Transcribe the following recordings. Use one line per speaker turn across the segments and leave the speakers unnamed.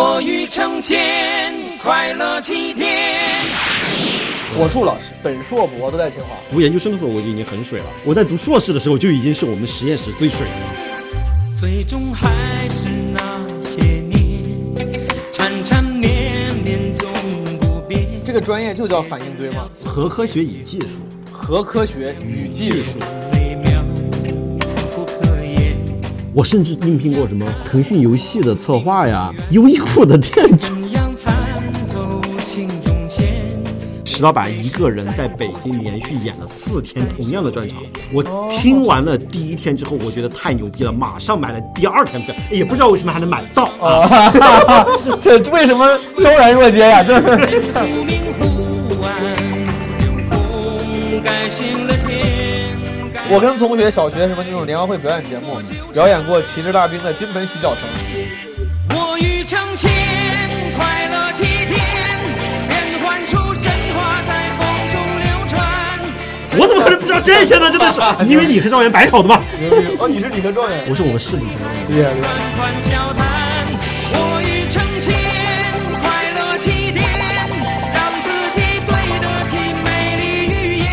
有雨成仙，快乐齐天。
火树老师本硕博都在清华，
读研究生的时候我就已经很水了，我在读硕士的时候就已经是我们实验室最水的。
最终还是那些年，缠缠绵绵总不变。
这个专业就叫反应堆吗？
核科学与技术，
核科学与技术。
微妙不可言，
我甚至应聘过什么腾讯游戏的策划呀，优衣库的店长。
怎样参透情中线？
石老板一个人在北京连续演了四天同样的专场，我听完了第一天之后，我觉得太牛逼了，马上买了第二天票，也不知道为什么还能买到啊。
这为什么昭然若揭呀？这是
忽明忽暗，就功盖醒了天。盖
我跟同学小学什么那种联欢会表演节目，表演过旗帜大兵的《金盆洗脚城》。
我欲成仙，快乐齐天，变幻出神话在风中流传。
我怎么可能不知道这些呢？真 的是，你以为理科状元白考的吗？
牛逼！哦，你是理科状元，
我是我们市里的。
厉害厉害。
款款笑谈，我欲成仙，快乐齐天，让自己对得起美丽语言。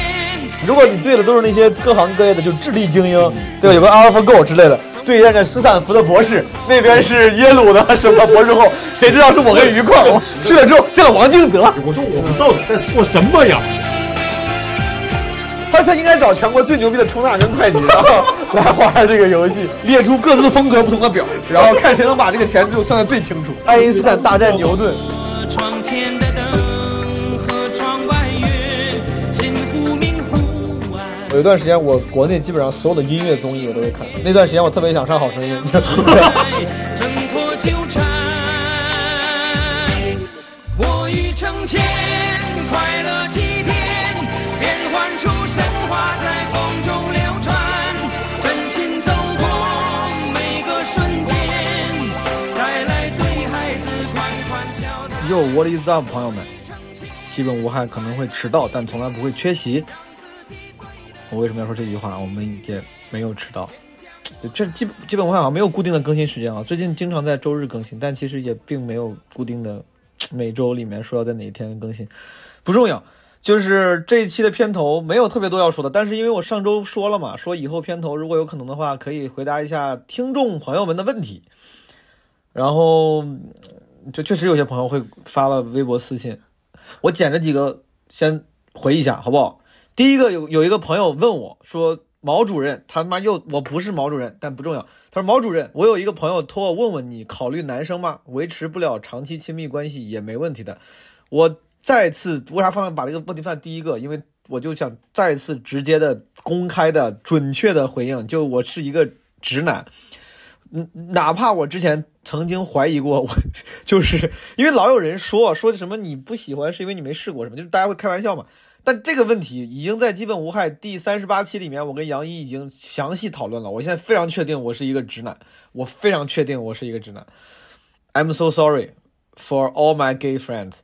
如果你对的都是那些各行各业的，就智力精英，对吧？有个 AlphaGo 之类的，对战着斯坦福的博士，那边是耶鲁的什么博士后，谁知道是我跟于矿？我去了之后见了王敬泽，
我说我们到底在做什么呀？
他他应该找全国最牛逼的出纳跟会计，然后来玩这个游戏，列出各自风格不同的表，然后看谁能把这个钱最后算的最清楚。 爱因斯坦大战牛顿，
和窗前的灯和窗外月，心忽明忽暗。
有一段时间，我国内基本上所有的音乐综艺我都会看。那段时间我特别想上《好 声音》
挣脱纠缠，我欲成仙，快乐齐天，变幻出神话在风中流传，真心走过每个瞬间，带来对孩子款款笑谈。
Yo What is up，朋友们，基本无害可能会迟到，但从来不会缺席。我为什么要说这句话？我们也没有迟到。对这基本基本无害好像没有固定的更新时间啊，最近经常在周日更新，但其实也并没有固定的每周里面说要在哪一天更新，不重要。就是这一期的片头没有特别多要说的，但是因为我上周说了嘛，说以后片头如果有可能的话，可以回答一下听众朋友们的问题。然后就确实有些朋友会发了微博私信，我捡着几个先回一下，好不好？第一个有有一个朋友问我说：“毛主任，他妈又我不是毛主任，但不重要。”他说：“毛主任，我有一个朋友托我问问你，考虑男生吗？维持不了长期亲密关系也没问题的。”我再次为啥放在把这个问题放在第一个？因为我就想再次直接的、公开的、准确的回应，就我是一个直男。嗯，哪怕我之前曾经怀疑过，我 就是因为老有人说说什么你不喜欢是因为你没试过什么，就是大家会开玩笑嘛。但这个问题已经在《基本无害》第三十八期里面，我跟杨一已经详细讨论了。我现在非常确定我是一个直男，我非常确定我是一个直男。I'm so sorry for all my gay friends。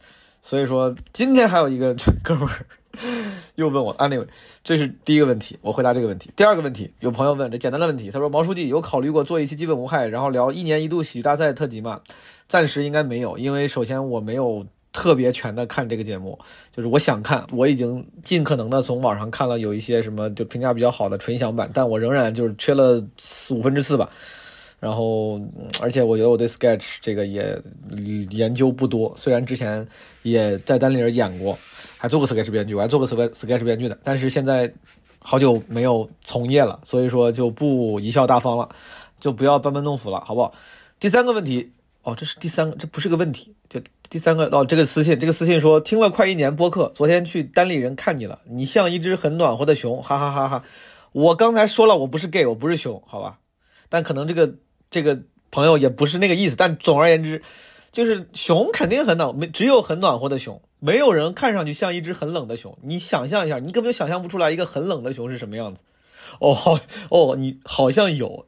所以说，今天还有一个 哥们儿 又问我，anyway，这啊是第一个问题，我回答这个问题。第二个问题，有朋友问这简单的问题，他说毛书记有考虑过做一期《基本无害》，然后聊一年一度喜剧大赛特辑吗？暂时应该没有，因为首先我没有特别全的看这个节目，就是我想看，我已经尽可能的从网上看了有一些什么就评价比较好的纯享版，但我仍然就是缺了四五分之四吧。然后，嗯而且我觉得我对 Sketch 这个也嗯研究不多，虽然之前也在单立人演过，还做过 Sketch 编剧，我还做过 Sketch Sketch 编剧的，但是现在好久没有从业了，所以说就不贻笑大方了，就不要班门弄斧了，好不好？第三个问题，哦，这是第三个，这不是个问题，就第三个哦，这个私信，这个私信说听了快一年播客，昨天去单立人看你了，你像一只很暖和的熊，哈哈哈哈！我刚才说了，我不是 gay，我不是熊，好吧？但可能这个这个朋友也不是那个意思，但总而言之，就是熊肯定很暖，没只有很暖和的熊，没有人看上去像一只很冷的熊。你想象一下，你根本就想象不出来一个很冷的熊是什么样子。哦，好哦，你好像有，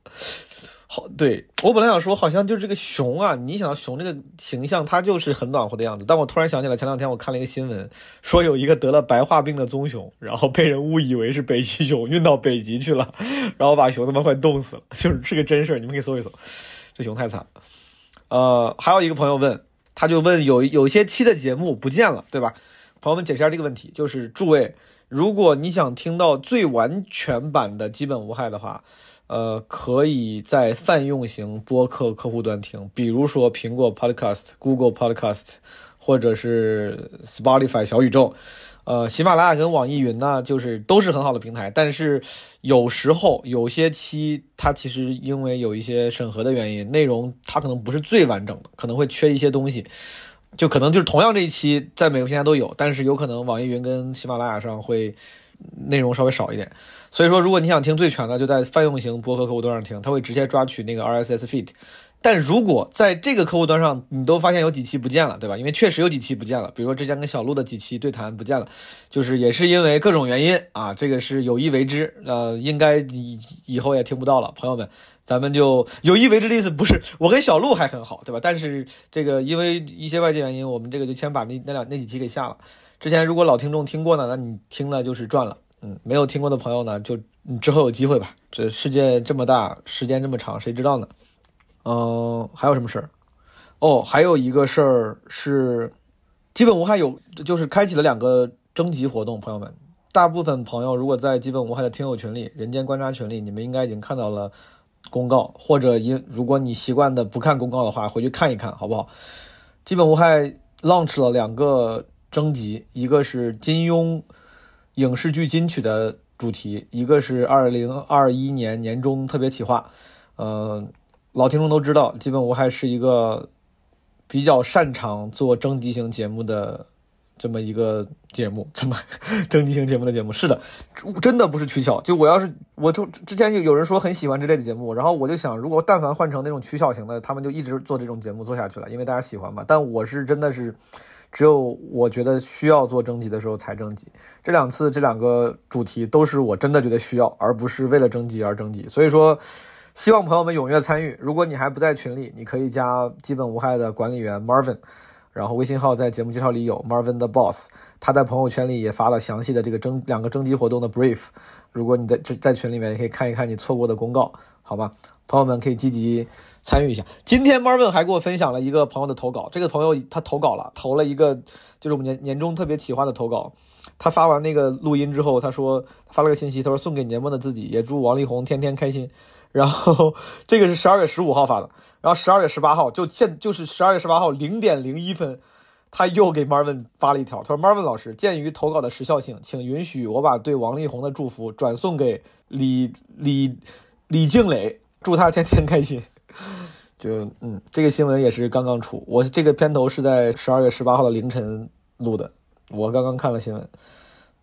好，对我本来想说，好像就是这个熊啊，你想到熊这个形象，它就是很暖和的样子。但我突然想起来，前两天我看了一个新闻，说有一个得了白化病的棕熊，然后被人误以为是北极熊，运到北极去了，然后把熊他妈快冻 死了，就是是个真事儿，你们可以搜一搜，这熊太惨了。呃，还有一个朋友问，他就问有有些期的节目不见了，对吧？朋友们解释一下这个问题，就是诸位，如果你想听到最完全版的基本无害的话，呃，可以在泛用型播客客户端听，比如说苹果 Podcast、Google Podcast，或者是 Spotify 小宇宙。呃，喜马拉雅跟网易云呢，就是都是很好的平台，但是有时候有些期它其实因为有一些审核的原因，内容它可能不是最完整的，可能会缺一些东西，就可能就是同样这一期在每个平台都有，但是有可能网易云跟喜马拉雅上会内容稍微少一点。所以说，如果你想听最全的，就在泛用型播客客户端上听，它会直接抓取那个 RSS feed。但如果在这个客户端上，你都发现有几期不见了，对吧？因为确实有几期不见了，比如说之前跟小鹿的几期对谈不见了，就是也是因为各种原因啊，这个是有意为之，呃，应该以以后也听不到了，朋友们，咱们就有意为之的意思不是我跟小鹿还很好，对吧？但是这个因为一些外界原因，我们这个就先把那那两那几期给下了。之前如果老听众听过呢，那你听了就是赚了，嗯，没有听过的朋友呢，就嗯之后有机会吧。这世界这么大，时间这么长，谁知道呢？嗯，还有什么事儿？哦，还有一个事儿是，基本无害有就是开启了两个征集活动，朋友们。大部分朋友如果在基本无害的听友群里、人间观察群里，你们应该已经看到了公告，或者因如果你习惯的不看公告的话，回去看一看好不好？基本无害 launch 了两个征集，一个是金庸影视剧金曲的主题，一个是二零二一年年中特别企划，嗯。老听众都知道，基本无害是一个比较擅长做征集型节目的这么一个节目， 这么征集型节目的节目。是的，真的不是取巧。就我要是我就之前有有人说很喜欢这类的节目，然后我就想，如果但凡换成那种取巧型的，他们就一直做这种节目做下去了，因为大家喜欢嘛。但我是真的是。只有我觉得需要做征集的时候才征集。这两次这两个主题都是我真的觉得需要，而不是为了征集而征集。所以说，希望朋友们踊跃参与。如果你还不在群里，你可以加基本无害的管理员 Marvin，然后微信号在节目介绍里有 Marvin 的 Boss，他在朋友圈里也发了详细的这个征两个征集活动的 brief。如果你在这在群里面，也可以看一看你错过的公告，好吗？朋友们可以积极参与一下。今天 Marvin 还给我分享了一个朋友的投稿，这个朋友他投稿了，投了一个就是我们年年终特别企划的投稿。他发完那个录音之后，他说发了个信息，他说送给年末的自己，也祝王力宏天天开心。然后 这个是十二月十五号发的，然后十二月十八号就现就是十二月十八号零点零一分，他又给 Marvin 发了一条，他说 Marvin 老师，鉴于投稿的时效性，请允许我把对王力宏的祝福转送给李李李静蕾，祝他天天开心。就嗯，这个新闻也是刚刚出，我这个片头是在十二月十八号的凌晨录的，我刚刚看了新闻，嗯，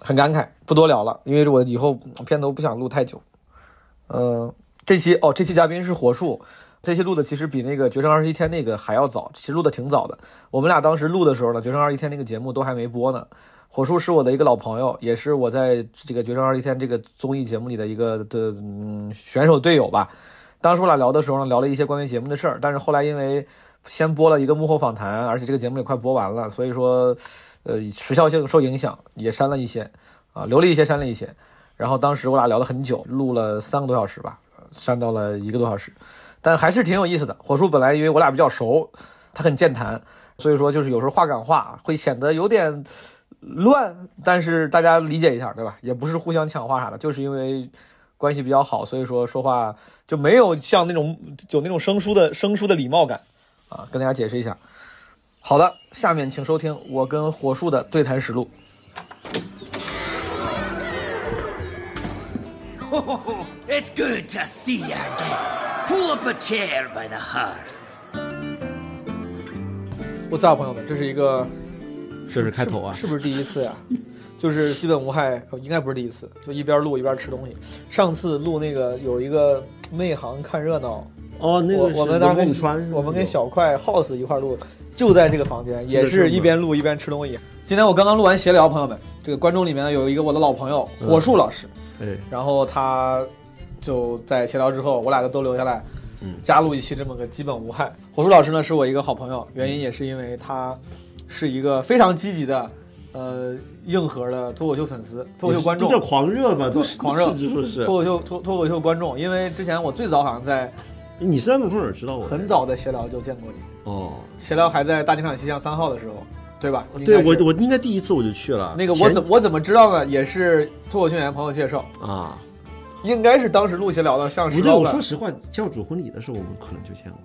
很感慨，不多聊了，因为我以后片头不想录太久。嗯，这期哦，这期嘉宾是火树，这期录的其实比那个《决胜二十一天》那个还要早，其实录的挺早的。我们俩当时录的时候呢，《决胜二十一天》那个节目都还没播呢。火树是我的一个老朋友，也是我在这个《决胜二十一天》这个综艺节目里的一个的嗯选手队友吧。当时我俩聊的时候呢，聊了一些关于节目的事儿，但是后来因为先播了一个幕后访谈，而且这个节目也快播完了，所以说，呃，时效性受影响，也删了一些，啊，留了一些，删了一些。然后当时我俩聊了很久，录了三个多小时吧，呃删到了一个多小时，但还是挺有意思的。火叔本来因为我俩比较熟，他很健谈，所以说就是有时候话赶话会显得有点乱，但是大家理解一下，对吧？也不是互相抢话啥的，就是因为关系比较好，所以说说话就没有像那种有那种生疏的生疏的礼貌感啊。跟大家解释一下。好的，下面请收听我跟火树的对谈实录。
Oh, it's good to see you again. Pull up a chair by the hearth.
我操，朋友们，这是一个
这是开头啊，
是不是第一次呀、 就是基本无害，呃应该不是第一次，就一边录一边吃东西。上次录那个有一个内行看热闹，
哦，那个
我我们当时跟
穿，
我们跟小快 House 一块录，就在这个房间，也是一边录一边吃东西。今天我刚刚录完闲聊，朋友们，这个观众里面呢有一个我的老朋友
嗯
火树老师，
哎，
然后他就在闲聊之后，我俩就都留下来，
嗯
加入一期这么个基本无害。火树老师呢是我一个好朋友，原
嗯
因也是因为他是一个非常积极的，呃，硬核的脱口秀粉丝、脱口秀观众
这、叫狂热吧，都是
狂热
是是是，
脱口秀脱脱口秀观众。因为之前我最早好像在
你是在农村哪儿知道我的？
很早在闲聊就见过你，
哦，
闲聊还在大金厂西巷三号的时候，对吧？应该
啊对
是
我我应该第一次我就去了。
那个我
前
怎我怎么知道呢？也是脱口秀演员朋友介绍，
啊？
应该是当时录闲聊的像
不
石
对，
老
我
板
说实话，教主婚礼的时候我们可能就见过，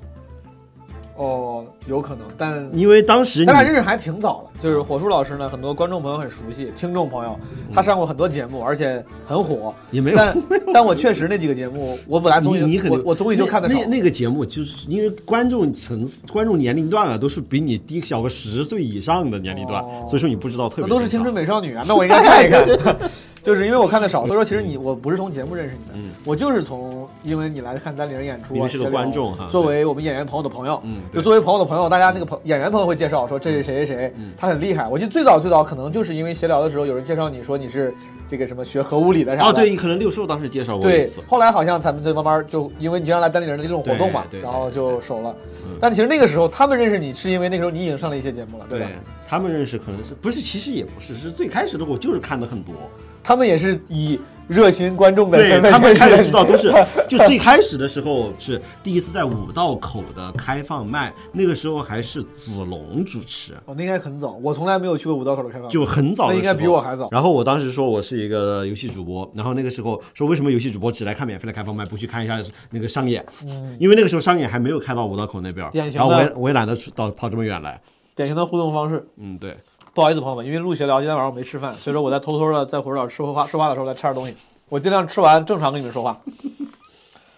哦，有可能，但
因为当时你
咱俩认识还挺早的。就是火叔老师呢，很多观众朋友很熟悉，听众朋友他上过很多节目，而且很火。
嗯也没有。
但但我确实那几个节目，我本来啊综
你你
艺
肯
我
定
我综艺就看的少
那。那那个节目，就是因为观众层次、观众年龄段啊，都是比你低小个十岁以上的年龄段，
哦
所以说你不知道特别
那
正常。
都是青春美少女啊，那我应该看一 看。 就是因为我看的少，所以说其实你我不是从节目认识你的，
嗯
我就是从因为你来看丹玲演出、啊，
你们是个
这种
观众哈
作为我们演员朋友的朋友，
嗯对
就
嗯
作为朋友的朋友，大家那个朋演员朋友会介绍说这是谁谁谁，他很厉害。我记得最早最早可能就是因为闲聊的时候有人介绍你说你是这个什么学核物理的啥的，
哦，对，可能六叔当时介绍过一
对
次，，
后来好像咱们就慢慢就因为你经常来丹顶人的这种活动嘛
对对，对嗯
然后就熟了。但其实那个时候他们认识你是因为那个时候你已经上了一些节目了，吧？
他们认识可能是不是？其实也不是，是最开始的我就是看的很多，
他们也是以热心观众的
对
身份
他们看
认
的
识
知
你 哦
道都是，就最开始的时候是第一次在五道口的开放麦，那个时候还是子龙主持，
哦，那应该很早，我从来没有去过五道口的开放。
就很早的
那
时
应
候，
该比我还早
然后我当时说我是一个游戏主播，然后那个时候说为什么游戏主播只来看免费的开放麦，不去看一下那个商演？因为那个时候商演还没有开到五道口那边
嗯
儿，
典型
然后我
的
也我也懒得出到跑这么远来。
典型的互动方式。
嗯，对，
不好意思，朋友们，因为录闲聊，今天晚上我没吃饭，所以说我在偷偷的在火树老师说话说话的时候再吃点东西，我尽量吃完正常跟你们说话。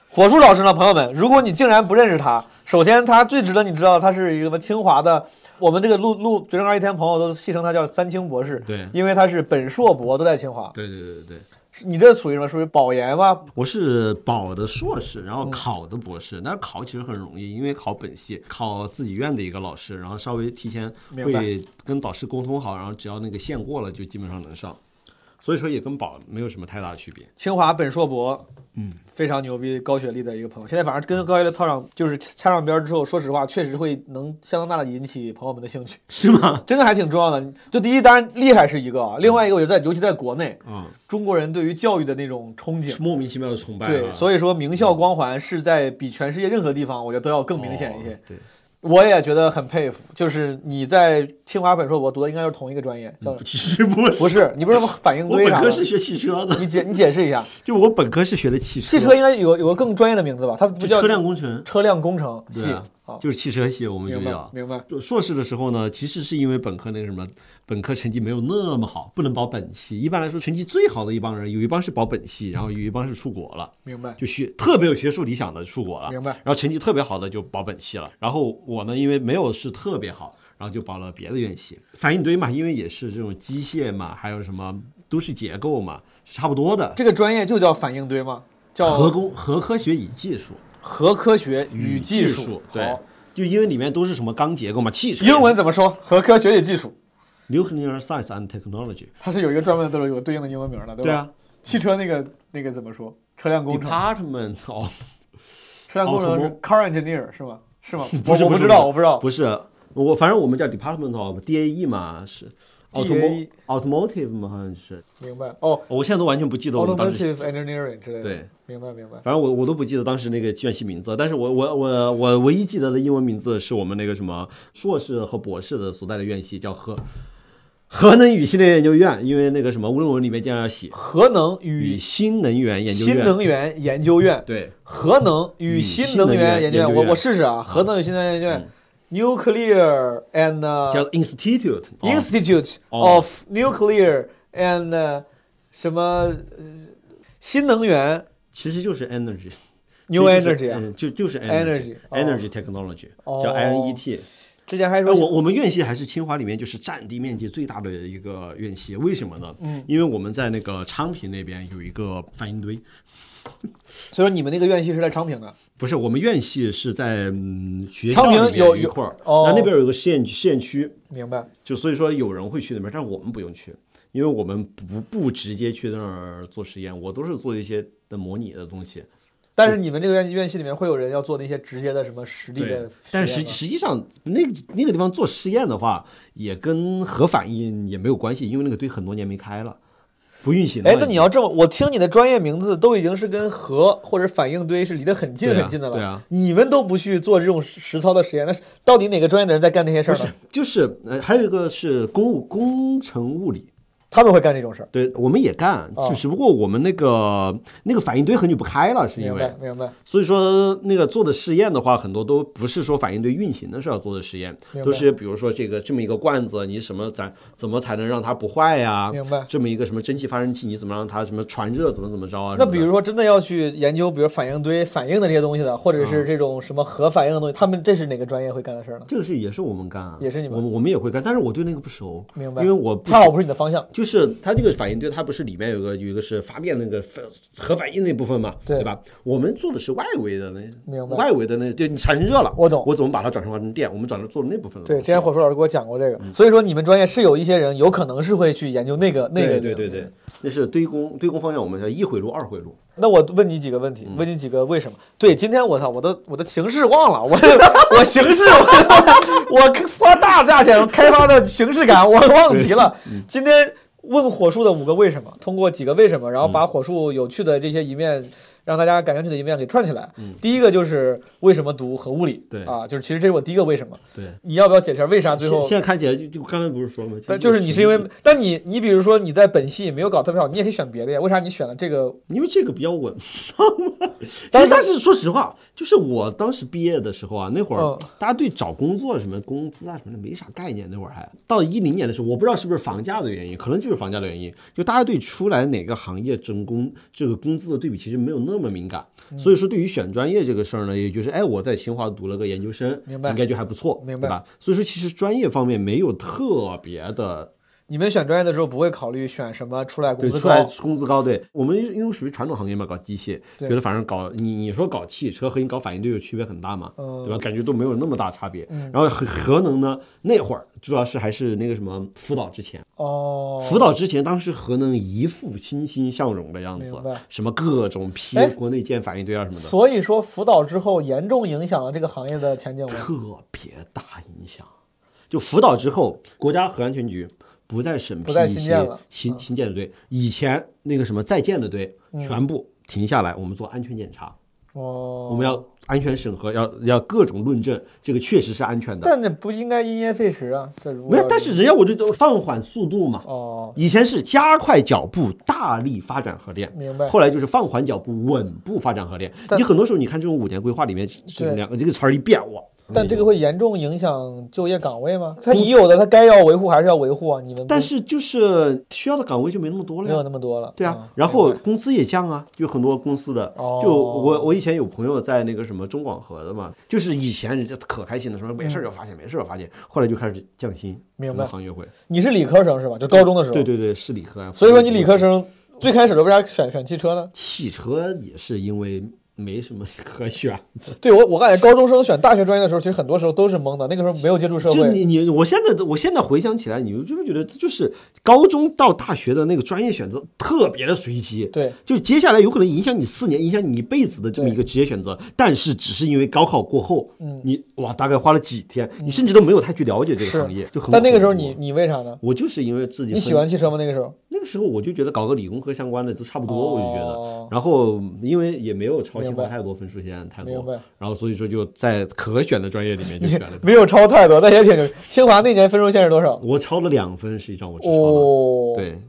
火树老师呢，朋友们，如果你竟然不认识他，首先他最值得你知道的，他是一个什么清华的，我们这个录录《决胜二一天》朋友都戏称他叫三清博士，
对
因为他是本硕博都在清华。
对对对对。
你这属于什么？属于保研吗？
我是保的硕士，然后考的博士，但是考其实很容易，因为考本系，考自己院的一个老师，然后稍微提前
明白
会跟导师沟通好，然后只要那个线过了，就基本上能上。所以说也跟保没有什么太大的区别。
清华本硕博，嗯，非常牛逼、高学历的一个朋友。现在反正跟高学历套上，就是掐上边儿之后，说实话，确实会能相当大的引起朋友们的兴趣，
是吗？
真的还挺重要的。就第一，当然厉害是一个啊，另外一个我觉得在，尤其在国内，
嗯，
中国人对于教育的那种憧憬。
莫名其妙的崇拜啊、
对，所以说名校光环是在比全世界任何地方，我觉得都要更明显一些。
哦对，
我也觉得很佩服，就是你在清华本硕博读的应该是同一个专业，叫、
其实不是，
不是？你不是反应
嗯我
堆
本
啥
科
的？
是学汽车的，
你解你解释一下，
就我本科是学的汽车，
汽车应该有有个更专业的名字吧？它不
就
叫
车辆工程，
车辆工程系
对啊
好，
就是汽车系，我们就
明白
叫。
明白。
就硕士的时候呢，其实是因为本科那个什么，本科成绩没有那么好，不能保本系。一般来说，成绩最好的一帮人，有一帮是保本系，然后有一帮是出国了。
明白，
就学特别有学术理想的出国了，
明白
然后成绩特别好的就保本系了，然后我呢，因为没有是特别好，然后就保了别的院系。反应堆嘛，因为也是这种机械嘛，还有什么都市结构嘛，是差不多的。
这个专业就叫反应堆吗？叫
核工核科学与技术
核科学与技
术
术。，
对
好，，
就因为里面都是什么钢结构嘛，汽车
英文怎么说？核科学与技术，
nuclear science and technology，
它是有一个专门的，有对应的英文名的，对吧？
对啊
汽车那个那个怎么说？车辆工程，
，department of
车辆工程是 car engineer 是吗？是吗？我
是
我
哦 不
不
是
知道，我不知道。
不是我，反正我们叫 department of DAE 嘛，是 automo
DAE
automotive 嘛，好像是。
明白哦
我现在都完全不记得我们当时
，automotive，engineering 之类的。
对，
明白明白。
反正我我都不记得当时那个院系名字，但是我我我我唯一记得的英文名字是我们那个什么硕士和博士的所在的院系叫核核能与新能源研究院，因为那个什么论文里面经常要写
核能
与
与
新能源研究院，
新能源研究院。
对
核能与新能源研究
与新能源研究
院，
院嗯
我我试试啊，核能与新能源研究院，Nuclear and
叫哦
uh,
institute of
Institute
哦
of Nuclear and uh, 什么呃新能源
其实就是 energy。
New
其实就是
Energy 啊。
嗯，就就是
Energy，哦
energy technology，
哦
叫 INET。
之前还说
那哎我我们院系还是清华里面就是占地面积最大的一个院系，为什么呢？嗯，因为我们在那个昌平那边有一个反应堆，
所以说你们那个院系是在昌平的，
不是我们院系是在嗯学校
昌平
里面
有
一块儿，
有哦
那那边有个实验实验区，
明白？
就所以说有人会去那边，但是我们不用去，因为我们不不直接去那儿做实验，我都是做一些的模拟的东西。
但是你们这个院院系里面会有人要做那些直接的什么实地的
对
实验吗，，
但实际实际上那个那个地方做实验的话，也跟核反应也没有关系，因为那个堆很多年没开了。不运行了已
哎
经。，
那你要这么，我听你的专业名字都已经是跟核或者反应堆是离得很近
对啊
很近的了。
对啊
你们都不去做这种实实操的实验，那是到底哪个专业的人在干那些事儿呢？
就是呃，还有一个是公务工程物理，
他们会干这种事儿。
对我们也干，
哦
就只不过我们那个那个反应堆很久不开了，是因
明
为
白，明白。
所以说，那个做的试验的话，很多都不是说反应堆运行的时候要做的实验
明，白
都是比如说这个这么一个罐子，你什么咱怎么才能让它不坏呀、
明白
这么一个什么蒸汽发生器，你怎么让它什么传热，怎么怎么着啊？
那
什么的
比如说，真的要去研究，比如反应堆反应的这些东西的，或者
啊
是这种什么核反应的东西，他们这是哪个专业会干的事儿呢？
这个是也是我们干啊，
也是你们
我们我们也会干，但是我对那个不熟，
明白
因为我不
恰好不是你的方向。
就是它这个反应堆，它不是里面有个有一个是发电那个反核反应那部分嘛，
对
对吧？我们做的是外围的那
明白
外围的那就你产生热了，
我懂
我怎么把它转化成电？我们转成做那部分了。
对，之前火叔老师给我讲过这个，所以说你们专业是有一些人有可能是会去研究那个那个
对
领域。
对对对，那是堆工堆工方向，我们叫一回路、二回路。
那我问你几个问
嗯
题，问你几个为什么？对，今天我操，我的我的形式忘了，我我形式我我花大价钱开发的形式感我忘记了。
嗯
今天问火树的五个为什么，通过几个为什么，然后
嗯
把火树有趣的这些一面。让大家感兴趣的一面给串起来。第一个就是为什么读核物理，
嗯对
啊，就是其实这是我第一个为什么。
对，
你要不要解释下为啥最后
现现在看起来就就刚才不是说了吗？
但就是你是因为，但你你比如说你在本系没有搞特别好，你也可以选别的呀。为啥你选了这个？
因为这个比较稳，
但 是
但是但是说实话，就是我当时毕业的时候啊，那会儿、
嗯
大家对找工作什么工资啊什么的没啥概念，那会儿还到一零年的时候，我不知道是不是房价的原因，可能就是房价的原因，就大家对出来哪个行业挣工这个工资的对比其实没有那么敏感，
嗯
所以说对于选专业这个事儿呢，也就是哎我在清华读了个研究生，
明白
应该就还不错，
明白
对吧？所以说其实专业方面没有特别的
你们选专业的时候不会考虑选什么出来工
对，
资
出来
高？
工资高，对我们因为属于传统行业嘛，搞机械，
对
觉得反正搞你你说搞汽车和你搞反应堆有区别很大嘛，
嗯
对吧？感觉都没有那么大差别。然后核核能呢，那会儿主要是还是那个什么福岛之前，
哦，
福岛之前当时核能一副欣欣向荣的样子
明白，
什么各种批
哎
国内建反应堆啊什么的，
所以说辅导之后严重影响了这个行业的前景吗？
特别大影响。就福岛之后，国家核安全局不再审批
不再
一
新建
些
了
新新建的堆，以前那个什么在建的堆
嗯
全部停下来，我们做安全检查，
哦，
我们要安全审核，要要各种论证，这个确实是安全的。
但那不应该因噎废食啊？这如果
没有
要，
但是人家我就都放缓速度嘛。
哦，
以前是加快脚步，大力发展核电，
明白
后来就是放缓脚步，稳步发展核电。
但
你很多时候你看这种五年规划里面，这
对
两个这个词儿一变，哇！
但这个会严重影响就业岗位吗？它已有的它该要维护还是要维护啊？你们不
但是就是需要的岗位就没那么多了
没
呀
有。那么多了。嗯
对啊，然后工资也降啊，就很多公司的，
哦
就我我以前有朋友在那个什么中广核的嘛，就是以前人家可开心了，什么没事儿就发现，没事儿就发现，后来就开始降薪，
嗯明白
整个行业会，
你是理科生是吧？就高中的时候。
对。对对，是理科啊，
所以说你理科生最开始的为啥选选汽车呢？
汽车也是因为没什么可选，
对我，我感觉高中生选大学专业的时候，其实很多时候都是懵的。那个时候没有接触社
就
会，
你你我现在都我现在回想起来，你就不觉得就是高中到大学的那个专业选择特别的随机，
对，
就接下来有可能影响你四年，影响你一辈子的这么一个职业选
嗯
择，但是只是因为高考过后，嗯，你哇大概花了几天，你甚至都没有太去了解这个
是
行业，就很。
但那个时候你你为啥呢？
我就是因为自己
你喜
分
欢汽车吗？那个时候？
那个时候我就觉得搞个理工科相关的都差不多，
哦
我就觉得，然后因为也没有超清
明
华
白
太多分数线太
明白。
多，然后所以说就在可选的专业里面就选了
没有超太多，但也挺牛。清华那年分数线是多少？
我超了两分，实际上我只超了，
哦，，
对，嗯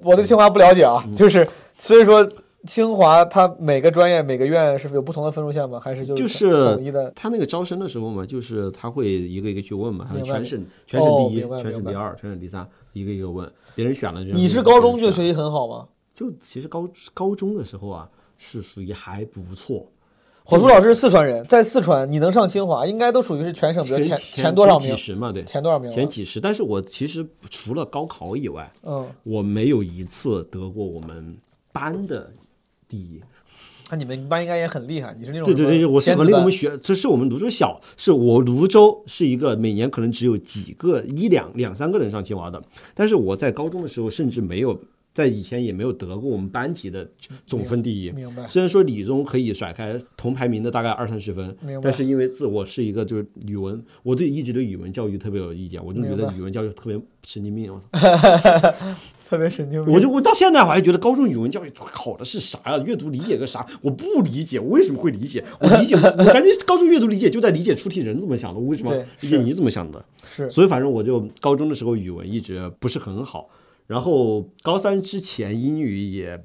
我对清华不了解啊，就是所以说清华它每个专业每个院是不是有不同的分数线吗？还是就
就是
统一的？
他那个招生的时候嘛，就是他会一个一个去问嘛，还有
明白
全省全省第一、
明白
全省
明白
第二、全省第三，一个一个问，别人选了就
你是高中就
选
学习很好吗？
就其实高高中的时候啊，是属于还不错，
火速老师是四川人，在四川你能上清华，应该都属于是全省，比如前
前
前多少
前
名
几？十嘛，对，
前多少名了？
前几十。但是我其实除了高考以外，
嗯，
我没有一次得过我们班的第一。
那你们班应该也很厉害，你是那种
对对
什
对，
么
我是
尖
和
子
那个我
班
们学，这是我们泸州小，是我泸州是一个每年可能只有几个一两两三个人上清华的，但是我在高中的时候甚至没有在以前也没有得过我们班级的总分第一。
嗯明白
虽然说理综可以甩开同排名的大概二三十分
明白，
但是因为自我是一个就是语文，我对一直对语文教育特别有意见，我就觉
明
得
白
语文教育特别神经病。我操！
特别神经病。
我就我到现在我还觉得高中语文教育考的是啥呀、阅读理解个啥？我不理解，我为什么会理解？我理解，我感觉高中阅读理解就在理解出题人怎么想的，我为什么
对
理解你怎么想的？
是
所以反正我就高中的时候语文一直不是很好，然后高三之前英语也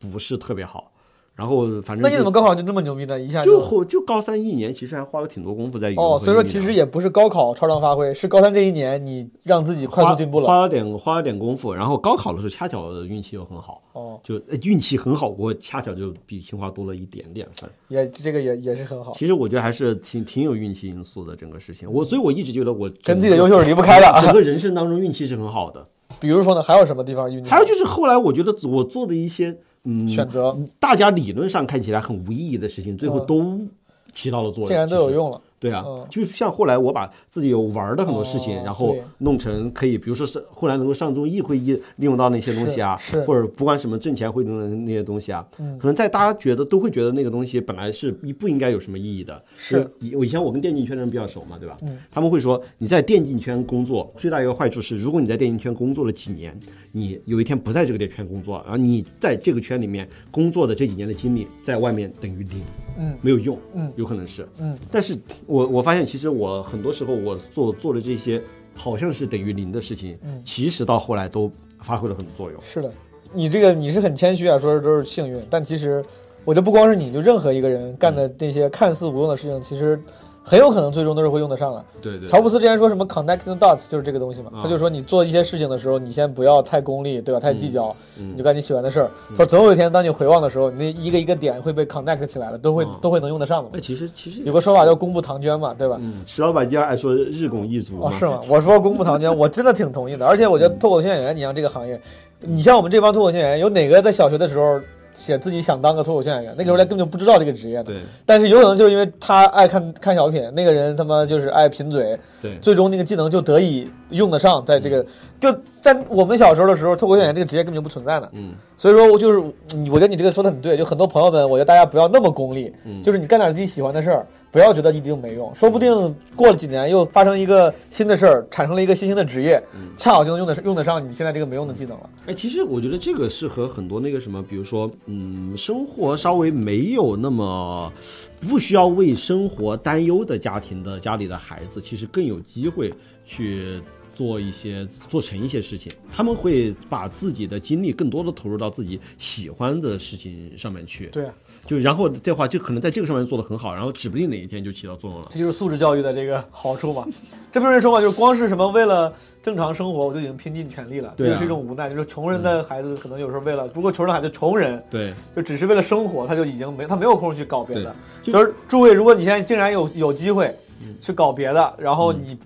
不是特别好，然后反正
那你怎么
就
高考就这么牛逼呢？一下
就后就高三一年，其实还花了挺多功夫在语文
哦，
和
所以说
英语
其
上
实也不是高考超常发挥，是高三这一年你让自己快速进步了。
花花了点花了点功夫，然后高考的时候恰巧运气又很好，
哦，
就呃运气很好，我恰巧就比清华多了一点点分。
也这个也也是很好，
其实我觉得还是挺挺有运气因素的整个事情，我所以我一直觉得我
跟
整
自己的
个
优秀是离不开的。
整个人生当中运气是很好的。
比如说呢，还有什么地方运气好？
还有就是后来我觉得我做的一些嗯
选择，
大家理论上看起来很无意义的事情，最后
嗯
都起到了作用，
竟然都
其
有
实
用了。
对啊
嗯，
就像后来我把自己有玩的很多事情，
哦
然后
对
弄成可以，比如说是后来能够上综艺会议利用到那些东西啊
是是，
或者不管什么挣钱会用的那些东西啊，
嗯
可能在大家觉得都会觉得那个东西本来是不应该有什么意义的。
是嗯
就以，我以前我跟电竞圈的人比较熟嘛，对吧？他们会说你在电竞圈工作最大一个坏处是，如果你在电竞圈工作了几年，你有一天不在这个电圈工作，然后你在这个圈里面工作的这几年的经历，在外面等于零。
嗯
没有用，
嗯
有可能是，
嗯，
但是我我发现其实我很多时候我做做的这些好像是等于零的事情，嗯，其实到后来都发挥了很多作用，
是的，你这个你是很谦虚啊，说都是幸运，但其实我觉得不光是你，就任何一个人干
嗯
的那些看似无用的事情，其实很有可能最终都是会用得上的。
对对
乔布斯之前说什么 connecting dots 就是这个东西嘛，
啊
他就说你做一些事情的时候，你先不要太功利，对吧？太计较，
嗯
你就干你喜欢的事儿。他说总有一天，当你回望的时候，你那一个一个点会被 connect 起来的，都会、
嗯
都会能用得上的嘛
那。其实其实
有个说法叫公布唐捐嘛，对吧？
嗯，石老板经常爱说日拱一卒
哦，
嘛
是吗？我说公布唐娟，我真的挺同意的。而且我觉
嗯
得脱口秀演员，你像这个行业，你像我们这帮脱口秀演员，有哪个在小学的时候写自己想当个脱口秀演员？那个时候他根本就不知道这个职业的。
嗯对
但是有可能就是因为他爱看看小品，那个人他妈就是爱贫嘴，
对
最终那个技能就得以用得上，在这
嗯
个就在我们小时候的时候，脱口秀演员这个职业根本就不存在的。
嗯，
所以说我就是，嗯我觉得你这个说的很对，就很多朋友们，我觉得大家不要那么功利，
嗯
就是你干点自己喜欢的事儿，不要觉得一定没用，说不定过了几年又发生一个新的事儿，产生了一个新兴的职业，
嗯
恰好就能用得用得上你现在这个没用的技能了。
哎，其实我觉得这个是和很多那个什么，比如说，嗯，生活稍微没有那么不需要为生活担忧的家庭的家里的孩子，其实更有机会去做一些做成一些事情。他们会把自己的精力更多的投入到自己喜欢的事情上面去。
对啊，
就然后的话，就可能在这个上面做得很好，然后指不定哪一天就起到作用了。
这就是素质教育的这个好处 嘛。这不是人说嘛，就是光是什么为了正常生活，我就已经拼尽全力了，
对啊
这就是一种无奈。就是穷人的孩子可能有时候为了，不过穷人的孩子穷人，
对，
就只是为了生活，他就已经没他没有空去搞别的。
对
就
就是
诸位，如果你现在竟然有有机会去搞别的，然
嗯
后你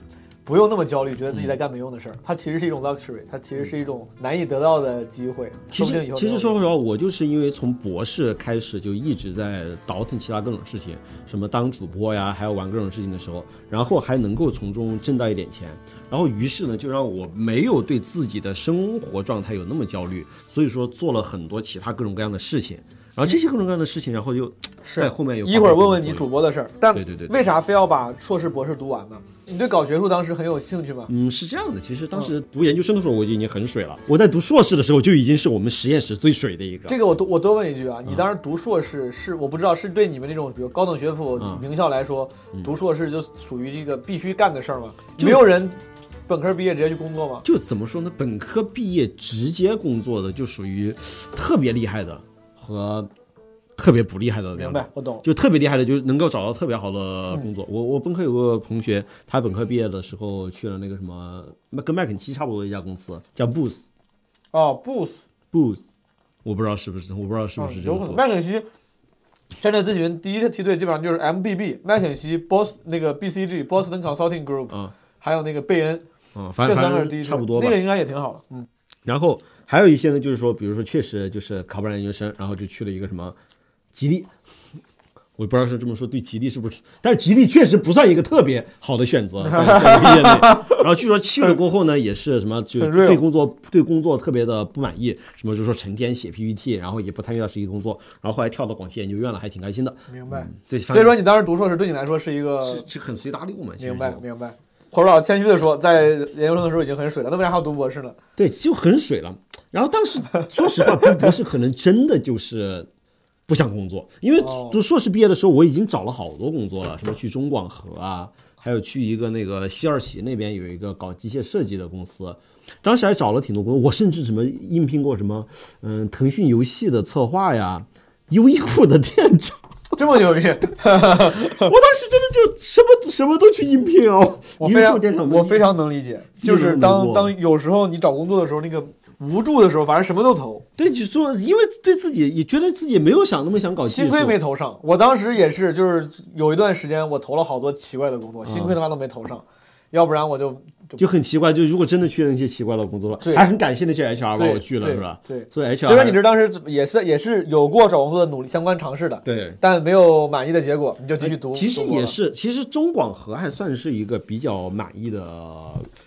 不用那么焦虑，觉得自己在干没用的事儿，它其实是一种 luxury，它其实是一种难以得到的机会。
嗯其
说不定
实
以后
其
能
实
有
说实话，我就是因为从博士开始就一直在倒腾其他各种事情，什么当主播呀，还有玩各种事情的时候，然后还能够从中挣到一点钱，然后于是呢，就让我没有对自己的生活状态有那么焦虑，所以说做了很多其他各种各样的事情，然后这些各种各样的事情，然后又在后面有
一会儿问问你主播的事儿，但
对对对对
为啥非要把硕士博士读完呢？你对搞学术当时很有兴趣吗？
嗯，是这样的，其实当时读研究生的时候我就已经很水了，我在读硕士的时候就已经是我们实验室最水的一个。
这个我多我多问一句啊，你当时读硕士是我不知道是对你们这种比如高等学府
嗯
名校来说，读硕士就属于这个必须干的事儿吗？没有人本科毕业直接去工作吗？
就怎么说呢？本科毕业直接工作的，就属于特别厉害的和特别不厉害的
明
两种
白。，嗯我懂。
就特别厉害的，就是能够找到特别好的工作。我我本科有个同学，他本科毕业的时候去了那个什么，跟麦肯锡差不多的一家公司，叫 Booth
哦，Boost，
Booth，我不知道是不是，我不知道是不
嗯
是这
哦有
个
可
读
能。。麦肯锡战略咨询第一个梯队基本上就是 MBB，麦肯锡、Bos 那个 BCG、Boston Consulting Group，、
啊
还有那个贝恩，
嗯，反
这
正
三
反
个是第一梯
正
队
差不多吧。
那个应该也挺好的。嗯，
然后还有一些呢，就是说，比如说确实就是考不上研究生，然后就去了一个什么吉利，我不知道是这么说对吉利是不是，但是吉利确实不算一个特别好的 选择，在在业内。然后据说去了过后呢，也是什么就
很 real
对工作对工作特别的不满意，什么就说成天写 PPT，然后也不参与到实际工作，然后后来跳到广西研究院了，还挺开心的。
明白。
对，
所以说你当时读硕士对你来说是一个
是是很随大流嘛，其实
明白
就
明白。火老师谦虚的说，在研究生的时候已经很水了，那为啥还要读博士呢？
对，就很水了。然后当时说实话，读博士可能真的就是不想工作，因为
哦
读硕士毕业的时候，我已经找了好多工作了，什么去中广核啊，还有去一个那个西二旗那边有一个搞机械设计的公司。当时还找了挺多工作，我甚至什么应聘过什么，嗯，腾讯游戏的策划呀，优衣库的店长，
这么牛逼，
我当时真的就什么什么都去应聘哦。
我
优
非
衣库店长
常我非常能理解，就是当当有时候你找工作的时候，那个无助的时候，反正什么都投，
对，就做，因为对自己也觉得自己没有想那么想搞技术，
幸亏没投上。我当时也是，就是有一段时间我投了好多奇怪的工作，
嗯
幸亏他妈都没投上，要不然我就
就很奇怪，就如果真的去了那些奇怪的工作
对，
还很感谢那些 HR 把
对
我拒了，
对
是吧？
对
所以 HR，
虽然你这当时也是也是有过找工作的努力相关尝试的，
对，哎
但没有满意的结果，你就继续读。
其实
读博
也
了，
是，其实中广核还算是一个比较满意的。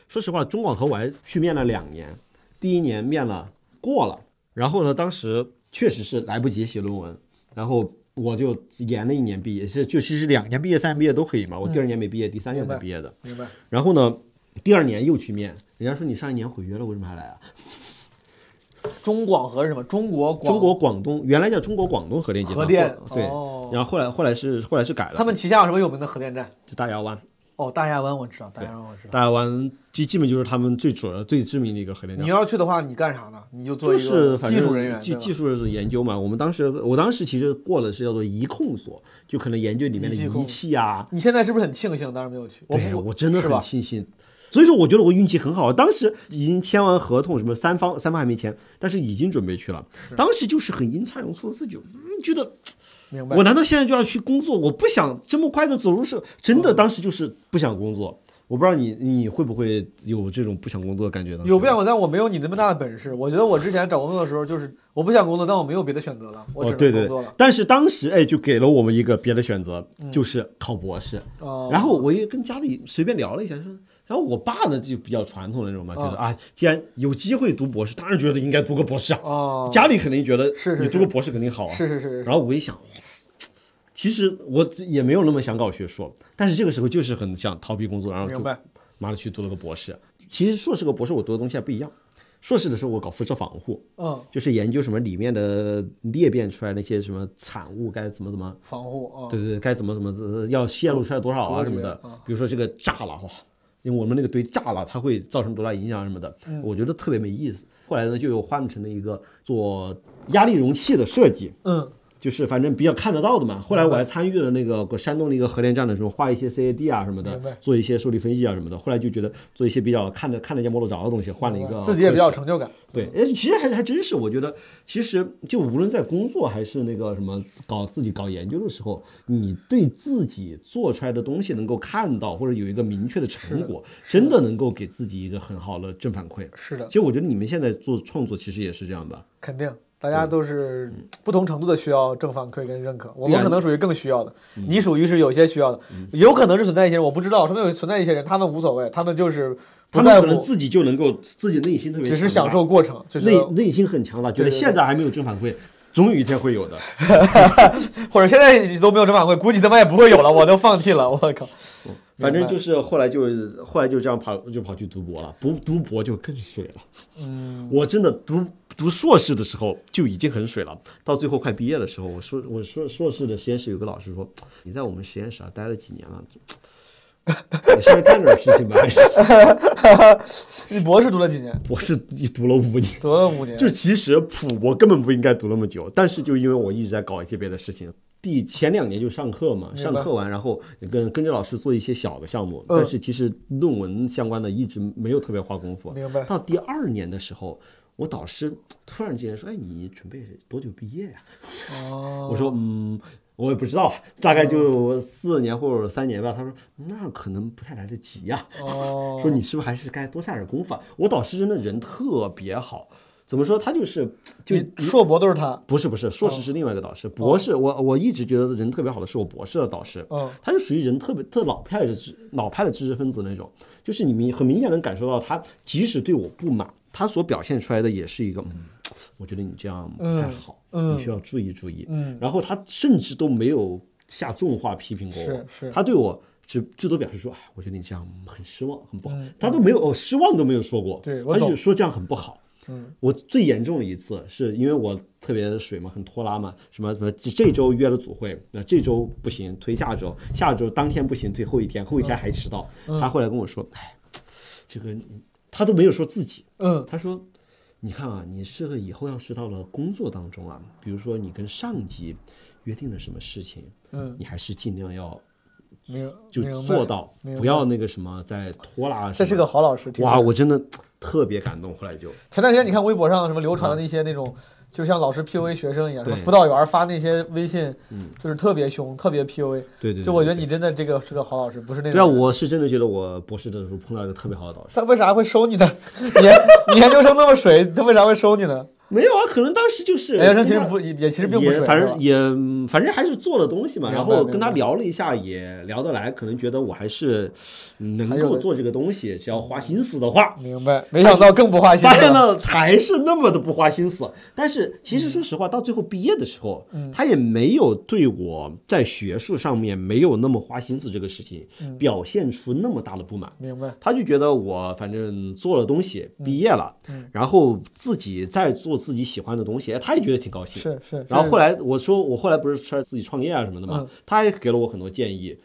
说实话，中广核我还去面了两年，第一年面了过了，然后呢，当时确实是来不及写论文，然后我就延了一年毕业，是就其实两年毕业、三年毕
嗯
业都可以嘛。我第二年没毕业，第三年才
明白
毕业的。
明白。
然后呢，第二年又去面，人家说你上一年毁约了，为什么还来啊？
中广核是什么？中国广
中国广东原来叫中国广东核电集
核
团，
电
后对，
哦
然后后来后来是后来是改了，
他们旗下有什么有名的核电站？
就大亚湾，
哦，大亚湾我知道，大亚湾我知道。
大亚湾基基本就是他们最主要最知名的一个核电
你
站。
要是去的话，你干啥呢？你就做
就
一个
是反
技
正
术人员，
技技
术
术是研究嘛。我们当时，我当时其实过的是叫做仪控所，就可能研究里面的
仪器控
仪器啊。
你现在是不是很庆幸当时没有去？我
对
不
我真的
是
很
吧？
庆幸，所以说我觉得我运气很好。当时已经签完合同，什么三方三方还没签，但是已经准备去了。当时就是很阴差阳错，自己就嗯觉得
明白
我。难道现在就要去工作？我不想这么快的走入社，真
嗯
的当时就是不想工作。我不知道你你会不会有这种不想工作的感觉呢？
有不想过，但我没有你那么大的本事。我觉得我之前找工作的时候，就是我不想工作，但我没有别的选择了，我
哦，
只
对
能工
对对
作了。，嗯
但是当时哎，就给了我们一个别的选择，就是考博士。
哦
然后我又跟家里随便聊了一下，说，然后我爸呢就比较传统的那种嘛，觉得
嗯
啊，既然有机会读博士，当然觉得应该读个博士啊。
哦，
家里肯定觉得
是是
你读
是
个博士肯定好啊。
是是是是
然后我一想，其实我也没有那么想搞学硕，但是这个时候就是很想逃避工作，然后就
明白
妈的去读了个博士。其实硕士和博士我读的东西还不一样，硕士的时候我搞辐射防护，
嗯，
就是研究什么里面的裂变出来那些什么产物该怎么怎么，
防护啊，
对对对，该怎么怎么呃要泄露出来多少啊
隔绝
什么的
啊。
比如说这个炸了哇，因为我们那个堆炸了，它会造成多大影响什么的，
嗯
我觉得特别没意思。后来呢，就有换成了一个做压力容器的设计，
嗯，
就是反正比较看得到的嘛。后来我还参与了那个山东的一个核电站的时候，画一些 CAD 啊什么的
明白，
做一些受力分析啊什么的。后来就觉得做一些比较看着看得见摸得着的东西，换了一个
自己也比较有
科室
成就感。
对，哎，其实还还真是，我觉得其实就无论在工作还是那个什么搞自己搞研究的时候，你对自己做出来的东西能够看到或者有一个明确的成果，真的能够给自己一个很好的正反馈。
是的
其，实我觉得你们现在做创作其实也是这样吧。
肯定，大家都是不同程度的需要正反馈跟认可。我
嗯对
们
啊嗯
可能属于更需要的，你属于是有些需要的，有可能是存在一些人，我不知道，说不定有存在一些人，他们无所谓，他们就是不
他
在
们可能
乎，
自己就能够自己内心特别
只是
强
享
大
受过程，就
内
是
内心很强大，觉
对
得
对对
现在还没有正反馈，总有一天会有的。
或者现在都没有正反馈，估计他妈也不会有了，我都放弃了，我靠，
反正就是后来就后来就这样跑就跑去读博了，不读博就更水了。嗯，我真的读读硕士的时候就已经很水了，到最后快毕业的时候，我说我说硕士的实验室有个老师说，你在我们实验室啊待了几年了， 你稍微干点事情吧。还是
你博士读了几年？
我是一读了五年，
读了五年，
就其实普博根本不应该读那么久，但是就因为我一直在搞一些别的事情。第前两年就上课嘛，上课完然后跟跟着老师做一些小的项目，
嗯
但是其实论文相关的一直没有特别花功夫。
明白
到第二年的时候，我导师突然之间说：“哎，你准备多久毕业呀、
哦
我说：“嗯，我也不知道，大概就四年或者三年吧。”他说：“那可能不太来得及呀、
哦，
说你是不是还是该多下点功夫啊？我导师真的人特别好，怎么说，他就是就
你哦硕博都是他，
不是不是，硕士是另外一个导师，博士我我一直觉得人特别好的是我博士的导师，
嗯
他就属于人特别特老派的知老派的知识分子那种，就是你明很明显能感受到他即使对我不满，他所表现出来的也是一个，嗯我觉得你这样不太好，
嗯
你需要注意注意，
嗯
然后他甚至都没有下重话批评过我，
是是
他对我。只最多表示说，哎，我觉得你这样很失望，很不好。他都没有、哦，失望都没有说过，
嗯对我
他就
懂
说这样很不好。
嗯，
我最严重的一次是因为我特别水嘛，很拖拉嘛，什么什么这这周约了组会，那这周不行推下周，下周当天不行推后一天，
嗯
后一天还迟到。他后来跟我说，哎，这个他都没有说自己，
嗯
他说，你看啊，你这个以后要是到了工作当中啊，比如说你跟上级约定了什么事情，
嗯，
你还是尽量要
明
就
明白
做到，
明白
不要那个什么再拖拉什么。
这是个好老师。听
哇，
着
我真的特别感动，后来就。
前段时间你看微博上什么流传的那些那种，就像老师 PUA 学生一样，什么
嗯对嗯
辅导员发那些微信，就是特别凶，特别 PUA。
对对对
就我觉得你真的这个是个好老师，不是那种。
对啊，我是真的觉得我博士的时候碰到一个特别好的导师。
他为啥会收你呢？ 你研你研究 生那么水，他为啥会收你呢？
没有啊，可能当时就是
研究生其实不也也其实并不
也
水，
反
是吧
正也嗯反正还是做了东西嘛。
明白
然后跟他聊了一下，也聊得来，可能觉得我还嗯是嗯
还
能
有
够
的
做这个东西，只要花心思的话。
明白。没想到更不 花心
发现
了。
了还是那么的不花心思，但是其
嗯
实说实话，到最后毕业的时候，他也没有对我在学术上面没有那么花心思这个事情
嗯
表现出那么大的不满。
明白，
他就觉得我反正做了东西，毕业了，
嗯
然后自己再做自己喜欢的东西，哎他也觉得挺高兴。
是是。
然后后
来
来我说，我后来不是出来自己创业啊什么的嘛，他也给了我很多建议。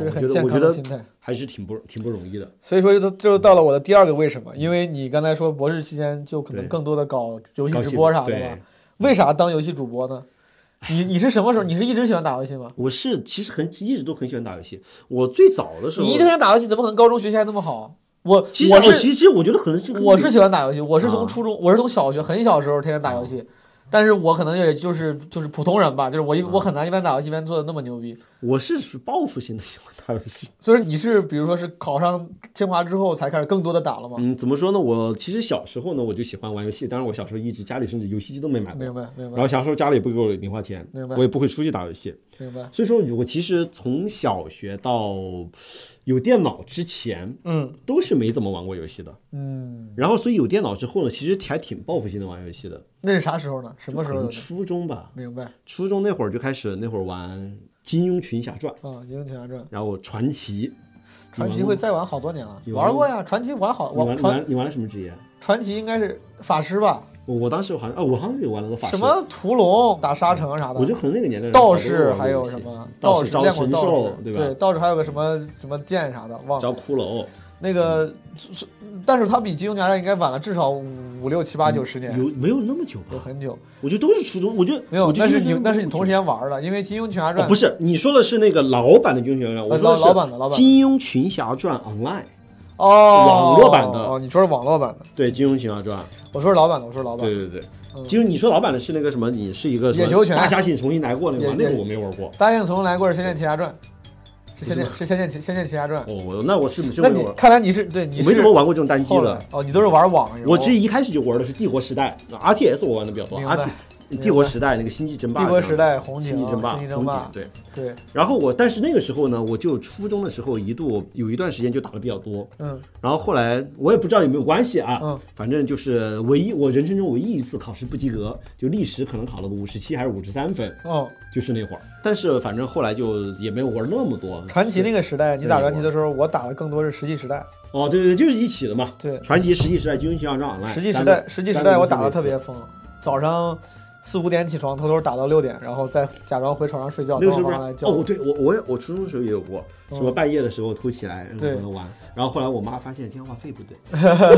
嗯这是
我
很
觉得
健
我觉
康的
得
心态
还是挺不挺不容易的。
所以说就就到了我的第二个为什么，因为你刚才说博士期间就可能
嗯对
更多的搞游戏
搞
直
戏
播啥的
对
吧？为啥当游戏主播呢？你你是什么时候？你是一直喜欢打游戏吗？
我是其实很一直都很喜欢打游戏。我最早的时候，
你一直想打游戏，怎么可能高中学习还那么好？我
其实
我
哦
是
其实我觉得可能是跟
我
你
是喜欢打游戏，我是从
啊
初中，我是从小学很小时候天天打游戏，但是我可能也就是就是普通人吧，就是
啊
我一我很难一边打游戏一边做的那么牛逼。
我是属于报复性的喜欢打游戏。
所以说你是比如说是考上清华之后才开始更多的打了吗？
嗯，怎么说呢？我其实小时候呢，我就喜欢玩游戏。当然，我小时候一直家里甚至游戏机都没买过。
明白明
然
白
后小时候家里也不给我零花钱，
明白
我也不会出去打游戏。
明白，
所以说，我其实从小学到有电脑之前，
嗯
都是没怎么玩过游戏的。
嗯，
然后，所以有电脑之后呢，其实还挺报复性的玩游戏的。
那是啥时候呢？什么时
可
候
能
呢？
初中吧，
明白
初中那会儿就开始，那会儿玩《金庸群侠传》，
啊，英雄群侠传，
然后传奇。
传奇会再玩好多年了，
有
玩过呀，传奇玩好，
你
玩
玩你
传
玩你玩了什么职业？
传奇应该是法师吧？
我我当时好像哦，我好像也玩了个法师。
什？么屠龙打沙城啥的，
我就可能那个年代
道士还有什么
道
士
招
练过
神
道
兽
士，
对吧？
对，道士还有个什么什么剑啥的，忘了。
招骷髅，
那个，是但是他比《金庸群侠传》应该晚了至少五五六七八九十年，
有嗯没有那么久
有
吧？
很久。
我觉得都是初中，我觉得
没有
我，觉
那
得
是
应该
你那是你
那么
同
久
时间玩的，因为《金庸群侠传
哦，》不是，你说的是那个老版的《金庸群侠传》，我说
呃老
的是
老版的老版的
《金庸群侠传 Online》。
哦，
网络版的
哦，你说是网络版的，
对，《金庸群侠传》。
我说是老版的，我说是老版
对
的。
对对，金庸，你说老版的是那个什么？你是一个什么
野球拳
大侠请重新来过那个吗？
野
那个我没玩过。
大雁从来过是《仙剑奇侠传》，是《仙
不
剑》是《
是
仙剑奇仙剑奇侠传》。
哦，我那我是是
那
没
你
玩，
看来你是对你
我
是
没怎么玩过这种单机
后
的
来。哦，你都是玩网游。
我这一开始就玩的是《帝国时代》RTS，我玩的比较多。
明
R
白
T 帝国时代那个《星际争霸》。
帝国时。代红警啊
星际争霸，
星际争
红警
霸，
对。
对，
然后我，但是那个时候呢，我就初中的时候一度有一段时间就打的比较多，
嗯，
然后后来我也不知道有没有关系啊，
嗯
反正就是唯一我人生中唯一一次考试不及格，就历史可能考了个五十七还是五十三分，
哦，
就是那会儿。但是反正后来就也没有玩那么多。
传奇那个时代，你打
对
传奇的时候，我打的更多是石器时代。
哦，对对对，就是一起的嘛。
对
传奇、石器时代、金庸群侠传 online 三个。
实际时代，实际时代我打的特别
三个
疯，早上四五点起床，偷偷打到六点，然后再假装回床上睡觉，
那
等
个
我
是不
妈
是
妈来叫
哦，我
我。
对我我也我初中的时候也有过，什么半夜的时候偷起来然后
对
可能玩，然后后来我妈发现天花费不对，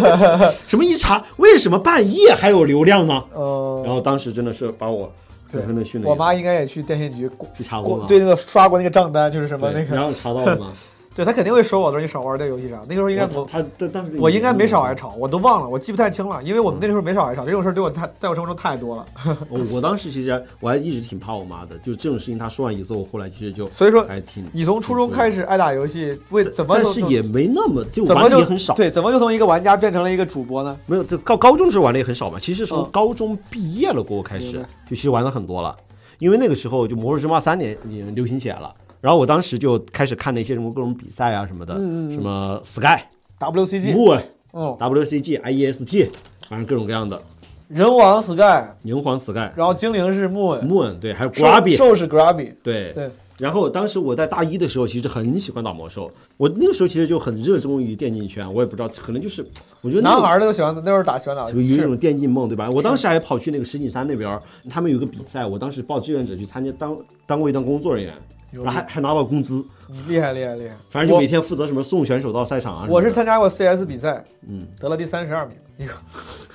什么一查为什么半夜还有流量呢？然
呃，
后当时真的是把我
对
狠狠的训了一顿，
我妈应该也去电信局过
去查过
过
吗？
对那个刷过那个账单，就是什么
对
那
然
个，
后查到了吗？
对他肯定会收我的，你少玩这游戏啥？那个时 候应该
我嗯
我
他他当时
我应该没少挨吵，我都忘了，我记不太清了，因为我
嗯
们那时候没少挨吵，这种事儿对我太在我生活中太多了。
我哦我当时其实我还一直挺怕我妈的，就这种事情她说完以后，我后来其实就
所以说
还挺
你从初中开始爱打游戏，为怎么
但
就是
也没那么就
怎
玩
么
的
就
也很少，嗯
对，怎么就从一个玩家变成了一个主播呢？
没有这高高中时候玩的也很少嘛。其实从
嗯
高中毕业了过后开始，
明白
就其实玩的很多了，因为那个时候就《魔兽争霸三》年已经流行起来了。然后我当时就开始看那些什么各种比赛啊什么的，
嗯嗯嗯
什么 Sky、
WCG，
Moon、
嗯，
WCG、IEST，反正各种各样的。
人王 Sky，
银皇 Sky、
然后精灵是 Moon，
Moon 对，还有 g
兽
r a b b
兽是 Grabby，
对
对。
然后当时我在大一的时候，其实很喜欢打魔兽。我那个时候其实就很热衷于电竞圈，我也不知道，可能就是我觉得那
男
个
孩儿都喜欢那时候打喜欢打
有一
是
种电竞梦，对吧？我当时还跑去那个石景山那边儿，他们有个比赛，我当时报志愿者去参加当单位当工作人员，
牛
然
逼
后还还拿到工资，
厉害厉害厉害！
反正就
我
每天负责什么送选手到赛场啊什么的。
我是参加过 CS 比赛，
嗯，
得了第三十二名，一共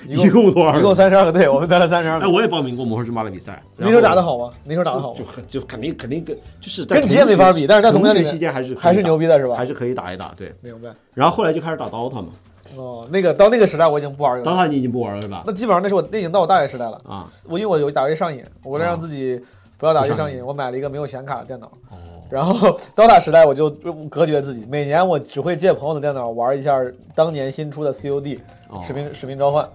一共多少？
一共三十二个队，我们得了三十二
哎，
名。
我也报名过魔兽争霸的比赛，
那时候打
的
得好吗？那时候打得好
就
吗？
很就肯定肯定跟就是在
跟职业没法比，但是在
同
同学
学
里
期
面
间还是可以
还是
打
牛逼的是吧
还？是可以打一打，对。
明白。
然后后来就开始打 DOTA 嘛
哦，那个到那个时代我已经不玩游戏了，
，DOTA 你已经不玩了是吧？
那基本上那是我那已经到我大学时代了。
啊，
我因为我有打游戏上瘾，我为了
啊
让自己不要打游戏
不上
上
瘾
瘾，我买了一个没有显卡的电脑。
哦，
然后 DOTA 时代我就隔绝自己，每年我只会借朋友的电脑玩一下当年新出的 COD
哦
使命使命召唤。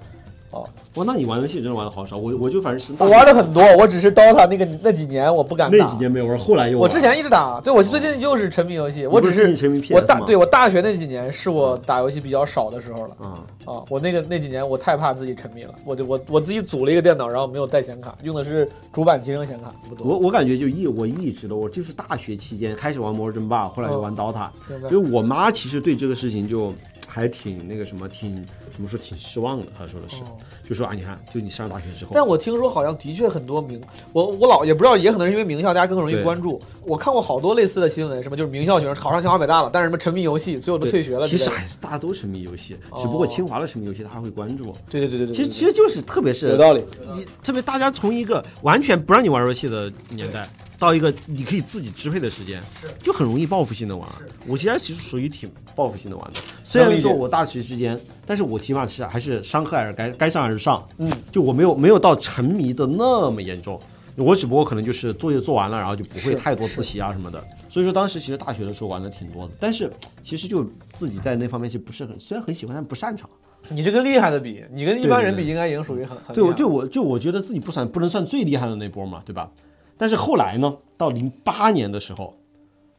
哇，那你玩游戏真的玩的好少，我我就反正是
我玩的很多，我只是 DOTA 那个那几年我不敢打。
那几年没有玩，后来又
我
玩哦
之前一直打，对我最近就是沉迷游戏，我只
你
是
沉迷 PS
我大
吗
对我大学那几年是我打游戏比较少的时候了
啊，
啊，我那个那几年我太怕自己沉迷了，我就我我自己组了一个电脑，然后没有带显卡，用的是主板集成显卡，不多。
我我感觉就一我一直的，我就是大学期间开始玩魔兽争霸，
哦
后来就玩 DOTA，、
明白
所以我妈其实对这个事情就还挺那个什么，挺怎么说挺失望的，她说的是，
哦
就说啊，你看，就你上大学之后，
但我听说好像的确很多名，我我老也不知道，也可能是因为名校大家更容易
对
关注。我看过好多类似的新闻，什么就是名校学生考上清华北大了，但是什么沉迷游戏，最后都
对
退学了之类
其实
的。
还是大家都沉迷游戏，只不过
哦
清华的沉迷游戏，她会关注。
对对对对对，
其实
对
其实就是，特别是
有道理。
你特别大家从一个完全不让你玩游戏的年代，到一个你可以自己支配的时间，就很容易报复性的玩。我其实其实属于挺报复性的玩的，虽然
理解
说我大学之间，但是我起码是还是伤害而该该上还是上，
嗯，
就我没有没有到沉迷的那么严重。我只不过可能就是作业做完了，然后就不会
是
太多自习啊什么的，所以说当时其实大学的时候玩的挺多的，但是其实就自己在那方面是不是很，虽然很喜欢，但不擅长。
你这跟厉害的比，你跟一般人
对对
比，
对
应该已经属于很很
对我
厉害
就我就我觉得自己不算不能算最厉害的那波嘛，对吧？但是后来呢，到零八年的时候，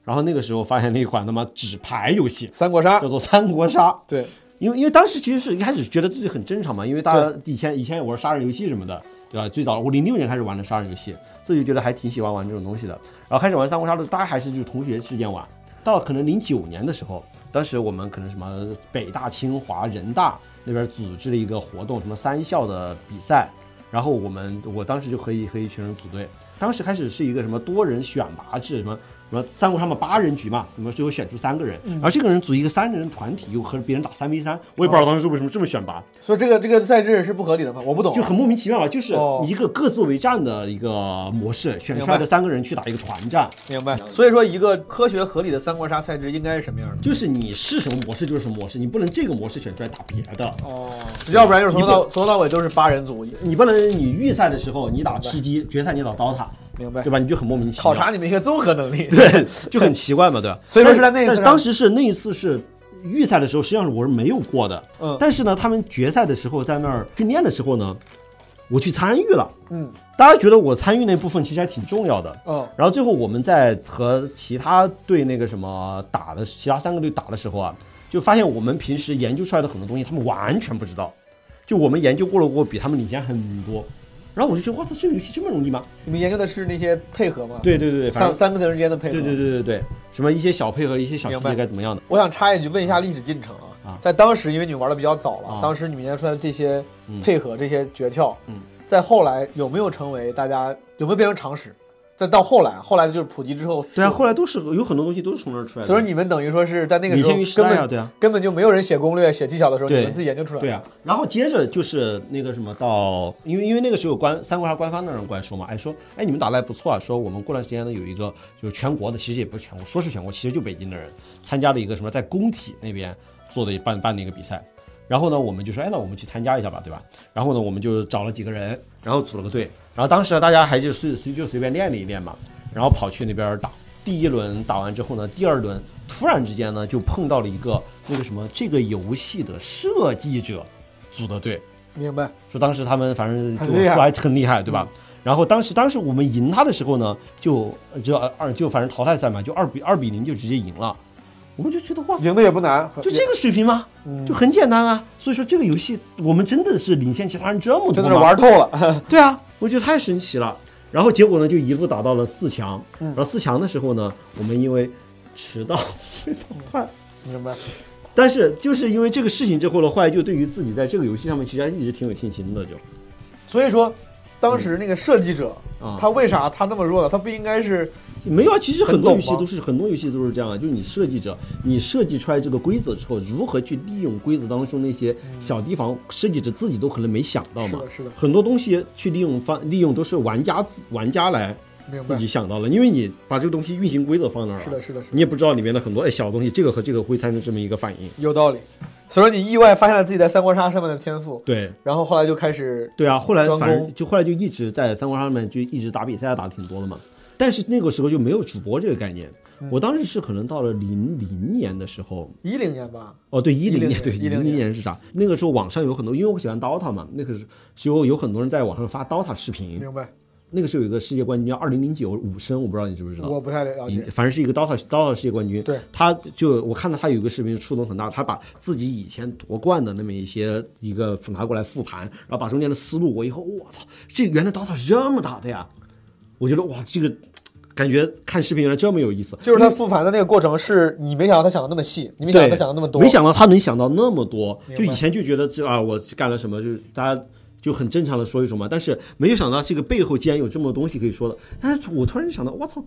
然后那个时候发现了一款他妈纸牌游戏，
三国杀
叫，做《三国杀》。
对，
因为因为当时其实是一开始觉得自己很正常嘛，因为大家以前以前也玩杀人游戏什么的，对吧？最早我零六年开始玩的杀人游戏，自己觉得还挺喜欢玩这种东西的。然后开始玩三国杀的时候，大家还是就是同学之间玩。到了可能零九年的时候，当时我们可能什么北大、清华、人大那边组织了一个活动，什么三校的比赛，然后我们我当时就和一和一群人组队，当时开始是一个什么多人选拔制，什么什么三国杀嘛八人局嘛，什么最后选出三个人，
嗯
然后这个人组一个三人团体，又和别人打三 v
哦
三，我也不知道当时为什么这么选拔，
所以这个这个赛制是不合理的嘛，我不懂啊，
就很莫名其妙吧，就是
哦
一个各自为战的一个模式，选出来的三个人去打一个团战，
明白。所以说，一个科学合理的三国杀赛制应该是什么样的？
就是你是什么模式就是什么模式，你不能这个模式选出来打别的。
哦，要不然就是从头
一
到从头到尾都是八人组，
你不能，你预赛的时候你打吃鸡，决赛你打刀塔，
明白
对？吧？你就很莫名其妙。
考察你们一个综合能力。
对， 就很奇怪嘛，对吧？
所以说是在那一次
但是
上
当时是那一次是预赛的时候，实际上是我是没有过的。
嗯
但是呢，他们决赛的时候在那儿训练的时候呢，我去参与了。
嗯，
大家觉得我参与那部分其实还挺重要的。
哦，
然后最后我们在和其他队那个什么打的，其他三个队打的时候啊，就发现我们平时研究出来的很多东西，他们完全不知道。就我们研究过了过后，比他们领先很多。然后我就觉得，哇塞，这个游戏这么容易吗？
你们研究的是那些配合吗？，
对对对对，反
三三
正
个人之间的配合。
对对对对对，什么一些小配合，一些小细
明
节
白
该怎么样的？
我想插一句，问一下历史进程
啊
啊，在当时，因为你们玩的比较早
啊
了，当时你们研究出来的这些
嗯
配合、这些诀窍
嗯，
在后来有没有成为大家有没有变成常识？再到后来，后来就是普及之后，
对啊，后来都是有很多东西都是从那儿出来的。
所以说你们等于说是在那个时候
李天宇时代
根
啊
本、
对啊
根本就没有人写攻略、写技巧的时候，你
对
们自己研究出来。
对啊，然后接着就是那个什么到，因为因为那个时候有官三国杀官方那人过来说嘛，哎说哎你们打的还不错啊，说我们过段时间呢有一个就是全国的，其实也不是全国，说是全国，其实就北京的人参加了一个什么在工体那边做的办办的一个比赛。然后呢，我们就说，哎，那我们去参加一下吧，对吧？然后呢，我们就找了几个人，然后组了个队。然后当时呢，大家还就随随就随便练了一练嘛，然后跑去那边打。第一轮打完之后呢，第二轮突然之间呢，就碰到了一个那个什么这个游戏的设计者组的队，
明白。
说当时他们反正就
很厉害
说还很厉害，对吧？然后当时当时我们赢他的时候呢，就就二就反正淘汰赛嘛，就二比二比零就直接赢了，我们就觉得哇塞，
赢的也不难，
就这个水平吗？
嗯
就很简单啊。所以说这个游戏我们真的是领先其他人这么多吗，
真的是玩透了。
对啊，我觉得太神奇了。然后结果呢，就一路打到了四强。
嗯
然后四强的时候呢，我们因为迟到
嗯
被淘汰。
明白。
但是就是因为这个事情之后呢，后来就对于自己在这个游戏上面其实还一直挺有信心的，就
所以说，当时那个设计者，
嗯啊
他为啥他那么弱呢？他不应该是
没有啊。其实很多
很懂
游
吗
戏都是很多游戏都是这样啊，就是你设计者你设计出来这个规则之后，如何去利用规则当中那些小地方，设计者自己都可能没想到
嗯是
嘛。
的是的
很多东西去利用方利用都是玩家自玩家来
明白
自己想到了，因为你把这个东西运行规则放那儿了，
是的是的是的
你也不知道里面的很多哎小东西，这个和这个会产生这么一个反应，
有道理。所以说你意外发现了自己在三国杀上面的天赋，
对。
然后后来就开始
对啊，后来
专
反正
攻
就后来就一直在三国杀上面就一直打比赛打得挺多的嘛，但是那个时候就没有主播这个概念，我当时是可能到了零零年的时候，
一零年吧，
哦，对，一
10
零
年
年，对，
10
零
年
年是啥？那个时候网上有很多，因为我喜欢 DOTA 嘛，那个时候时候有很多人在网上发 DOTA 视频。
明白？
那个时候有一个世界冠军叫二零零九武生，我不知道你知不知道。
我不太了解。
反正嗯是一个 DOTA DOTA 世界冠军，
对
他就我看到他有一个视频触动很大，他把自己以前夺冠的那么一些一个拿过来复盘，然后把中间的思路，我以后我操，这原来 DOTA 是这么打的呀！我觉得哇，这个感觉看视频原来这么有意思，
就是他复盘的那个过程，是你没想到他想的那么细，你没想
对，
到他想的那么多，
没想到他能想到那么多。就
明白
以前就觉得这啊，我干了什么，就是大家就很正常的说一说嘛。但是没有想到这个背后竟然有这么多东西可以说的。但是我突然想到，我操，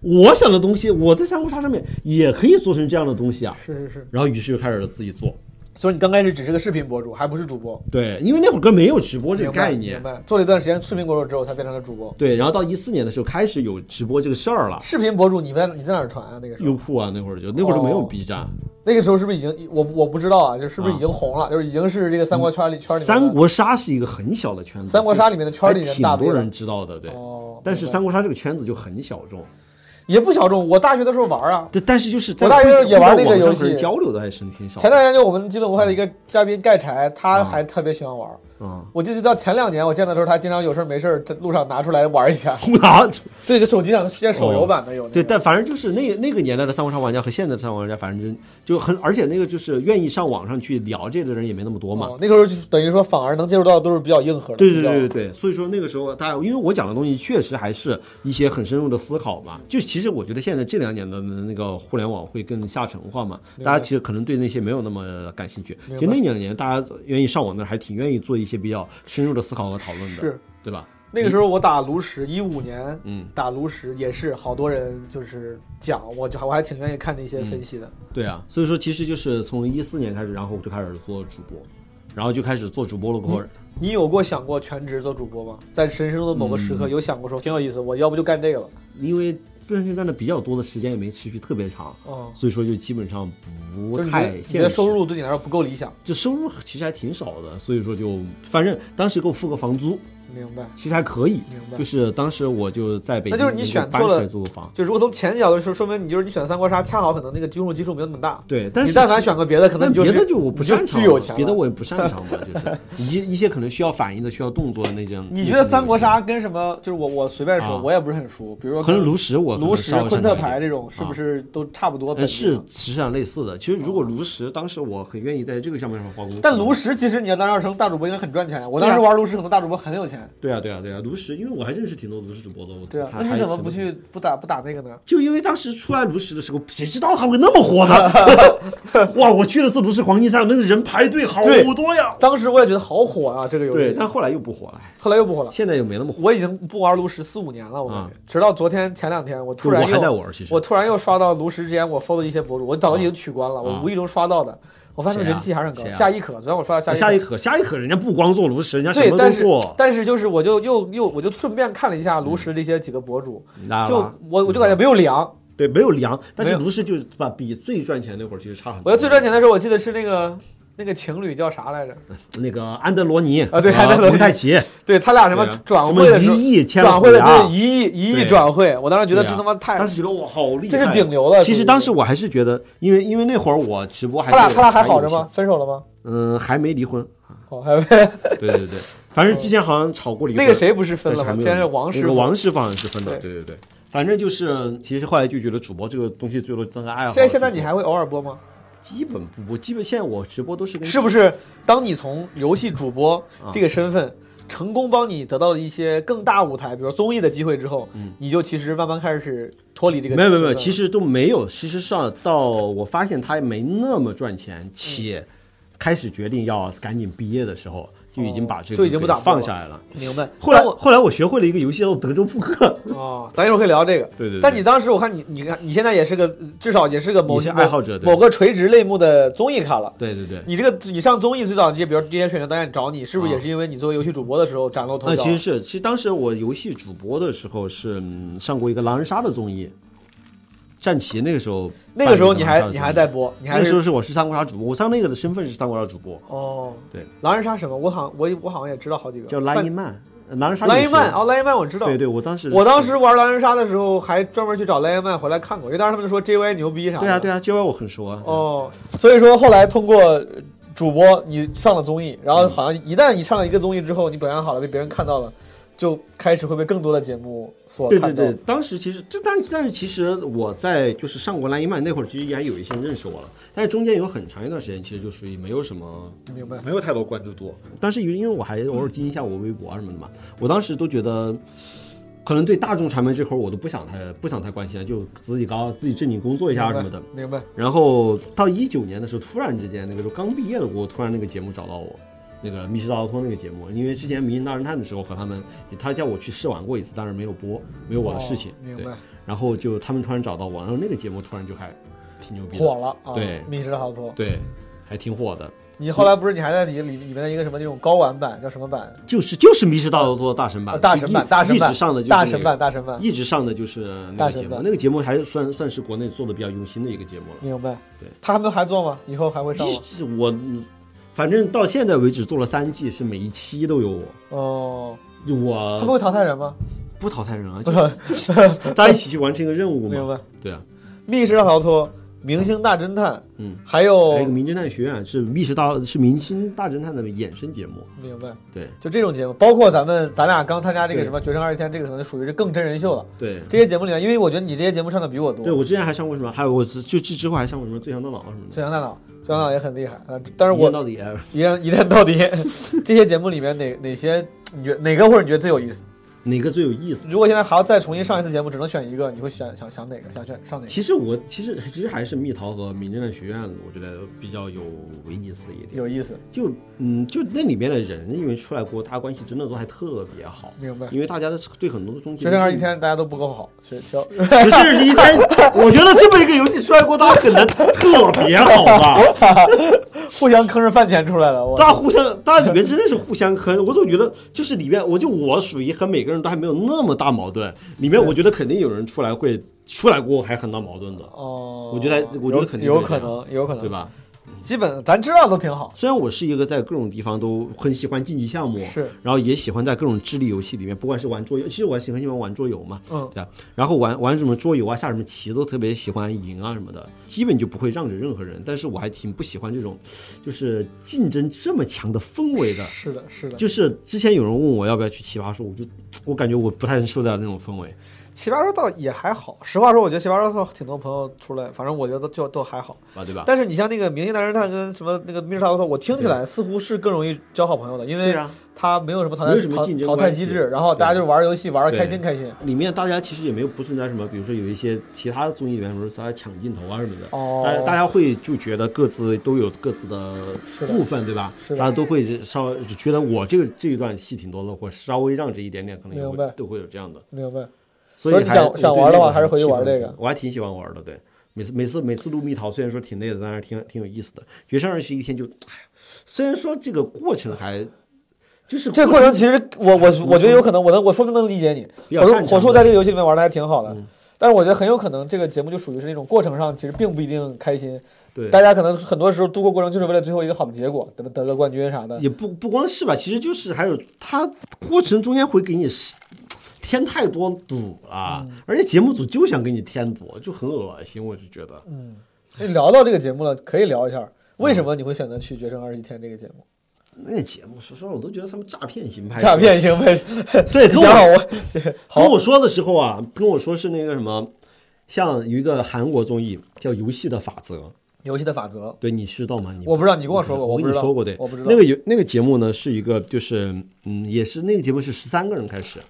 我想的东西，我在三国杀上面也可以做成这样的东西啊。
是是是，
然后于是就开始自己做。
所以你刚开始只是个视频博主，还不是主播，
对，因为那会儿哥没有直播这
明
个
白
概念
明。白？做了一段时间视频博主之后，才变成了主播。
对，然后到一四年的时候开始有直播这个事儿了。
视频博主，你在你在哪儿传啊？那个时候，
优酷啊，那会儿就那会儿都没有
哦
B 站，
那个时候是不是已经我我不知道啊，就是不是已经红了，就是已经是这个三国圈里圈里面的
三国杀是一个很小的圈子，
三国杀里面的圈
还
里面
挺
大
多
堆
人知道的，对。
哦，
但是
明白
三国杀这个圈子就很小众，
也不小众，我大学的时候玩啊。
对，但是就是在
我大学
会
也玩那个
会在网上
游戏
和人交流的还是挺少的。
前段时间就我们基本无害的一个嘉宾盖柴，他还特别喜欢玩。
嗯，
我记得到前两年我见的时候，他经常有事儿没事儿在路上拿出来玩一下。
红狼
对，就手机上现在手游版的有那个。
啊嗯对，但反正就是那那个年代的三国杀玩家和现在的三国杀玩家，反正就就很，而且那个就是愿意上网上去聊这个人也没那么多嘛。
哦那个时候就等于说反而能接触到的都是比较硬核的。
对
比
对
较
对对对，所以说那个时候大家，因为我讲的东西确实还是一些很深入的思考嘛。就其实我觉得现在这两年的那个互联网会更下沉化嘛，大家其实可能对那些没有那么感兴趣。其实那两年大家愿意上网的还挺愿意做一些比较深入的思考和讨论的，
是
对吧？
那个时候我打炉石，一五年，
嗯
打炉石也是好多人就是讲，我就我还挺愿意看那些分析的。
对啊，所以说其实就是从一四年开始，然后我就开始做主播，然后就开始做主播了过后，
你有过想过全职做主播吗？在人生中的某个
嗯
时刻有想过说挺有意思，我要不就干这个吧。
因为不认识站的比较多的时间也没持续特别长，
嗯，
所以说就基本上不
就是你
太
的你
现
的
实。
收入对你来说不够理想，
就收入其实还挺少的，所以说就反正当时给我付个房租，
明白？
其实还可以
明白。
就是当时我就在北京，
那就是你选
搬
错
出
了
来租个房。
就如果从前角度说，说明你就是你选三国杀，恰好可能那个基础基数没有那么大。
对，但是
你但凡
其实
选个别的，可能
但
你就
别
是
的就我不擅
你就
长啊
巨有钱啊了，
别的我也不擅长吧， 就是一一些可能需要反应的、需要动作的那种。
你觉得三国
那
杀跟什么？就是我我随便说，
啊
我也不是很熟。比如说
种游戏可能炉石我
炉石、昆特牌这种，是不
是？
是都差不多
呃
本质
啊是
呢？，
实际上类似的。其实如果炉石，当时我很愿意在这个上面上花功夫。
但炉石其实你要当要成大主播应该很赚钱呀。我当时
对啊
玩炉石，可能大主播很有钱。
对啊，对啊，对啊，炉石，因为我还认识挺多炉石主播的，我
对啊，
还
那你怎么不？去不打不打那个呢？
就因为当时出来炉石的时候，谁知道他会那么火呢？ 哇，我去了次炉石黄金山，那个人排队好
对
多呀。
当时我也觉得好火啊，这个游
对，
戏，
但后来又不火了，
后来又不火了。
现在又没那么火。
我已经不玩炉石四五年了，我感觉，直到昨天前两天，我突然
嗯我
又
还在玩，其实
我突然又刷到炉石之前我 follow 的一些博主，我早就已经取关了，我
啊
无意中刷到的，我发现
谁啊
人气还是很高。
谁啊
夏一可，昨天我刷到夏
下
一
一
可，
可下一可，人家不光做炉石，人家什
对，
么都
但是
做。
但是就是我就又又我就顺便看了一下炉石的一些几个博主，
那
就我我
嗯
就感觉没有凉。
对没有凉，但是
没有
炉石就是把比最赚钱那会儿其实差很
我
多。
觉得最赚钱的时候，我记得是那个那个情侣叫啥来着？
那个安德罗尼
啊对安德罗尼
蒙太奇
对他俩什么
对啊
转
什
会
么
的时候
一，亿签
转会
了
的
虎牙
对一亿一亿
对
转会，我当时觉得
对啊
这他妈太
当时觉得哇好厉害，
这是顶流了。
其实当时我还是觉得，因为因为那会儿我直播还
他俩
是
他俩还好着
有
吗？
戏？
分手了吗？
嗯，还没离婚。
哦，还没。
对对对，反正之前好像吵过离 婚。
那个谁不是分
但
了吗
是还？没有离，
现在是王
那
师
个
傅，
王师傅好像是分的。
对
对对对，反正就是其实后来就觉得主播这个东西最多当个爱好。
现在现在你还会偶尔播吗？
基本不不，基本现在我直播都是跟
是不是？当你从游戏主播
嗯啊
这个身份成功帮你得到了一些更大舞台，比如综艺的机会之后，你就其实慢慢开始脱离这个身
嗯没
份
有没
了。
有没有，其实都没有。其实上到我发现他没那么赚
嗯
钱，且开始决定要赶紧毕业的时候，就已经把这个
哦就已经不打
给放
了
下来了。
明白。
后来
但我
后来我学会了一个游戏叫做德州扑克，
哦，咱一会儿可以聊这个。
对对对
但你当时我看你你看你现在也是个至少也是个某
也是爱好者对
某个垂直类目的综艺咖了。
对对对。
你这个你上综艺最早，这些比如这些选秀导演找你，是不是
啊
也是因为你作为游戏主播的时候崭露头
那
角？
啊其实是，其实当时我游戏主播的时候是、嗯上过一个狼人杀的综艺，战旗那个时候
那个时候
办
你
了一
还
狼人杀
你还
的综艺
在，播，你
那
还
个时
是
候是我是三国杀主播，我上那个的身份是三国杀主播，
哦，
对，
狼人杀什么？我好像我我好像也知道好几个，
叫拉
范
伊曼，呃狼人杀
莱
也
茵
是
曼，哦，莱茵曼我知道，
对对，我当时
我当时玩狼人杀的时候还专门去找莱茵曼回来看过，因为当时他们说 JY 牛逼啥的。
对啊对
啊。
啊，JY 我很熟啊，
哦，所以说后来通过呃主播你上了综艺，然后好像一旦你上了一个综艺之后，你表现好了被别人看到了，就开始会被更多的节目所
对
看到。
对对，当时其实这但但是其实我在就是上过拉伊曼那会儿，其实也还有一些人认识我了，但是中间有很长一段时间，其实就属于没有什么
明白。
没有太多关注度。但是因为我还偶尔经营一下我微博啊什么的嘛，我当时都觉得，可能对大众传媒这块儿我都不想太不想太关心了，啊就自己搞自己正经工作一下什么的。
明白。
然后到一九年的时候，突然之间那个时候刚毕业的我，突然那个节目找到我，那个《密室大逃脱》那个节目，因为之前《迷人大侦探》的时候和他们，他叫我去试玩过一次，但是没有播，没有我的事情。
哦明
对
白。
然后就他们突然找到我，然后那个节目突然就还挺牛逼的，
火了啊！
对
密室逃脱。
对，还挺火的。
你后来不是你还在里里里面的一个什么那种高玩版叫什么版？
就是就是《迷失大逃脱》大神版，
啊大神版
一
大神版
一直上的就是
大
那
神
个
版大神版
一直上的就是那
大
个
神
节目
版，
那个节目还是算算是国内做的比较用心的一个节目了。
明白。
对，
他还没有还做吗？以后还会上吗？
一直我反正到现在为止做了三季，是每一期都有我，
哦，
就
他们会
我
淘汰人吗？
不淘汰人 啊，就是大家一起去完成一个任务
明
嘛。
白。
对啊，
密室逃脱、明星大侦探，
嗯，
还
还有一
有
个《名侦探学院》是密室大是《明星大侦探》的衍生节目，
明白，
对
就这种节目，包括咱们咱俩刚参加这个
对
什么《决胜二十天》，这个可能就属于是更真人秀了。
对。
这些节目里面，因为我觉得你这些节目上的比我多
对，，我之前还上过什么？还有我之就这之后还上过什么《最强大脑》什么
最
的。
强大脑，最强大脑也很厉害啊。但是
一键
我
到底哎
一练一练到底， 这些节目里面哪哪些你觉哪个或者你觉得最有意思？
哪个最有意思？
如果现在还要再重新上一次节目，只能选一个，你会选想想哪个？想选上哪个？
其实我其实其实还是蜜桃和民政的学院，我觉得比较有威尼斯一点。
有意思，
就嗯，就那里面的人，因为出来过，大家关系真的都还特别好。
明白
因为大家的对很多的东西，
决胜二十一天大家都不够好， 学校。
不是一天， 我觉得这么一个游戏出来过，大家很难特别好吧？
互相坑着饭钱出来了，我
大家互相，大家里面真的是互相坑。我总觉得就是里面，我就我属于和每个人都还没有那么大矛盾。里面我觉得肯定有人出来会出来过还很大矛盾的，
哦，
我觉得我觉得
有
肯定
有
会
可
这样
能，有可能，
对？吧？
基本咱知道都挺好，
虽然我是一个在各种地方都很喜欢竞技项目，
是
然后也喜欢在各种智力游戏里面，不管是玩桌游，其实我还喜欢喜欢玩桌游嘛，
嗯
对吧？然后玩玩什么桌游啊，下什么棋都特别喜欢赢啊什么的，基本就不会让着任何人。但是我还挺不喜欢这种，就是竞争这么强的氛围的。
是的，是的，
就是之前有人问我要不要去奇葩说，我就我感觉我不太能受得了那种氛围。
奇葩说倒也还好，实话说，我觉得奇葩说倒挺多朋友出来，反正我觉得都就都还好。
啊，对吧？
但是你像那个《明星大侦探》跟什么那个《密室大逃脱》，我听起来似乎是更容易交好朋友的，因为
对啊
它没有什么淘汰
没有什么竞争
淘淘汰
关
机
系
制，然后大家就是玩儿游戏玩的
对
啊开心开心。
里面大家其实也没有不存在什么，比如说有一些其他的综艺里面，比如说大家抢镜头啊什么的，
哦
大家大家会就觉得各自都有各自的
是的
部分，对吧？
是的
大家都会稍微觉得我这个这一段戏挺多的，或稍微让这一点点，可能也
明白
会都会有这样的。
明白。
所
所以
以
你
还
想
我对
想玩的
那
话
个
还是回去
气
玩
氛
这
挺
个
我还挺喜欢玩的。对，每次每次每次录蜜桃，虽然说挺累的，但是挺挺有意思的。决胜二十一天就，哎，虽然说这个过程还就是
这个过程其实我我我觉得有可能，我能我说不定能理解
比
你。
较
火
擅
树
长
火树
的嗯
在这个游戏里面玩的还挺好的，但是我觉得很有可能这个节目就属于是那种过程上其实并不一定开心，
对
大家可能很多时候度过过程就是为了最后一个好的结果，得得个冠军啥的。
也不不光是吧，其实就是还有它过程中间会给你是添太多堵啊，
嗯
而且节目组就想给你添堵，就很恶心，我就觉得。
嗯那聊到这个节目了，可以聊一
嗯
下为什么你会选择去《决胜二十一天》这个节目？
那个节目，说实话，我都觉得他们诈骗型拍的，
诈骗性呗，
哎对，
你
跟
想
我
好 我
跟我说的时候啊，跟我说是那个什么，像有一个韩国综艺叫《游戏的法则》，
游戏的法则，
对你知道吗？你
我不知道你跟我说过，
我
不知
跟你
道，
说过对，
我不知道
那个有那个节目呢，是一个就是嗯，也是那个节目是十三个人开始，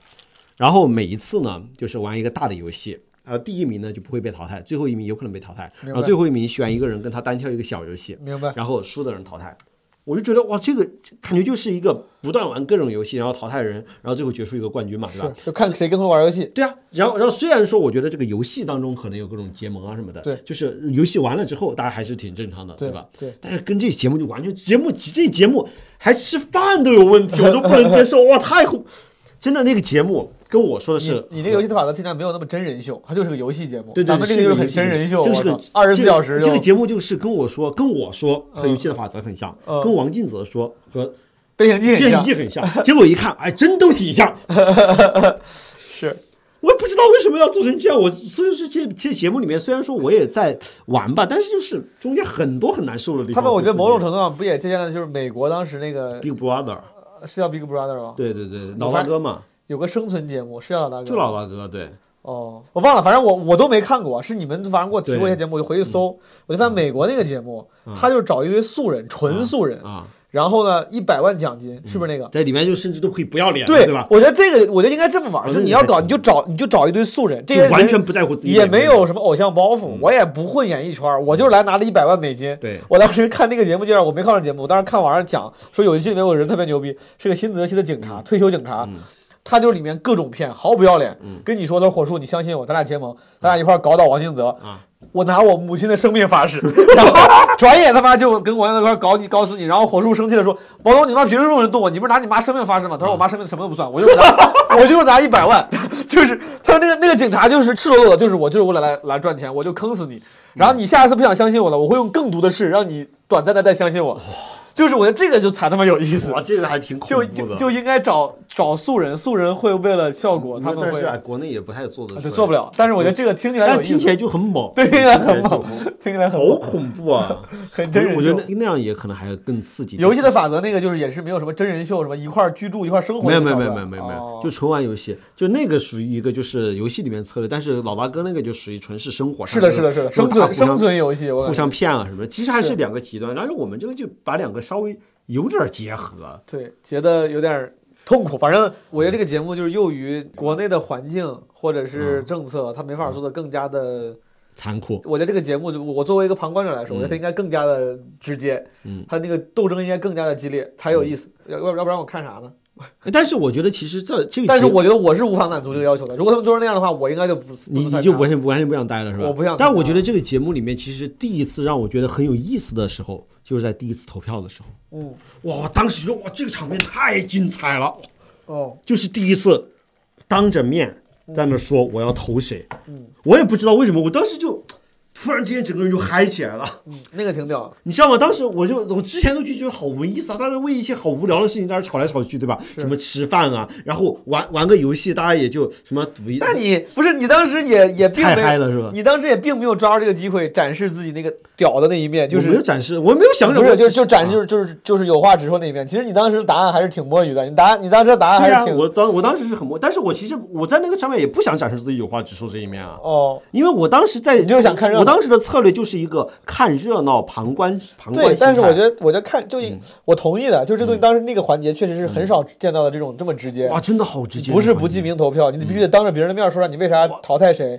然后每一次呢就是玩一个大的游戏，呃，第一名呢就不会被淘汰，最后一名有可能被淘汰，
明白
然后最后一名选一个人跟他单挑一个小游戏，
明白
然后输的人淘汰。我就觉得哇，这个感觉就是一个不断玩各种游戏，然后淘汰人，然后最后决出一个冠军嘛，是吧？
是就看谁跟头玩游戏。
对啊，然后然后虽然说，我觉得这个游戏当中可能有各种结盟啊什么的，
对
就是游戏完了之后，大家还是挺正常的，
对
吧？
对
但是跟这节目就完全，节目这节目还吃饭都有问题，我都不能接受，哇，太恐，真的那个节目跟我说的
你
是，
你那个游戏的法则听起来没有那么真人秀，它就是个游戏节目。
对对，
咱们这
是
个
一
就
个
是很
游戏节
真
目
人秀，
这是个
二十四
这个
小时就
这个节目就是跟我说，跟我说和游戏的法则很像，
嗯
跟王静泽说和
变形记很
变
像
形记很像，结果一看，哎，真都挺像，
是
我也不知道为什么要做成这样。我所以说这这节目里面，虽然说我也在玩吧，但是就是中间很多很难受的地
他
方。
们，我觉得某种程度上不也借鉴了就是美国当时那个
Big Brother，
是叫 Big Brother 吗？，
对对对，
我
老
发
大哥嘛，
有个生存节目是叫老大哥，
就老大哥，对
哦，我忘了，反正我我都没看过，是你们反正给我提过一些
对嗯
节目，我就回去搜，我就发现美国那个节目，他就是找一堆素人，纯素人，
啊，
然后呢一百万奖金，是不是那个？
在里面就甚至都可以不要脸了，
对
对吧？
我觉得这个我觉得应该这么玩，
啊
就
那
你
个
要
太
搞
神
你就找你就找一堆素人，这些
就完
人
全不在乎自己
也
脸面
没有什么偶像包袱，我也不混演艺圈儿，我就是来拿了一百万美金。
嗯对
我当时看那个节目介绍，我没看上节目，我当时看网上讲说有一期里面有个人特别牛逼，是个新泽西的警
嗯
察，退休警察。他就是里面各种骗，毫不要脸，
嗯
跟你说他说火树，你相信我，咱俩结盟，咱俩一块儿搞倒王静泽。
啊
我拿我母亲的生命发誓，然后转眼他妈就跟王静泽一块儿搞你搞死你。然后火树生气的说：“毛东，你他妈平时这种人动我，你不是拿你妈生命发誓吗？”他说：“我妈生命什么都不算，我就拿我就是拿一百万， 就是他那个那个警察就是赤裸裸的，就是我就是为了来来赚钱，我就坑死你。然后你下一次不想相信我了，我会用更毒的事让你短暂的再相信我。”就是我觉得这个就才他妈有意思，
哇，这个还挺恐
就
怖
就
的。
就应该找找素人，素人会为了效果，他们
但
会
是啊国内也不太做得
啊
出
对
来，
做不了。但是我觉得这个听起来有
但
意
听起
思，
来就很猛，
对，听起来很猛
听起来就，
听起来很
好
猛，
恐怖啊！
很 真人
我觉
秀
得。那样也可能还更刺激。
游戏的法则那个就是也是没有什么真人秀，什么一块儿居住一块儿生活
没
的
有
那
没
个
有
桥段，
没有没有没有没有
哦，
就纯玩游戏，就那个属于一个就是游戏里面策略，但是老大哥那个就属于纯是生活上
是的是的是的，
就
生
大家
存
互
生
相
存游戏，我
互
感觉
相骗啊什么的，其实还
是
是两个极端。然后我们这个就把两个稍微有点结合，
对觉得有点儿痛苦。反正我觉得这个节目就是由于国内的环境或者是政策，它没法做的更加的。
残酷。
我觉得这个节目，就我作为一个旁观者来说，我觉得它应该更加的直接，
嗯，
它那个斗争应该更加的激烈才有意思，要要要不然我看啥呢？
但是我觉得其实这这个节，
但是我觉得我是无法满足这个要求的。如果他们做成那样的话，我应该就不
你
不能
你
再
就
看
完全不完全不想待了是吧？
我不想
但我
看
觉得这个节目里面，其实第一次让我觉得很有意思的时候，就是在第一次投票的时候。
嗯
哇，我当时就哇，这个场面太精彩了。
哦
就是第一次当着面在那说我要投谁，
嗯
我也不知道为什么，我当时就突然之间整个人就嗨起来了，
那个挺屌的。
你知道吗？当时我就我之前都就觉得好文艺啊飒，大家为一些好无聊的事情在那吵来吵去，对吧？什么吃饭啊，然后玩玩个游戏，大家也就什么赌一，
但你不是你当时也也并
太
没
嗨
有，
了是吧？
你当时也并没有抓住这个机会展示自己那个屌的那一面，就
我没有
是
展示，我没有想
不
着
是就就展示
示。
就是就是就是有话直说那一面。其实你当时答案还是挺摸鱼的，你答案你当时的答案还
对呀、
是挺、
我当我当时是很懵，但是我其实我在那个上面也不想展示自己有话直说这一面啊，
哦，
因为我当时在
你就是想看热闹
我当时的策略就是一个看热闹、旁观、旁观
对
心。态。
但是我觉得我觉得看就、
嗯
我同意的，就是这东西当时那个环节确实是很少见到的这种这么直接。
哇，真的好直接，
不是不记名投票，你得必
嗯
须得当着别人的面说让你为啥淘汰谁。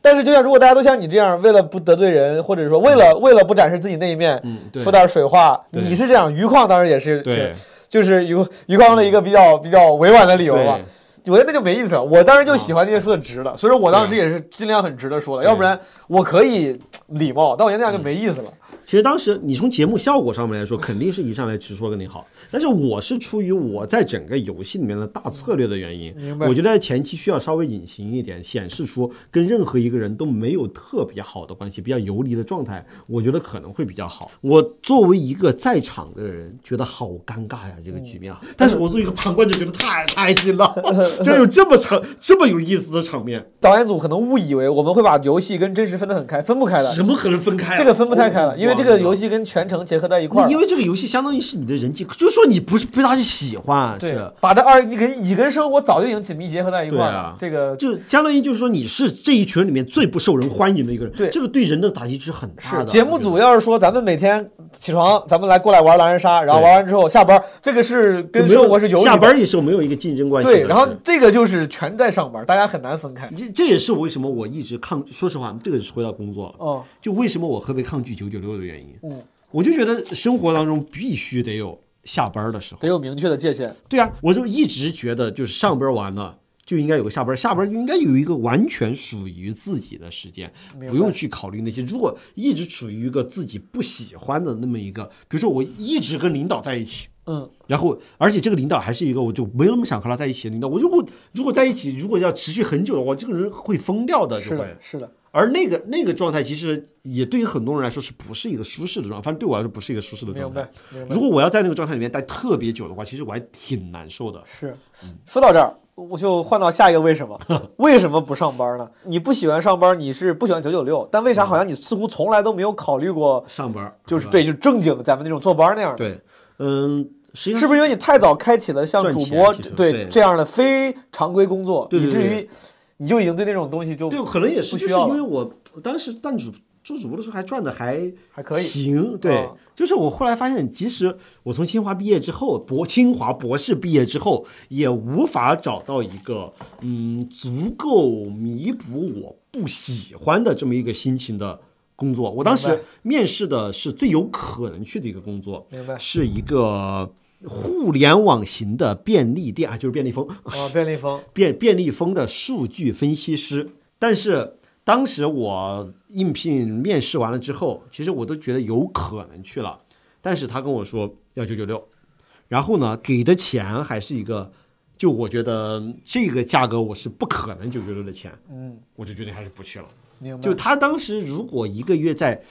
但是，就像如果大家都像你这样，为了不得罪人，或者说为了为了不展示自己那一面，
嗯对
说点水话，
对
你是这样。余矿当时也是，
对，
就是余余矿的一个比较比较委婉的理由吧
对。啊
我觉得那就没意思了。我当时就喜欢那些说的直的，所以说我当时也是尽量很直的说了，要不然我可以礼貌，但我觉得那样
嗯
就没意思了。
其实当时你从节目效果上面来说，肯定是一上来直说跟你好，但是我是出于我在整个游戏里面的大策略的原因，
白
我觉得在前期需要稍微隐形一点，显示出跟任何一个人都没有特别好的关系，比较游离的状态，我觉得可能会比较好。我作为一个在场的人，觉得好尴尬呀，这个局面啊！但是我作为一个旁观者，觉得太开心 了，居然有这么场这么有意思的场面，
导演组可能误以为我们会把游戏跟真实分得很开，分不开的，
怎么可能分开啊、
这个分不太开了，因为这个游
戏。
戏跟全程结合在一块儿了。
因为这个游戏相当于是你的人际，就是说你不是被他去喜欢，
对
是，
把这二你跟你跟生活早就已经紧密结合在一块儿了。
对啊
这个
就相当于就是说你是这一群里面最不受人欢迎的一个人，
对
这个对人的打击是很大的。
节目组要是说咱们每天起床，咱们来过来玩狼人杀，然后
对
玩完之后下班，这个是
我觉
跟
得
生活是有
下班也是没有一个竞争关系的。
对，然后
是
这个就是全在上班，大家很难分开。
这这也是为什么我一直抗，说实话，这个是回到工作了，
哦，
就为什么我特别抗拒九九六的原因。
嗯，
我就觉得生活当中必须得有下班的时候。
得有明确的界限。
对啊，我就一直觉得，就是上班完了就应该有个下班，下班就应该有一个完全属于自己的时间，不用去考虑那些。如果一直处于一个自己不喜欢的那么一个，比如说我一直跟领导在一起。
嗯，
然后，而且这个领导还是一个我就没那么想和他在一起的领导。我如果如果在一起，如果要持续很久的话，我这个人会疯掉的，
是
就会
的，。是的，
而那个那个状态，其实也对于很多人来说是不是一个舒适的状态？反正对我来说不是一个舒适的状
明白
态。
明白
如。果我要在那个状态里面待特别久的话，其实我还挺难受的。
是，嗯说到这儿，我就换到下一个为什么？为什么不上班呢？你不喜欢上班，你是不喜欢九九六，但为啥好像你似乎从来都没有考虑过，
上班儿
就是
吧
对，就是正经咱们那种坐班儿那样的？
对，嗯，实际上
是不是因为你太早开启了像
赚
主
钱
播
其实
对
对
这样的非常规工作，
对对
以至
对
于你就已经对那种东西就
对，可能也是，
不需
就是
要
因为
了，
我当时当主做主播的时候还赚的还
还可以
行，对。
啊
就是我后来发现，即使我从清华毕业之后，博清华博士毕业之后，也无法找到一个嗯足够弥补我不喜欢的这么一个心情的工作。我当
明
时面试的是最有可能去的一个工作，
明白
是一个互联网型的便利店啊，就是便利蜂。
啊，便利蜂
便便利蜂的数据分析师，但是当时我应聘面试完了之后，其实我都觉得有可能去了，但是他跟我说要九九六，然后呢给的钱还是一个，就我觉得这个价格我是不可能九九六的钱，嗯，我就决定还是不去了。
明白
就他当时如果一个月再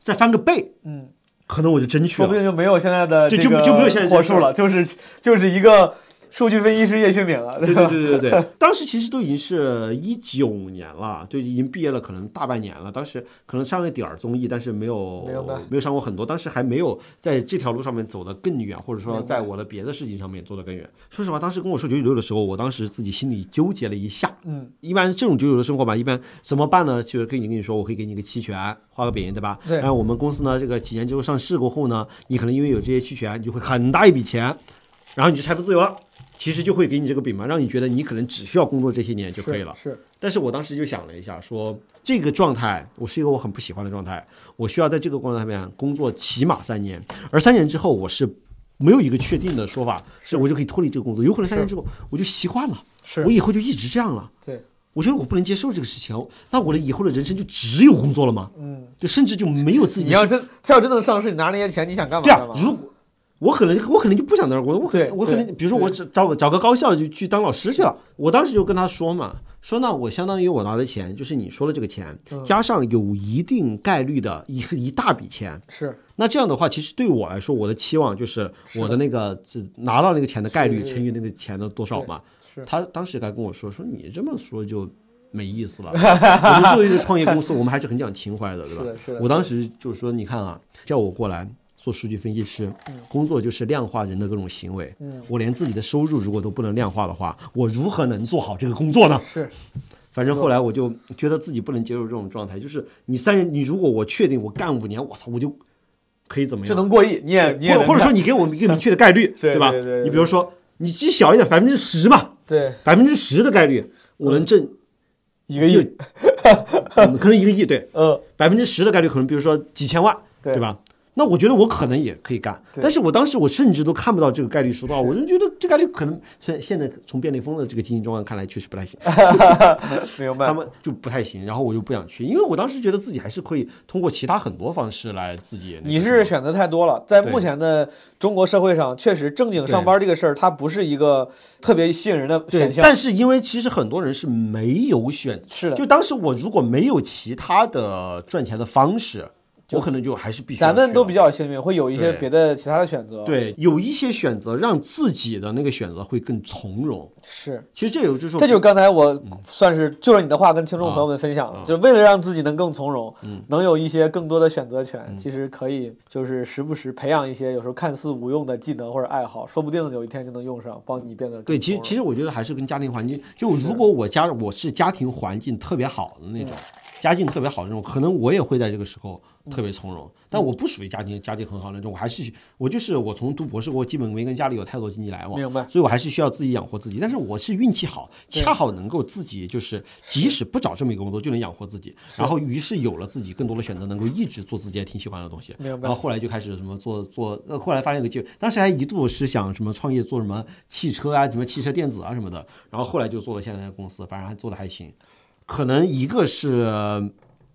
再翻个倍，
嗯，
可能我就真去
说不
了。
定就没有现在的
对
这
就
个
就没有现在这
火
个
数了，就是就是一个数据分析师叶旭敏了，
对
吧？
对对对 对，当时其实都已经是一九年了，就已经毕业了，可能大半年了。当时可能上了点儿综艺，但是没有
明白
没有上过很多，当时还没有在这条路上面走得更远，或者说在我的别的事情上面做得更远。说实话，当时跟我说九九六的时候，我当时自己心里纠结了一下。
嗯，
一般这种九九的生活吧，一般怎么办呢？就是跟你跟你说，我可以给你一个期权，画个饼，对吧？
对
然后我们公司呢，这个几年之后上市过后呢，你可能因为有这些期权，你就会很大一笔钱，然后你就财富自由了。其实就会给你这个饼嘛，让你觉得你可能只需要工作这些年就可以了。
是是
但是我当时就想了一下，说这个状态，我是一个我很不喜欢的状态，我需要在这个状态里面工作起码三年，而三年之后我是没有一个确定的说法，是我就可以脱离这个工作，有可能三年之后我就习惯了，
是
我以后就一直这样了。
对，
我觉得我不能接受这个事情，那我的以后的人生就只有工作了吗？嗯，就甚至就没有自己
你
的生活。
要真他要真能上市，你拿那些钱你想干嘛
对
干
啊
嘛，？
如果我可能我可能就不想当老师，我可
对
我可能
对
比如说我只找找个高校就去当老师去了，我当时就跟他说嘛，说那我相当于我拿的钱就是你说的这个钱，
嗯
加上有一定概率的一一大笔钱，
是
那这样的话，其实对我来说，我的期望就是我的那个只拿到那个钱的概率乘以那个钱的多少嘛。
是
他当时还跟我说说你这么说就没意思了。 我们作为一个创业公司，我们还是很讲情怀的，对吧？
是的是的
我当时就是说，你看啊，叫我过来做数据分析师，
嗯
工作就是量化人的各种行为。我连自己的收入如果都不能量化的话，我如何能做好这个工作呢？
是，
反正后来我就觉得自己不能接受这种状态，就是你三年，你如果我确定我干五年，我操，我就可以怎么
这
样？
能过亿，你也你也
或者或者说
你
你给我们一个明确的概率，
对
吧
对对对？
你比如说，你最小一点，百分之十吧，
对
百分之十的概率，我能挣
一个亿，
嗯可能一个亿，对，
嗯，
百分之十的概率，可能比如说几千万，
对
对吧？那我觉得我可能也可以干，
对
但是我当时我甚至都看不到这个概率数到，我就觉得这概率可能虽然现在从便利蜂的这个经营状况看来确实不 太行，
明
他
白。
们就不太行，然后我就不想去，因为我当时觉得自己还是可以通过其他很多方式来自己那个
你
什么
是选择太多了，在
对
目前的中国社会上，确实正经上班这个事儿，它不是一个特别吸引人的
对
选，项。
但是因为其实很多人是没有选，
是的
就当时我如果没有其他的赚钱的方式，我可能就还是必须要
咱们
去
都
了
比较幸运，会有一些
对
别的其他的选择。，
对，有一些选择让自己的那个选择会更从容。
是。
其实这有就是嗯
这就是刚才我算是就着你的话跟听众朋友们分享了，
啊嗯
就是为了让自己能更从容，能有一些更多的选择权，其实可以就是时不时培养一些有时候看似无用的技能或者爱好，说不定有一天就能用上，帮你变得更
对，其实
从容
其实我觉得还是跟家庭环境，就如果我家我是家庭环境特别好的那种，家境特别好的那种，可能我也会在这个时候特别从容。但我不属于家庭家境很好的那种，我还是我就是我从读博士过后，基本没跟家里有太多经济来往，
明白
所以我还是需要自己养活自己。但是我是运气好，恰好能够自己就是即使不找这么一个工作就能养活自己，然后于是有了自己更多的选择，能够一直做自己还挺喜欢的东西。
明白
然后后来就开始什么做做，呃，后来发现个机会，当时还一度是想什么创业做什么汽车啊，什么汽车电子啊什么的，然后后来就做了现在的公司，反正还做的还行。可能一个是呃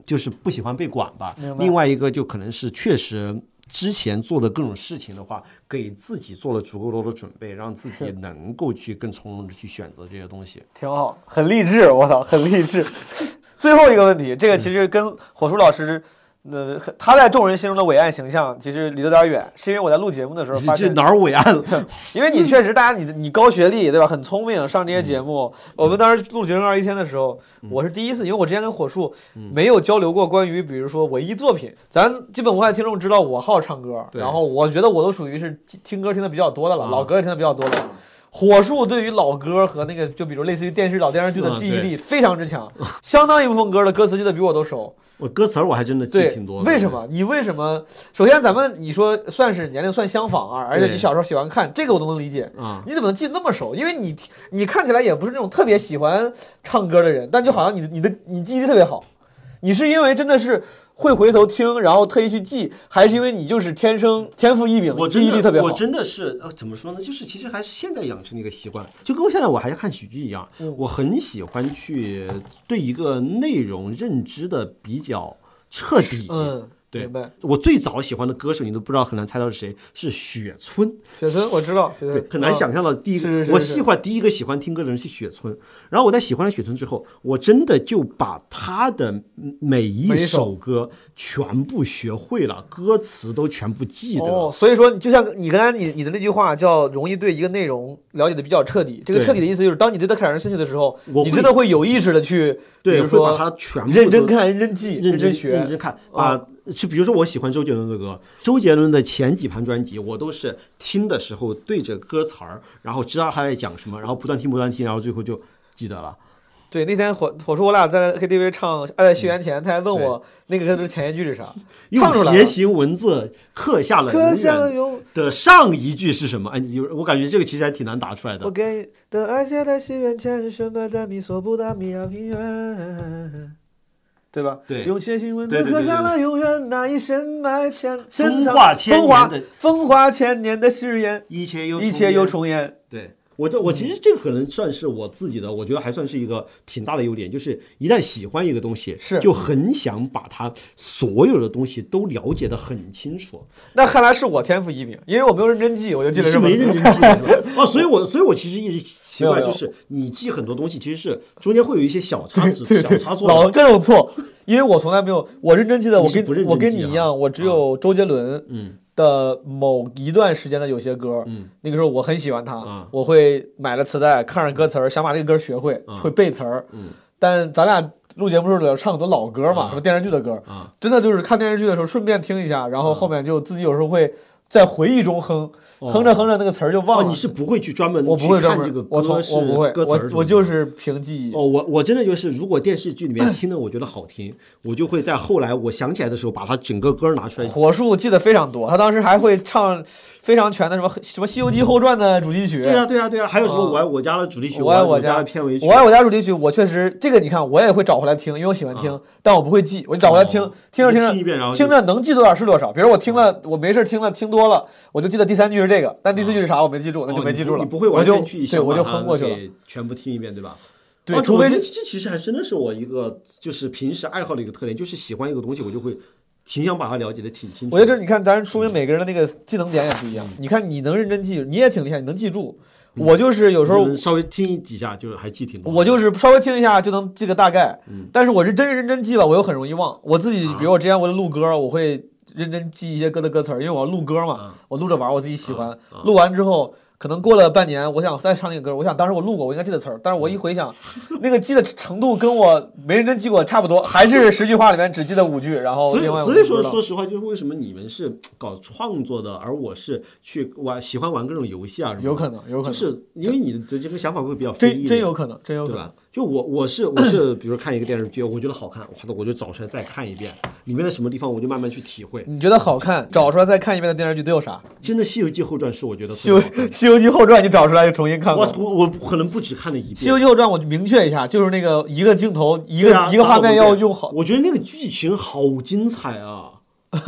就是不喜欢被管吧
明，白
另外一个就可能是确实。之前做的各种事情的话，给自己做了足够多的准备，让自己能够去更从容的去选择这 些东西。
挺好，很励志，我操，很励志。 最后一个问题，这个其实跟火叔老师，呃，他在众人心中的伟岸形象其实离得有点远，是因为我在录节目的时候
这
发
这
现，
哪儿伟岸了？
因为你确实大家你你高学历对吧，很聪明，上这些节目。
嗯
我们当时录《绝症二十一天》的时候，我是第一次，因为我之前跟火树
嗯
没有交流过关于比如说文艺作品，咱基本无害听众知道我好唱歌，
对啊
然后我觉得我都属于是听歌听的比较多的了，老歌也听的比较多的了。火树对于老歌和那个，就比如类似于电视老电视剧的
嗯
记忆
对
力非常之强，相当一部分歌的歌词记得比我都熟。
我歌词儿我还真的记
对
挺多，的。
为什么？你为什么？首先，咱们你说算是年龄算相仿啊，而且你小时候喜欢看，这个我都能理解。
啊？
你怎么能记得那么熟？因为你你看起来也不是那种特别喜欢唱歌的人，但就好像你的你的你记忆力特别好，你是因为真的是会回头听，然后特意去记，还是因为你就是天生天赋异禀，
我
记
真
忆
的
力特别好
我？真的是呃，怎么说呢？就是其实还是现在养成的一个习惯，就跟我现在我还是看喜剧一样，
嗯
我很喜欢去对一个内容认知的比较彻底。
嗯，
对
明白。
我最早喜欢的歌手，你都不知道，很难猜到是谁，是雪村。
雪村，我知道，雪
对
村，
很难
嗯
想象到第一个，
是是是
我
是
喜欢第一个喜欢听歌的人是雪村，然后我在喜欢了雪村之后，我真的就把他的每一
每一
首
首
歌全部学会了，歌词都全部记得。
哦，所以说，就像你刚才你你的那句话叫“容易对一个内容了解的比较彻底”，这个
对
彻底的意思就是，当你对它产生兴趣的时 候，
我
你
会
真的会有意识的去，比
对，
如
会把它
说
全部
认
都
真看、认真记、
认
认
真
学
认。真看啊。就比如说，我喜欢周杰伦的歌，周杰伦的前几盘专辑，我都是听的时候对着歌词儿，然后知道他在讲什么，然后不断听不断听，然后最后就记得了。
对，那天火火叔我俩在 KTV 唱《爱在西元前》，他还问我那个歌词前一句是 啥，
用
唱出来
楔
了。
形文字刻下了
刻
永
下了
远
永，
的上一句是什么？哎，你有我感觉这个其实还挺难答出来
我
的。
给的爱写在西元前，什么在米索不达米亚平原。对吧？
对
用楔形文
对
字
对对
刻
对
下了永远那一深埋千深
风
藏
化千
风化
年的
风化千年的誓言。
一切又
一切又
重
重演。
演对，我这我其实这个可能算是我自己的，我觉得还算是一个挺大的优点，就是一旦喜欢一个东西，
是
就很想把它所有的东西都了解的很清楚。
那看来是我天赋异禀，因为我没有认真记，我就记
你
了这
是
么
没
多。
认真 记的是吧哦，所以我所以我其实一直奇
没
怪，
有没
就
有
是你记很多东西，其实是中间会有一些小 差池、
对
小
对
差，错
老
的。哦
各种错，因为我从来没有我认真记得，我
你是不
跟
认真
我跟
记
你
啊
一样，我只有周杰伦
嗯
的某一段时间的有些歌，
嗯
那个时候我很喜欢他
啊，
我会买了磁带，看着歌词儿，想把这个歌学会，
啊
会背词儿
嗯。
但咱俩录节目时候老唱很多老歌嘛，
啊
什么电视剧的歌，
啊，
真的就是看电视剧的时候顺便听一下，然后后面就自己有时候会在回忆中哼，
哦
哼着哼着那个词儿就忘
哦，
了。
你是不会去专门
我不会
去
专
看这
门
个，
我从
歌是
我不会，
歌词
我
儿什么
我
的
就是凭记忆。
哦，我我真的就是，如果电视剧里面听的我觉得好听，我就会在后来我想起来的时候把它整个歌拿出来。
火树记得非常多，他当时还会唱非常全的什么什么《西游记后传》的主题曲。
对呀、对呀、对呀、还有什么
啊
我爱我家的主题曲，
我
爱
爱我
家
家
的片尾曲，
我爱我家主题曲，我确实这个你看我也会找回来听，因为我喜欢听，但我不会记，我就找回来听
哦，
听着
你
听
听一遍然
着
后就
听着能记多少是多少。比如我听了，我没事听了听多了，我就记得第三句是这个，但第四句是啥我没记住，那就
哦
没
你
记
不
住了。
你不会
我
完
就
全去
对
想
我
把
就
它
哼过去了。
给全部听一遍，对吧？
对
啊
除非
我觉得
是
这这其实还真的是我一个就是平时爱好的一个特点，就是喜欢一个东西，我就会挺想把它了解的挺清楚。
我觉得这你看，咱说明每个人的那个技能点也不一
嗯
样。你看你能认真记，你也挺厉害，你能记住。我就是有时候
就是稍微听几下，就是还记挺多。
我就是稍微听一下就能记个大概，
嗯
但是我是真认真记吧，我又很容易忘。我自己，
啊
比如我之前我录歌，我会认真记一些歌的歌词儿，因为我要录歌嘛
啊，
我录着玩儿，我自己喜欢
啊。
录完之后，可能过了半年，我想再唱那个歌，我想当时我录过，我应该记得词儿，但是我
嗯
一回想，那个记的程度跟我没认真记过差不多，还是十句话里面只记得五句，然后
所以
另外，
所以
我就不
说，
知道
说实话，就是为什么你们是搞创作的，而我是去玩喜欢玩各种游戏啊什么的，
有可能，有可
就
能，
是因为你的这个想法会比较飞
真
逸，
真有可能，真有可
对
能。
吧？就我我是我是， 比如看一个电视剧，我觉得好看，我我就找出来再看一遍，里面的什么地方我就慢慢去体会。
你觉得好看，找出来再看一遍的电视剧都有啥？
真的《西游记后传》是我觉得
《西游
特别好看的
西游记后传》你找出来就重新看过
我。我我可能不止看了一遍，
《西游记后传》，我就明确一下，就是那个一个镜头一
对
个、
啊
一个画面
打
要
火机
用好。
我觉得那个剧情好精彩啊！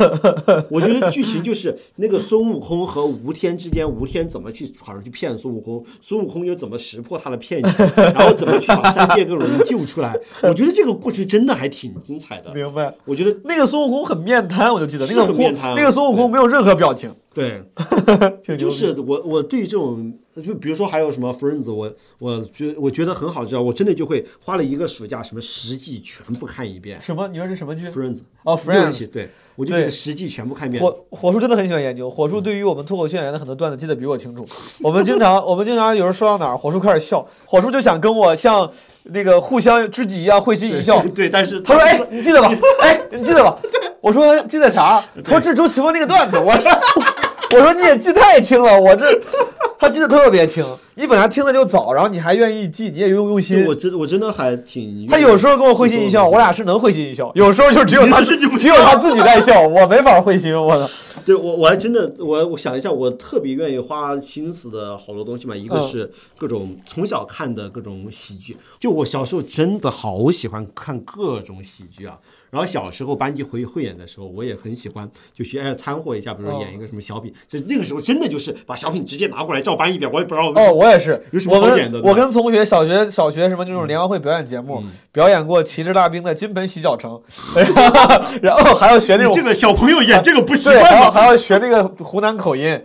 我觉得剧情就是那个孙悟空和吴天之间，吴天怎么去好像去骗孙悟空，孙悟空又怎么识破他的 骗局，然后怎么去把三界各种人救出来。我觉得这个故事真的还挺精彩的。
明白。
我觉得
那个孙悟空很面瘫，我就记得那
是
个
很
悟
面瘫啊
那个孙悟空没有任何表情，
对，
挺牛
就
逼
是我我对于这种，就比如说还有什么 Friends，我我觉我觉得很好知道，我真的就会花了一个暑假，什么十季全部看一遍。
什么？你说是什么剧？
Friends
哦
六季
，Friends。
对，我就
对
觉得十季全部看一 遍。
火火叔真的很喜欢研究，火叔对于我们脱口秀演员的很多段子记得比我清楚。我们经常我们经常有人说到哪儿，火叔开始笑，火叔就想跟我像那个互相知己一样会心一笑。
对，但是
他说：“哎，你记得吧？哎，你记得吧？”我说：“记得啥？”他说：“这周奇墨那个段子。”我说：“我说你也记太清了，我这他记得特别清。你本来听的就早，然后你还愿意记，你也用用心
我。真我真的还挺
他有时候跟我会心一笑，我俩是能会心一笑；有时候就只有他，
甚至不
只有他自己在笑，我没法会心。我 操！
对我我还真的我我想一下，我特别愿意花心思的好多东西嘛，一个
嗯
是各种从小看的各种喜剧，就我小时候真的好喜欢看各种喜剧啊。然后小时候班级汇汇演的时候，我也很喜欢，就去哎掺和一下，比
嗯
如说演一个什么小品，就那个时候真的就是把小品直接拿过来照搬一遍，我也不知道为什
哦，
么
我也是
有什。么
我
好演的
跟
呢嗯
我跟同学小学小学什么那种联欢会表演节目，表演过《旗帜大兵》的《金盆洗脚城》，然后还要学那种啊
这个小朋友演这个不习
对，啊还
惯
要
吗？
还要学那个湖南口音。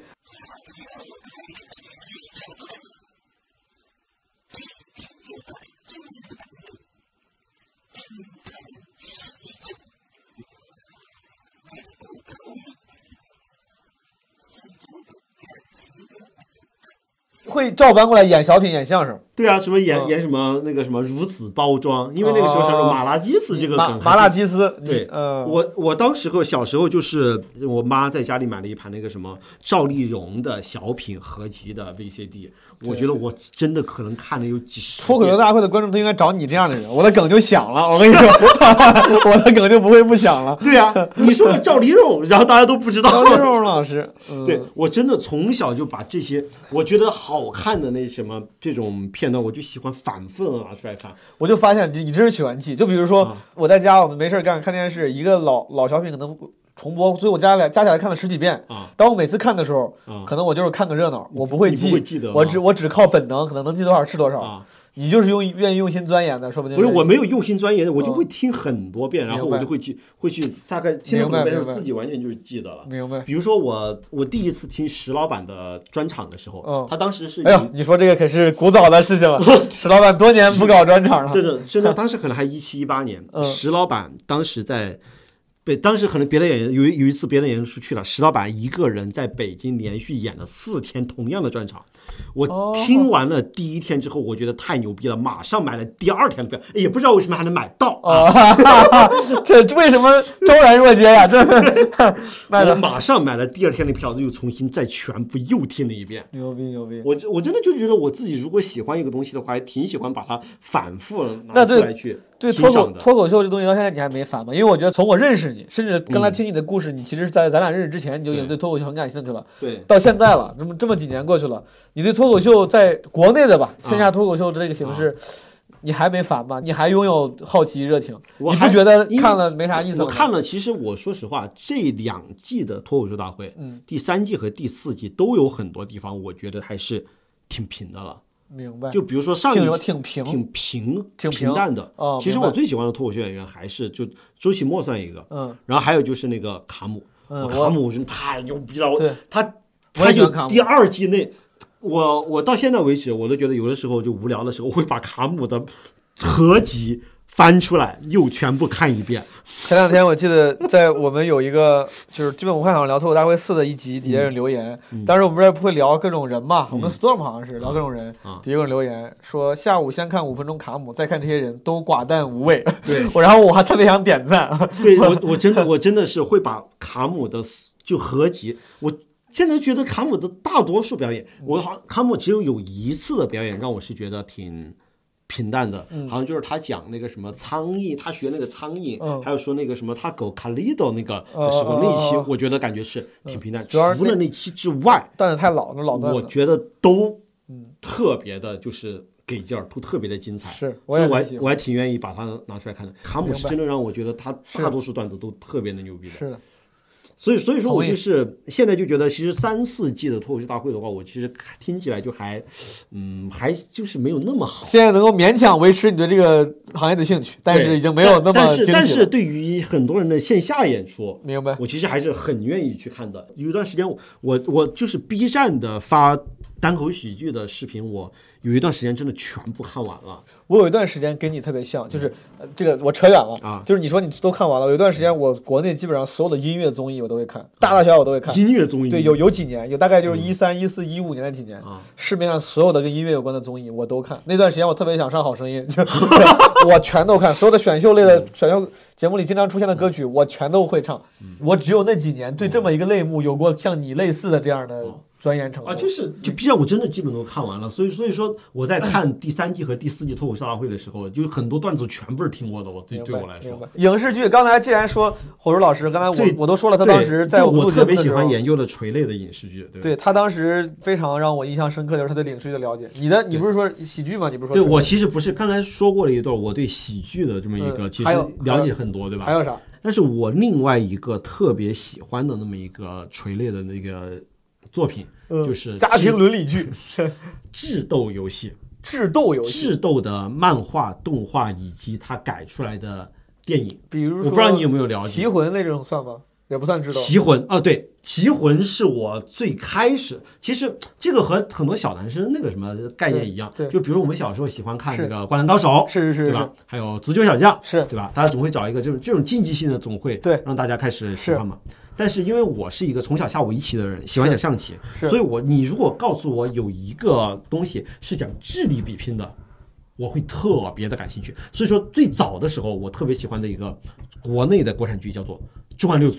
会照搬过来演小品、演相声，
对啊，什么演
嗯
演什么那个什么如此包装，因为那个时候想说
哦
马拉基斯这个
麻
梗，
麻辣鸡丝，你
对，
嗯，
我我当时候小时候就是我妈在家里买了一盘那个什么赵丽蓉的小品合集的 VCD，我觉得我真的可能看了有几十
脱口秀
遍。
大会的观众都应该找你这样的人，我的梗就响了。我跟你说， 我的梗就不会不响了。
对啊，你说个赵丽蓉，然后大家都不知道
张。丽蓉老师，嗯、
对，我真的从小就把这些我觉得好看的那什么这种片段，我就喜欢反复地拿出来看。
我就发现你你真是喜欢记。就比如说
啊
我在家，我们没事儿干看电视，一个老老小品可能重播，所以我加来加起来看了十几遍。
啊
当我每次看的时候，
啊
可能我就是看个热闹，我不会
你不
记，
会记得啊
我
吗
只我只靠本能，可能能记多少是多少。
啊，
你就是用愿意用心钻研的，说不定
不是
人
我没有用心钻研，我就会听很多遍，然后
哦明白
我就会去会去大概听了
明
很
白
多遍，
明白
自己完全就是记得了。
明白。
比如说我我第一次听石老板的专场的时候，
嗯
他当时是
哎呦，
以
你说这个可是古早的事 情了，史老板多年不搞专场了。
对对，真的当时可能还一七一八年
嗯，
石老板当时在。对，当时可能别的演员有一有一次别的演员出去了，石老板一个人在北京连续演了四天同样的专场。
哦
我听完了第一天之后，我觉得太牛逼了，马上买了第二天的票，也不知道为什么还能买到
哦
啊！
这这为什么昭然若揭呀？ 这 卖
我
的
马上买了第二天的票，又重新再全部又听了一遍。
牛逼牛逼。
我真我真的就觉得我自己如果喜欢一个东西的话，还挺喜欢把它反复
那
拿出
对
来去
对
欣
脱
赏
口
的。
脱口秀这东西到现在你还没烦吗？因为我觉得从我认识你，甚至刚才听你的故事，你其实，在咱俩认识之前，你就已经对
嗯对
脱口秀很感兴趣了。
对
到现在了，那么这么几年过去了，你对脱口秀在国内的吧，线
嗯
下脱口秀这个形式，你还没烦吗？你还拥有好奇热情？
我
你不
还
觉得
因为
看了没啥意思啊吗？
我看了，其实我说实话，这两季的脱口秀大会，
嗯，
第三季和第四季都有很多地方，我觉得还是挺平的了。
明白，
就比如说上一
挺什么
季。
挺平，
挺平、
挺平
平淡的。
哦
其实
明白
我最喜欢的脱口秀演员还是就周奇墨算一个，
嗯，
然后还有就是那个卡姆，
嗯
我
我
卡姆真的太牛逼了，
对
我他
我也
他
喜欢
就
卡姆
第二季内，我我到现在为止，我都觉得有的时候就无聊的时候，我会把卡姆的合集翻出来又全部看一遍。
前两天我记得在我们有一个 就是基本无害好像聊脱口大会四的一集，底下有人留言，
嗯
当时我们这儿不会聊各种人嘛，我跟 Storm 好像是聊各种人，
啊
底下有人留言说下午先看五分钟卡姆，再看这些人都寡淡无味，
对
我然后我还特别想点赞，
对我我真的我真的是会把卡姆的就合集，我现在觉得卡姆的大多数表演，我好卡姆只有有一次的表演让我是觉得挺。平淡的，好像就是他讲那个什么苍蝇，他学那个苍蝇，
嗯
还有说那个什么他狗卡利多那个
哦
的时候，那一期
哦哦
我觉得感觉是挺平淡。
嗯主要是
除了那期之外，
段子太老了，老段
我
子。嗯
觉得都特别的，就是给劲儿，都特别的精彩。
是我
所
也
以
很
我还
喜欢
我还挺愿意把它拿出来看的。卡姆
明
是
白
真的让我觉得他
是
大多数段子都特别的牛逼的。
是的，
所以所以说我
同意
就是现在就觉得，其实三四季的脱口秀大会的话，我其实听起来就还，嗯，还就是没有那么好。
现在能够勉强维持你对这个行业的兴趣，但是
对
已经没有那
但
么惊
是
喜了。
但是对于很多人的线下演出，
明白
我其实还是很愿意去看的。有一段时间我，我我就是 B 站的发单口喜剧的视频，我有一段时间真的全部看完了。
我有一段时间跟你特别像，就是、呃、这个我扯远了
嗯啊嗯
就是你说你都看完了，有一段时间我国内基本上所有的音乐综艺我都会看，大大小小我都会看。
啊音乐综艺嗯
对，有有几年，有大概就是一三、一四、一五年那几年、
啊
市面上所有的跟音乐有关的综艺我都看。那段时间我特别想上《好声音》， 就我全都看，所有的选秀类
嗯
的选秀节目里经常出现的歌曲我全都会唱。
嗯
我只有那几年对这么一个类目有过像你类似的这样的钻研程度。
啊，就是就 B 站我真的基本都看完了，所以所以说我在看第三季和第四季脱口秀大会的时候，就是很多段子全部是听过的，我对
明
对
白
我来
明白
说。
影视剧刚才既然说火烛老师，刚才我
最
我都说了，他
对
当时在
就
我们
我
录节
特
目
别
的
喜
时
欢
候，
研究的垂类的影视剧，对吧
对他当时非常让我印象深刻，就是他对影视剧的了解。你的你不是说喜剧吗？你不是说
对我其实不是刚才说过了一段我对喜剧的这么一个，
嗯
其实
还有
了解很多，对吧？
还有啥？
但是我另外一个特别喜欢的那么一个垂类的那个作品，
嗯
就是
家庭伦理 剧、
智斗游戏，
智斗游戏，
智斗的漫画、动画以及它改出来的电影。
比如说
我不知道你有没有了解
棋魂那种算吗？也不算智斗。
棋魂啊，对，棋魂是我最开始，其实这个和很多小男生那个什么概念一样
对，对
就比如我们小时候喜欢看
是
那个《灌篮高手》，
是是是
对
是哦
吧？还有《足球小将》，
是
对吧？大家总会找一个这种这种竞技性的，总会
对
让大家开始喜欢嘛。但是因为我是一个从小下围棋的人，喜欢
是
下象棋，
是
所以我你如果告诉我有一个东西是讲智力比拼的，我会特别的感兴趣。所以说最早的时候，我特别喜欢的一个国内的国产剧叫做《重案六组》。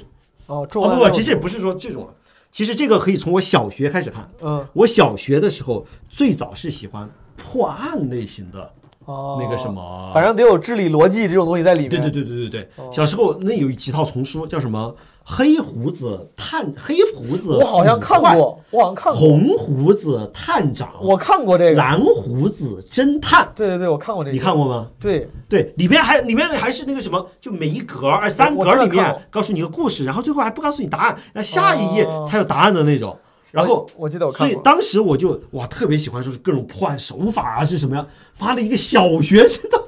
哦，重
哦
案
不，
六
其实也不是说这种了，其实这个可以从我小学开始看。
嗯
我小学的时候最早是喜欢破案类型的
哦
那个什，么，
反正得有智力逻辑这种东西在里面。哦
对对对对对对，小时候那有一几套丛书叫什么黑胡子探黑胡子，
我好像看过，我好像看过，
红胡子探长，
我看过这个。
蓝胡子侦探，
对对对，我看过这个。
你看？过吗？
对，
对，里边还里面还是那个什么，就每一格二三
我
格
我
里
真的看过
面告诉你个故事，然后最后还不告诉你答案，然后下一页
哦
才有答案的那种。然后
我我记得我看
所以
过
当时我就哇特别喜欢，就是各种破案手法啊是什么呀？妈的，一个小学生的，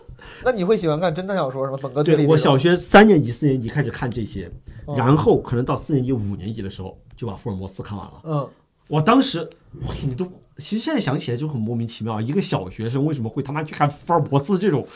那你会喜欢看侦探小说什么本格推理
对
这种？
我小学三年级、四年级开始看这些，
哦
然后可能到四年级、五年级的时候就把福尔摩斯看完了。
嗯，
我当时，我你都其实现在想起来就很莫名其妙，一个小学生为什么会他妈去看福尔摩斯这种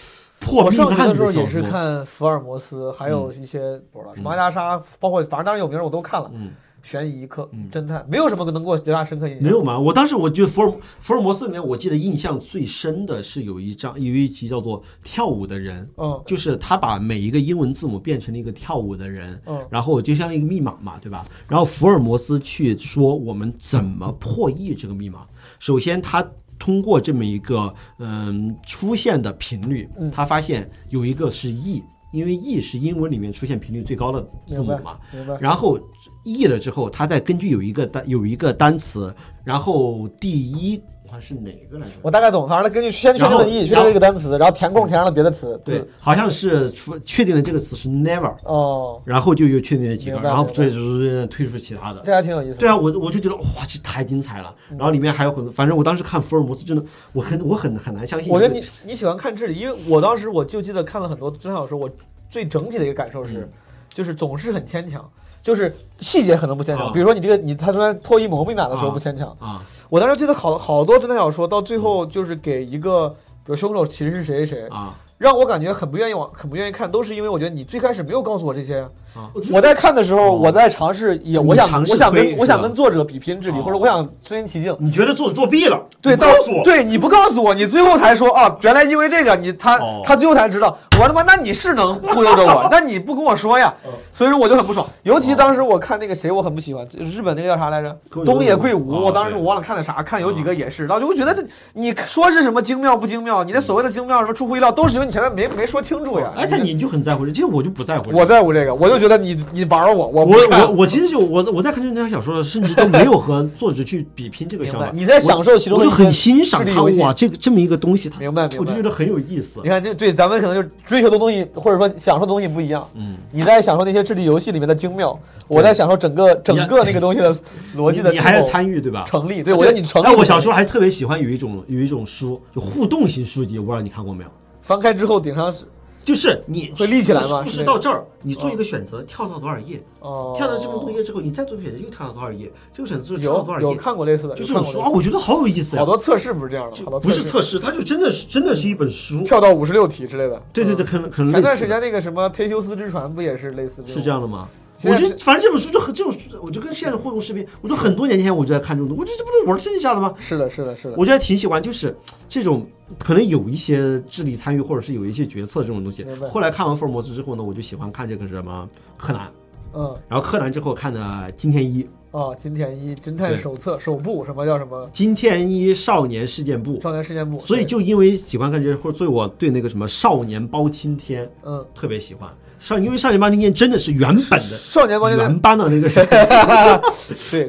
破
我
命
上学
案
的时候
小
也是
说
看福尔摩斯，还
嗯
有一些不知道什么阿加莎，包括反正当时有名儿我都看了。
嗯
悬疑课、侦探，没有什么能给我留下深刻印象。
没有吗？我当时我觉得福尔福尔摩斯里面，我记得印象最深的是有一章有一集叫做《跳舞的人》，
嗯
就是他把每一个英文字母变成了一个跳舞的人，
嗯
然后就像一个密码嘛，对吧？然后福尔摩斯去说我们怎么破译这个密码。首先，他通过这么一个嗯出现的频率，
嗯
他发现有一个是 e，因为 e 是英文里面出现频率最高的字母嘛，
明白明白
然后译了之后，他再根据有一个单有一个单词，然后第一我看是哪个来着？
我大概懂，反正他根据先确
然
定
后
的意义，确
然
定
后
这个单词，然后填空填上了别的词。
对
字，
好像是除确定了这个词是 never，
哦，
然后就又确定了几个，
明白
然后
明白
追追推出其他的。
这还挺有意思的。
对啊，我我就觉得哇，这太精彩了。然后里面还有很多，反正我当时看福尔摩斯真的，我很我很很难相信。
我觉得你你喜欢看推理，因为我当时我就记得看了很多侦探小说，我最整体的一个感受
嗯
是，就是总是很牵强，就是细节可能不牵强。
啊
比如说你这个你他说破译某个密码的时候
啊
不牵强，
啊，
我当时记得好好多侦探小说到最后就是给一个。比如凶手其实是谁谁谁，
嗯啊
让我感觉很不愿意往，很不愿意看，都是因为我觉得你最开始没有告诉我这些。
啊！
我在看的时候，
哦
我在尝试也，
你
我想
尝试
我想
推
跟
是吧
我想跟作者比拼智力，
哦
或者我想身临其境。
你觉得作者作弊了？
对，
你告
到
诉我，
对你不告诉我，你最后才说啊，原来因为这个，你他、
哦
他最后才知道，我说他妈，那你是能忽悠着我，那你不跟我说呀？
嗯
所以说我就很不爽，尤其当时我看那个谁，我很不喜欢，日本那个叫啥来着？
哦宫野
东野
圭
圭吾，
吾
我当时
啊对啊
我忘了看的啥，看有几个也是，然后就觉得这你说是什么精妙不精妙，你的所谓的精妙什么出乎意料，都是因为你前面没没说清楚呀。
哦而且你就很在乎这，其实我就不在乎这。
我在乎这个，我就觉得你你玩我，我不
我
看
我我其实就我我在看这篇小说的时候，甚至都没有和作者去比拼这个想
明
法
白，你在享受其中
我
的
就
一些
很欣赏
智力
他
游戏
哇，这个这么一个东西，他
明白明白
我就觉得很有意思
你。看，这对咱们可能就是追求的东西，或者说享受的东西不一样。
嗯，
你在享受那些智力游戏里面的精妙，我在享受整个整个那个东西的逻辑的
你你还
是
要
否
参与对吧？
成立。对，我觉得你成立。
哎，我小时候还特别喜欢有一种有一种书，就互动型书籍，我不知道你看过没有？
翻开之后顶上是
就是你
会立起来吗
故事
是
故
那
事
个
到这儿，你做一个选择，跳到多少页？
哦，
跳到这么多页之后，你再做个选择，又跳到多少页？这个选择之后跳到多
有
少
有
页？
看过类似的，
就
有
这
看过
种书
类
啊，
似的
我觉得好有意思呀
好。多测试不是这样的，好多
不是测
试
试，它就真的是真的是一本书。
跳到五十六题之类的。
对对对，
嗯。
可能可能类
前段
似
时
的
间那个什么《忒修斯之船》不也是类似种
是这样的吗？
现
我
在
觉
是
得反正这本书就很这种书，我就跟现在的互动视频，我就很多年前我就在看这种东西，我觉得这不是玩剩下的吗？
是的，是的，是的。
我觉得挺喜欢，就是这种可能有一些智力参与，或者是有一些决策这种东西
明白。
后来看完福尔摩斯之后呢，我就喜欢看这个什么柯南，
嗯
然后柯南之后看的金田一，
啊，金田一侦探
对
手册首部什么叫什么
金田一少年事件簿。
少年事件簿，
所以
对
就因为喜欢看这些，或者所以我对那个什么少年包青天
嗯。
特别喜欢。少因为少年包青天真的是原本的
少年包青天
原班的那个是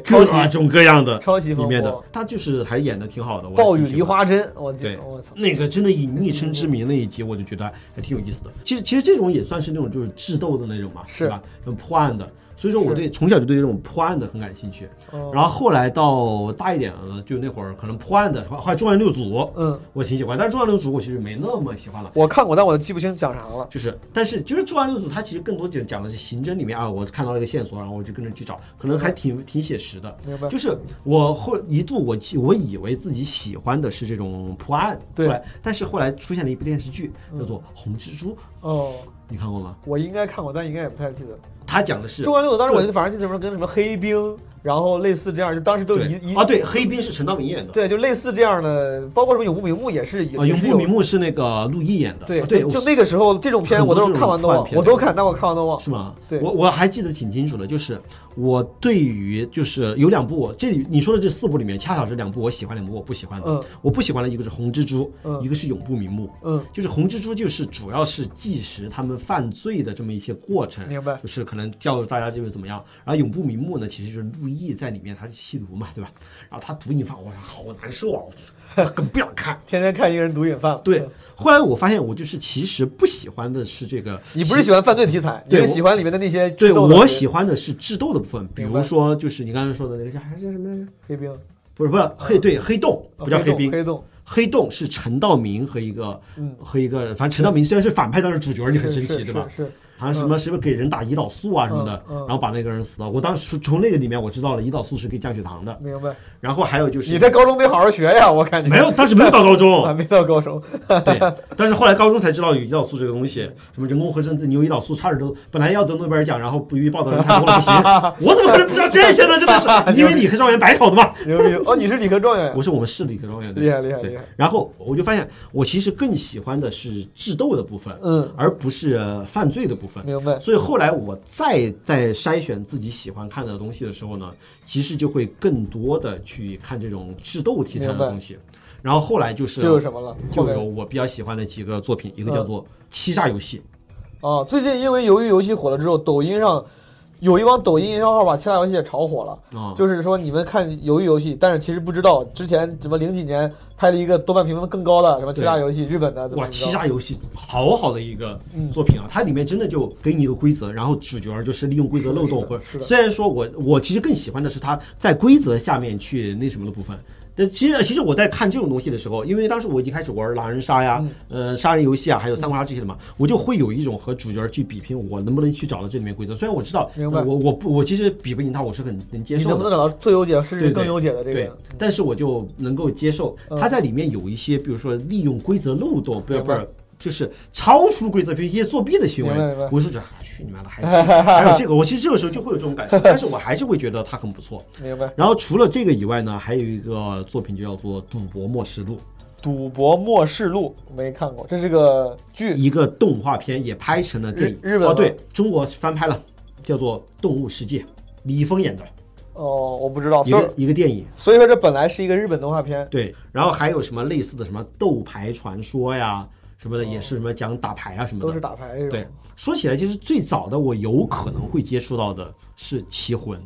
对，抄袭
各种各样的
抄袭
里面
风
的
波，
他就是还演的挺好的。我还
暴雨
挺喜
梨
欢
花针，我记
对
得，我操，，
那个真的以昵称之名那一集，我就觉得还挺有意思的。其实其实这种也算是那种就是智斗的那种嘛，
是
对吧？那种破案的，所以说我对从小就对这种破案的很感兴趣。
哦
然后后来到大一点了，就那会儿可能破案的，后来重案六组，
嗯，
我挺喜欢，但是重案六组我其实没那么喜欢了。
我看过，但我记不清讲啥了。
就是，但是就是《重案六组》，它其实更多讲讲的是刑侦里面啊，我看到了一个线索，然后我就跟着去找，可能还挺挺写实的。
明白
就是我后一度我记我以为自己喜欢的是这种破案，
对嗯
后来但是后来出现了一部电视剧叫做《红蜘蛛》，
哦，
你看过吗？
我应该看过，但应该也不太记得。
它讲的是
重案六组当时我就反正记得什么跟什么黑冰，然后类似这样，就当时都
对
一一
啊，对，黑冰是陈道明演的，
对，就类似这样的，包括什么永不瞑目也是
啊，
也
永
是
不
有
瞑。目是那个陆毅演的，
对
啊对，
就
我
就那个时候这种片
很
我
多
都
这
是
种
看完都
断
忘，
片
我
的
都看，但我看完都忘。
是吗？
对
我我还记得挺清楚的，就是我对于就是有两部，这里你说的这四部里面，恰巧是两部我喜欢，两部我不喜欢的。
嗯
我不喜欢的一个是《红蜘蛛》，
嗯
一个是《永不瞑目》。
嗯，
就是《红蜘蛛》就是主要是纪实他们犯罪的这么一些过程，
明白
就是可能教大家就是怎么样。然后《永不瞑目》呢，其实就是陆毅在里面他吸毒嘛，对吧？然后他毒瘾犯，我好难受啊，我更不想看。
天天看一个人毒瘾犯。
对
嗯，
后来我发现我就是其实不喜欢的是这个，
你不是喜欢犯罪题材，你
对
是
我
喜欢里面的那些
对
智斗的
我
人
喜欢的是智斗的部分，比
明白
如说就是你刚才说的那个叫还叫什么来着？
黑兵，
不是不是黑对黑洞
啊
不叫
黑
黑
洞
冰
黑洞
黑洞是陈道明和一个
嗯
和一个反正陈道明虽然是反派，但是主角你很
是
神奇
是
对吧？
是是嗯
好像什么是不是给人打胰岛素啊什么的
嗯嗯，
然后把那个人死了。我当时从那个里面我知道了胰岛素是给降血糖的，
明白。
然后还有就是
你在高中没好好学呀，我看你
没有，当时没有到高 中，
啊，没到高中，
对，但是后来高中才知道有胰岛素这个东西，什么人工合成，你有胰岛素，差点都本来要得诺贝尔奖，然后不予报道人太多了不行， 我怎么可能不知道这些呢？真的是，你以为理科状元白考的吗？
牛逼！哦，你是理科状元呀
我，是我们市理科状元，对
厉害厉害
对
厉害。
然后我就发现，我其实更喜欢的是智斗的部分，
嗯
而不是呃犯罪的部分。
明白
所以后来我再在筛选自己喜欢看的东西的时候呢，其实就会更多的去看这种智斗题材的
明白
东西。然后后来就是
这有什么了
就
后
有
面嗯
我比较喜欢的几个作品，一个叫做《欺诈游戏》。
啊，最近因为鱿鱼游戏火了之后，抖音上有一帮抖音营销号把其他游戏也炒火了。
啊
就是说你们看鱿鱼游戏，但是其实不知道之前什么零几年拍了一个豆瓣评分更高的什么欺诈游戏，日本啊的怎么
哇，
怎么
欺
着嗯
诈游戏好好的一个作品啊！它里面真的就给你一个规则，然后主角儿就是利用规则漏洞，或者
是的
虽然说我我其实更喜欢的是它在规则下面去那什么的部分。但其实其实我在看这种东西的时候，因为当时我已经开始玩狼人杀呀、
嗯
呃杀人游戏啊，还有三国杀这些的嘛，我就会有一种和主角儿去比拼，我能不能去找到这里面规则。虽然我知道，呃
明白
我我不我其实比不赢他，我是很能接
你
受的
能不。能找到最优解甚
对
至
对
更优解的这
对
个？，嗯
但是我就能够接受，它在里面有一些，比如说利用规则漏洞，不是
明
不
白
是。就是超出规则，比如一些作弊的行为
明白明白，
我是觉得啊去你妈 的，还是还有这个，我其实这个时候就会有这种感觉，但是我还是会觉得它很不错。
明白？
然后除了这个以外呢，还有一个作品就叫做《赌博默示录
赌博末世录没看过，这是个》，剧，
一个动画片也拍成了电影，
日日本
哦
吗
对中国翻拍了，叫做《动物世界》，李易峰演的
哦，我不知道，
一
所以
个一个电影。
所以说这本来是一个日本动画片，
对，然后还有什么类似的什么斗牌传说呀什么的，也是什么讲打牌啊什么的，
哦都是打牌这种。
对，说起来，其实最早的我有可能会接触到的是《棋魂》，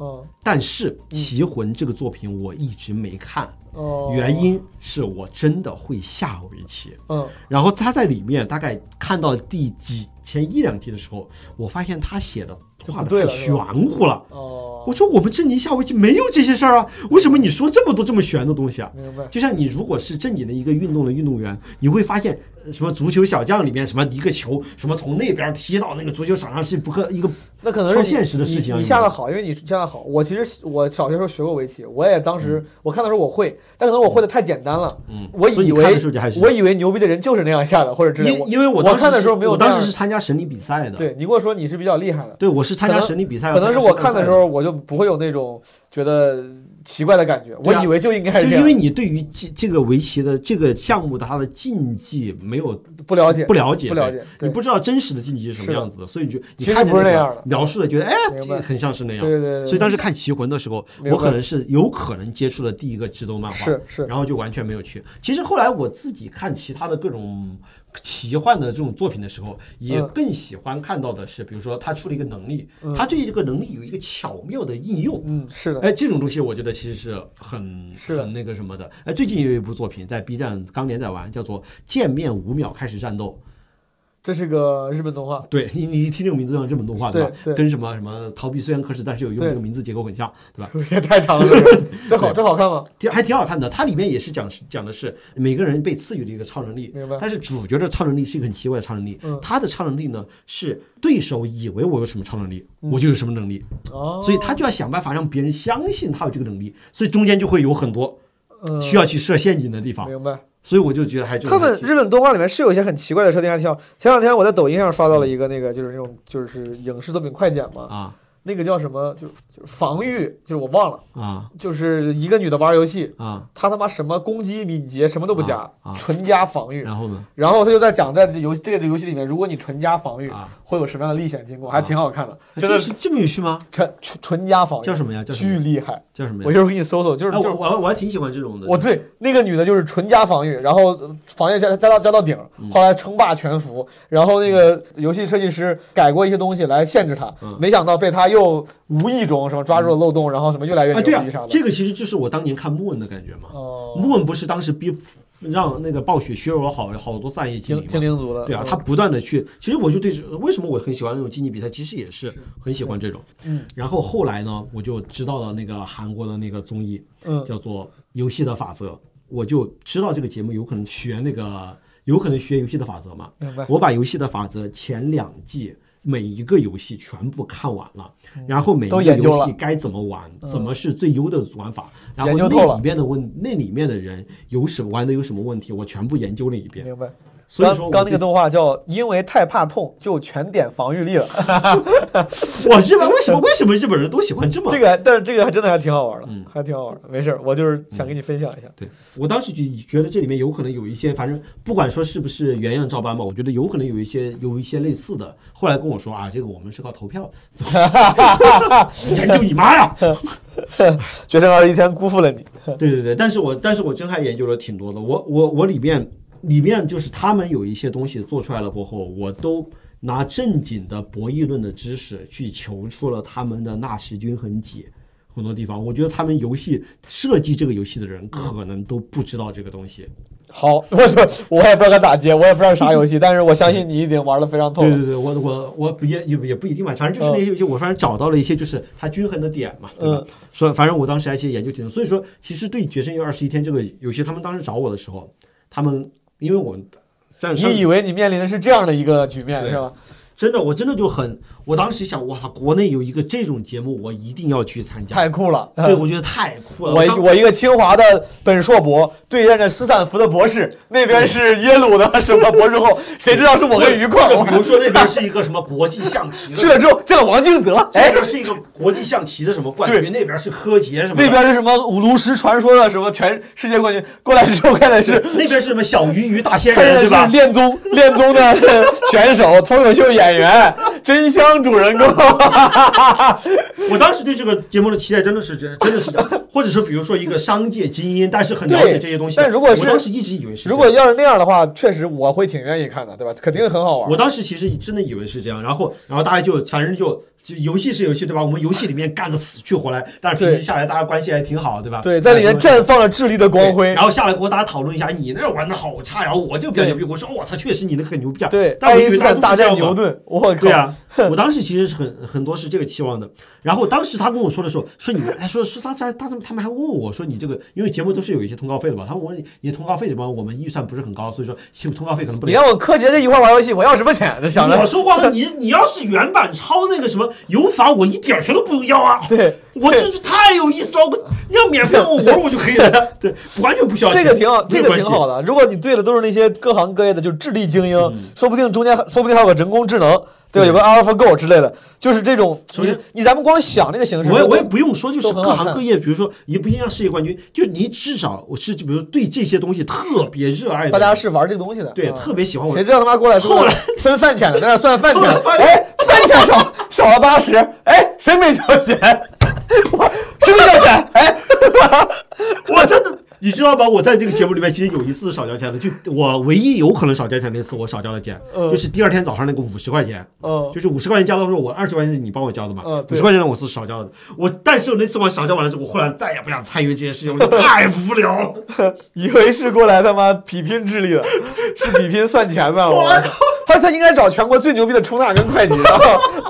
嗯，
但是《棋魂》这个作品我一直没看，
哦，
原，因是我真的会下围棋。
嗯，
然后他在里面大概看到第几前一两集的时候，我发现他写的画
不对
的
了
太
是
玄
吧
乎了。
哦，
我说我们正经下围棋没有这些事儿啊，为什么你说这么多这么玄的东西啊？
明白
就像你如果是正经的一个运动的运动员，你会发现呃什么足球小将里面什么一个球什么从那边踢到那个足球场上是不可一个
那可能是
超
你
现实的事情啊
你你
有
下
没
的
有
好，因为你下的好。我其实我小学时候学过围棋，我也当时、我看的时候我会，但可能我会的太简单了。
嗯
我
所以
以
你看
为
的时候就还是
我以为牛逼的人就是那样下的，或者之类的。
因因为
我
当时
看的时候
是
没有
我当
那
时
样
是参加省里比赛的，
对你跟我说你是比较厉害的，
对，我是参加
可能
省里比赛，
可能是我看
的
的时候我就不会有那种觉得奇怪的感觉，我
对啊
以为就应该是这
就因
样，
为你对于这这个围棋的这个项目的它的竞技没有
不了解
不了解，
不了解
对
对
你不知道真实的竞技是什么样子的，所以你就
其
你
实
看着
不是
那
那
个
样的
描述的，觉得哎
明白，
很像是那样。
对对对对
所以当时看《棋魂》的时候，
明
我
白
可能是有可能接触的第一个智斗漫画，
是是
然后就完全没有去。其实后来我自己看其他的各种奇幻的这种作品的时候，也
嗯
更喜欢看到的是，比如说他出了一个能力，
嗯
他对这个能力有一个巧妙的应用，
嗯，是的，
哎，这种东西我觉得其实是很
是的
很那个什么的。哎，最近有一部作品在 B 站刚连载完，叫做《见面五秒开始战斗》。
这是个日本动画，
对你，你一听这个名字就像日本动画吧？
对对
跟什么什么逃避虽然可耻，但是有用
对
这个名字结构很像，对吧？
有些太长了， 这好这好看吗？
挺还挺好看的，它里面也是讲讲的是每个人被赐予的一个超能力
明白，
但是主角的超能力是一个很奇怪的超能力，
嗯
他的超能力呢是对手以为我有什么超能力，我就有什么能力，
嗯哦，
所以他就要想办法让别人相信他有这个能力，所以中间就会有很多
嗯
需要去设陷阱的地方，
明白。
所以我就觉得还这
他
种还
们
挺
日本动画里面是有一些很奇怪的设定，还挺好。前两天我在抖音上刷到了一个那个，就是那种就是影视作品快剪嘛，
啊，
那个叫什么，就是就是防御，就是我忘了，
啊
就是一个女的玩游戏，
啊，
她他妈什么攻击、敏捷什么都不加，
啊啊
纯加防御。
然后呢？
然后他就在讲，在这游戏这个游戏里面，如果你纯加防御，
啊
会有什么样的历险经过，还挺好看的，真
这
的
是这么有趣吗？
纯纯纯加防御，
叫什么呀叫什么
巨厉害！
叫什么
我一
呀？
会儿给你搜搜，就是
哎，
就
我
是
我我还挺喜欢这种的。
我对那个女的就是纯加防御，然后呃防御加加到加到顶，
嗯
后来称霸全服，然后那个游戏设计师改过一些东西来限制她，
嗯
没想到被她又无意中什么抓住了漏洞，然后什么越来越
哎，
牛
对啊
逼啥，的。
这个其实就是我当年看莫恩的感觉嘛。
哦，
莫恩不是当时逼让那个暴雪削弱了好好多赛季经理
精
吗
精灵族的，
对啊，
嗯
他不断的去，其实我就对这为什么我很喜欢那种竞技比赛，其实也是很喜欢这种。
嗯，
然后后来呢，我就知道了那个韩国的那个综艺，
嗯
叫做《游戏的法则》，我就知道这个节目有可能学那个，有可能学游戏的法则嘛。
明白
我把《游戏的法则》前两季每一个游戏全部看完了，然后每
嗯
一
都
个
研究
游
了嗯
戏该怎么玩，怎么是最优的玩法，然后
研究透
那
了
里面的问那里面的人有什么玩的有什么问题，我全部研究了一遍。
明白。
所以
刚
说我
刚那
就
个动画叫“因为太怕痛就全点防御力 了
我日本为什么为什么日本人都喜欢这”，么？
这个还但是这个还真的还挺好玩的，
嗯
还挺好玩的。没事儿，我就是想跟你分享一下。
对我当时就觉得这里面有可能有一些，反正不管说是不是原样照搬吧，我觉得有可能有一些有一些类似的。后来跟我说啊，这个我们是靠投票，走 研究你妈呀！
决胜二十一天辜负了你，
对对对，但是我但是我真还研究了挺多的，我我我里面里面就是他们有一些东西做出来了过后，我都拿正经的博弈论的知识去求出了他们的纳什均衡解。很多地方，我觉得他们游戏设计这个游戏的人可能都不知道这个东西。
好， 我操，我也不知道该咋接，我也不知道啥游戏，但是我相信你一定玩的非常透。
对对对，我我我也也也不一定吧，反正就是那些游戏，我反正找到了一些就是它均衡的点嘛，对吧？
嗯
所以反正我当时还去研究挺多，所以说其实对《决胜游二十一天》这个游戏，他们当时找我的时候，他们因为我在上
你以为你面临的是这样的一个局面
对
是吧？
真的我真的就很，我当时想，哇，国内有一个这种节目，我一定要去参加
太。酷了！
对，我觉得太酷了。
我
当
我一个清华的本硕博对阵着斯坦福的博士，那边是耶鲁的什么博士 后，谁知道是我跟余矿？
比如说那边是一个什么国际象棋的，
去了之后见了王敬泽，
这
哎，
边是一个国际象棋的什么冠军，那边是柯洁什么的，
那边是什么炉石传说的什么全世界冠军，过来之后看 的是。
那边是什么小鱼鱼大仙
看
人，
的
对
是
吧？
恋综，恋综的 选手、脱口秀演员、真香主人公，
我当时对这个节目的期待真的是 真真的是这样，或者是比如说一个商界精英，但是很了解
对
这些东西。
但如果是
我当时一直以为是这样，
如果要是那样的话，确实我会挺愿意看的，对吧？肯定很好玩
我。当时其实真的以为是这样，然后然后大家就反正就就游戏是游戏对吧？我们游戏里面干的死去活来，但是平时
对
下来大家关系还挺好对吧？
对，在里面
战
绽放了智力的光辉
哎然。后下来跟大家讨论一下，你那玩的好差，然后我这个比较牛逼，我说我操，确实你那个很牛逼啊。
对，
但
爱
我以
因
为
斯
大家
坦
都
大
是这
战
样
牛
嘛
顿， 我靠！
对啊，我当时其实是很很多是这个期望的。然后当时他跟我说的时候，说你们哎说说他他他们他们还问我说你这个因为节目都是有一些通告费的嘛，他们问你你的通告费怎么样？我们预算不是很高，所以说其实通告费可能不
你
能
让。我柯洁跟一块玩游戏，我要什么钱？就想着
嗯我说话了，你你要是原版抄那个什么有法，我一点钱都不用要啊！
对
我就是太有意思了，我你要免费让我玩我就可以 了，对，完全不需要钱。
这个挺好，
没
这
有
个
关
挺
系
好的。如果你对的都是那些各行各业的，就是智力精英，
嗯
说不定中间还说不定还有个人工智能，对吧？有个 AlphaGo 之类的，就是这种。
首
你
先
你咱们光想这个形式，
我也我也不用说，就是
都很
各
好看
行各业，比如说也不一定要世界冠军，就你至少我是就比如对这些东西特别热爱的人，
大家是玩这个东西的，
对
嗯
特别喜欢我
谁。知道他妈过来说
后来
分饭钱的，在那算饭钱
后来发，现
哎，饭钱少少了八十，哎，谁没交钱？我谁没交钱？哎，
我真的，你知道吗？我在这个节目里面其实有一次少交钱的，就我唯一有可能少交钱那次，我少交了钱，就是第二天早上那个五十块钱，
嗯
就是五十块钱交的时候，我二十块钱是你帮我交的嘛，
嗯
五
对
十块钱呢我是少交的。我但是我那次我少交完了之后，我后来再也不想参与这些事情，我就太无聊了。
以为是过来他妈比拼智力的，是比拼算钱的。我
靠！
他他应该找全国最牛逼的出纳跟会计，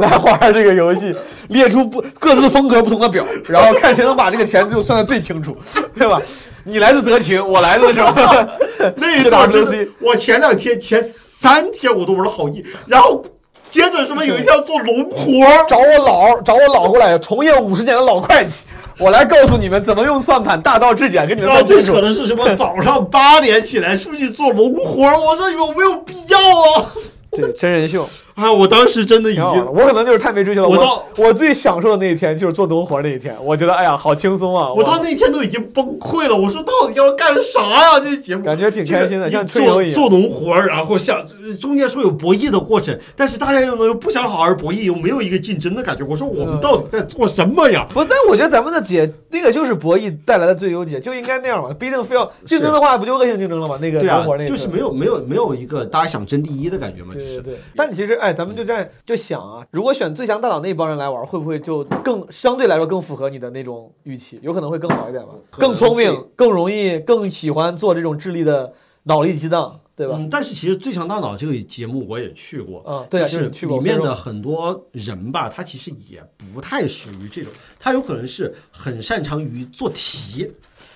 然 后来玩这个游戏，列出不各自风格不同的表，然后看谁能把这个钱就算得最清楚，对吧？你来自德勤，我来自什么？
那一
打
段真
WC
的，我前两天前三天我都玩的好腻，然后接着什么有一天要做龙活儿，
找我老找我老过来，从业五十年的老会计，我来告诉你们怎么用算盘大道至简，给你们
然后
算
最
清楚
扯。的是什么？早上八点起来出去做龙活儿，我说你们有没有必要啊？
对，真人秀，
哎，我当时真的已
挺好的。
经，
我可能就是太没追求了。
我
我
到
我最享受的那一天就是做农活那一天，我觉得哎呀，好轻松啊！
我到那天都已经崩溃了。我说到底要干啥呀、这节目
感觉挺开心的，
这个
像吹牛一样。
做做农活儿，然后像中间说有博弈的过程，但是大家又能又不想好好博弈，又没有一个竞争的感觉。我说我
嗯
们到底在做什么呀？
不，但我觉得咱们的解那个就是博弈带来的最优解，就应该那样嘛，不一定非要竞争的话，不就恶性竞争了吗？那个
对啊
农活那，一
就
次
是没有没有没有一个大家想争第一的感觉嘛，就
对对
是嗯
对，但其实哎，咱们就这样就想啊，如果选最强大脑那一帮人来玩，会不会就更相对来说更符合你的那种预期？有可能会更好一点吧，
可能
更聪
会
明，更容易，更喜欢做这种智力的脑力激荡，对吧？
嗯，但是其实《最强大脑》这个节目我也去过，
嗯对啊
就
就是你去过
里面
所以
的
说
很多人吧，他其实也不太属于这种，他有可能是很擅长于做题，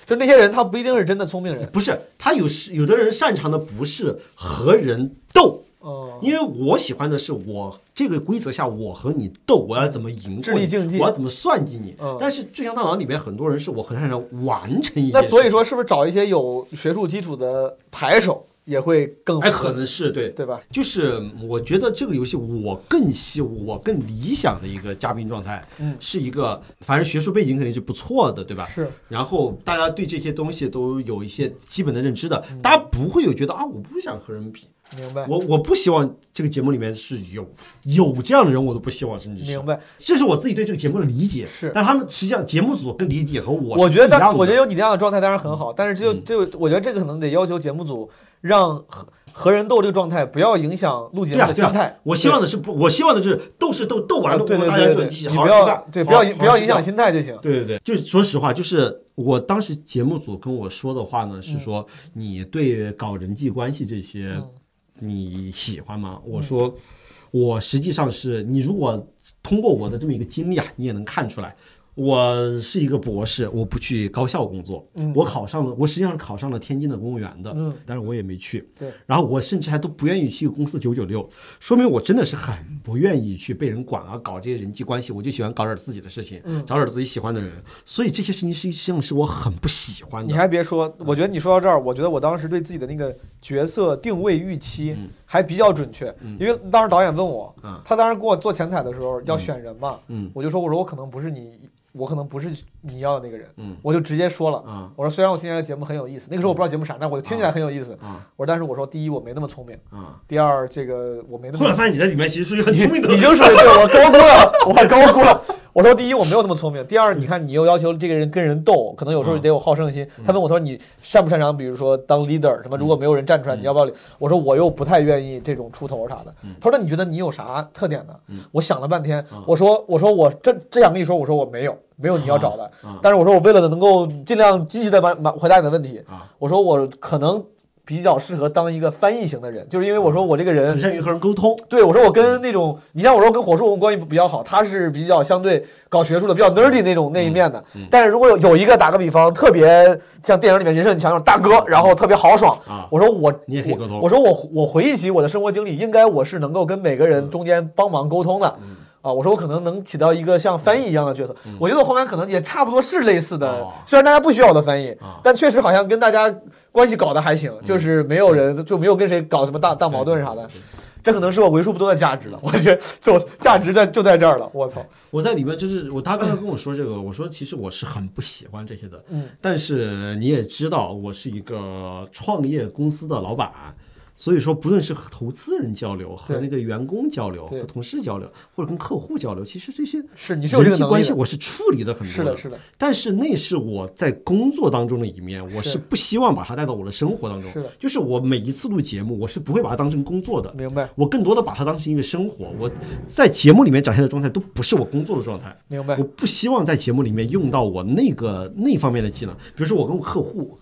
就那些人，他不一定是真的聪明 人。
不是他有时有的人擅长的不是和人斗，
哦、
因为我喜欢的是我这个规则下我和你斗，我要怎么赢过你，
智力竞技
我要怎么算计你。
嗯
但是《最强大脑》里面很多人是我很擅长完成一件
那所以
事
说，是不是找一些有学术基础的牌手也会更
情，哎，可能是对
对吧？
就是我觉得这个游戏我更希我更理想的一个嘉宾状态，
嗯
是一个反正学术背景肯定是不错的，对吧？
是。
然后大家对这些东西都有一些基本的认知的，
嗯
大家不会有觉得啊，我不想和人比，
明白？
我我不希望这个节目里面是有有这样的人，我都不希望，甚至是
明白。
这是我自己对这个节目的理解。
是
但他们实际上节目组跟理解和我
我
我
觉得
当
当，我觉得有你那样的状态当然很好，但是就
嗯
就我觉得这个可能得要求节目组让和和人斗这个状态不要影响录节
对
目
啊
的
对
心态。
啊，我希望的是不，我希望的就是斗是斗，斗完了
啊对
我
对
们大家
对
就
对
一起
对，
好
你不
好吃饭
要对不要
好好
不要
睡
影
觉
响心态就行。
对对对，就是说实话，就是我当时节目组跟我说的话呢，是说你对搞人际关系这些
嗯
你喜欢吗？我说我实际上是你如果通过我的这么一个经历啊，你也能看出来。我是一个博士，我不去高校工作，
嗯
我考上了，我实际上是考上了天津的公务员的，
嗯
但是我也没去，
对，
然后我甚至还都不愿意去公司九九六，说明我真的是很不愿意去被人管啊，搞这些人际关系，我就喜欢搞点自己的事情，
嗯
找点自己喜欢的人，所以这些事情实际上是我很不喜欢
你
的。
还别说，我觉得你说到这儿，我觉得我当时对自己的那个角色定位预期还比较准确，因为当时导演问我，
嗯
他当时给我做前彩的时候要选人嘛，
嗯
我就说我说我可能不是你，我可能不是你要的那个人，
嗯
我就直接说了，
啊
我说虽然我听起来节目很有意思，那个时候我不知道节目啥，但我听起来很有意思，
啊
我说但是我说第一我没那么聪明，
啊！
第二这个我没那么
后来发现你在里面其实是一个很
你
聪明的
你
人，
就属于对我高估了，我高估 了。我说第一我没有那么聪明，第二你看你又要求这个人跟人斗，可能有时候得有好胜心。
嗯
他问我说你擅不擅长，比如说当 leader 什么，如果没有人站
嗯
出来，你要不要？我说我又不太愿意这种出头啥的。他说那你觉得你有啥特点呢？
嗯
我想了半天，我说我说我这这想跟你说，我说我没有没有你要找的
啊，
但是我说我为了能够尽量积极的满满回答你的问题
啊，
我说我可能比较适合当一个翻译型的人，就是因为我说
嗯
我这个人
很善于和人沟通，
对，我说我跟那种，你像我说我跟火树关系比较好，他是比较相对搞学术的，比较 nerdy 那种那
嗯
一面的。但是如果有有一个打个比方，特别像电影里面人设很强那种大哥，然后特别豪爽，
啊
我说我
你也可以沟通
我，我说我我回忆起我的生活经历，应该我是能够跟每个
嗯
人中间帮忙沟通的。啊，我说我可能能起到一个像翻译一样的角色，我觉得我后面可能也差不多是类似的，
嗯哦
虽然大家不需要我的翻译，
啊嗯
但确实好像跟大家关系搞得还行，就是没有人就没有跟谁搞什么大大矛盾啥的，这可能是我为数不多的价值了，我觉得就价值在就在这儿了，我操，
我在里面就是我，他刚才跟我说这个，我说其实我是很不喜欢这些的，
嗯，
但是你也知道，我是一个创业公司的老板，所以说不论是和投资人交流，和
对
那个员工交流，
对
和同事交流，或者跟客户交流，其实这些
是你是有这个
人际
能力
关系，
的
我是处理的很多
是的是的，
但是那是我在工作当中的一面，我是
是
不希望把它带到我的生活当中，
是的
就是我每一次录节目，我是不会把它当成工作的，
明白
我更多的把它当成一个生活，我在节目里面展现的状态都不是我工作的状态。
明白
我，不希望在节目里面用到我那个那方面的技能，比如说我跟我客户，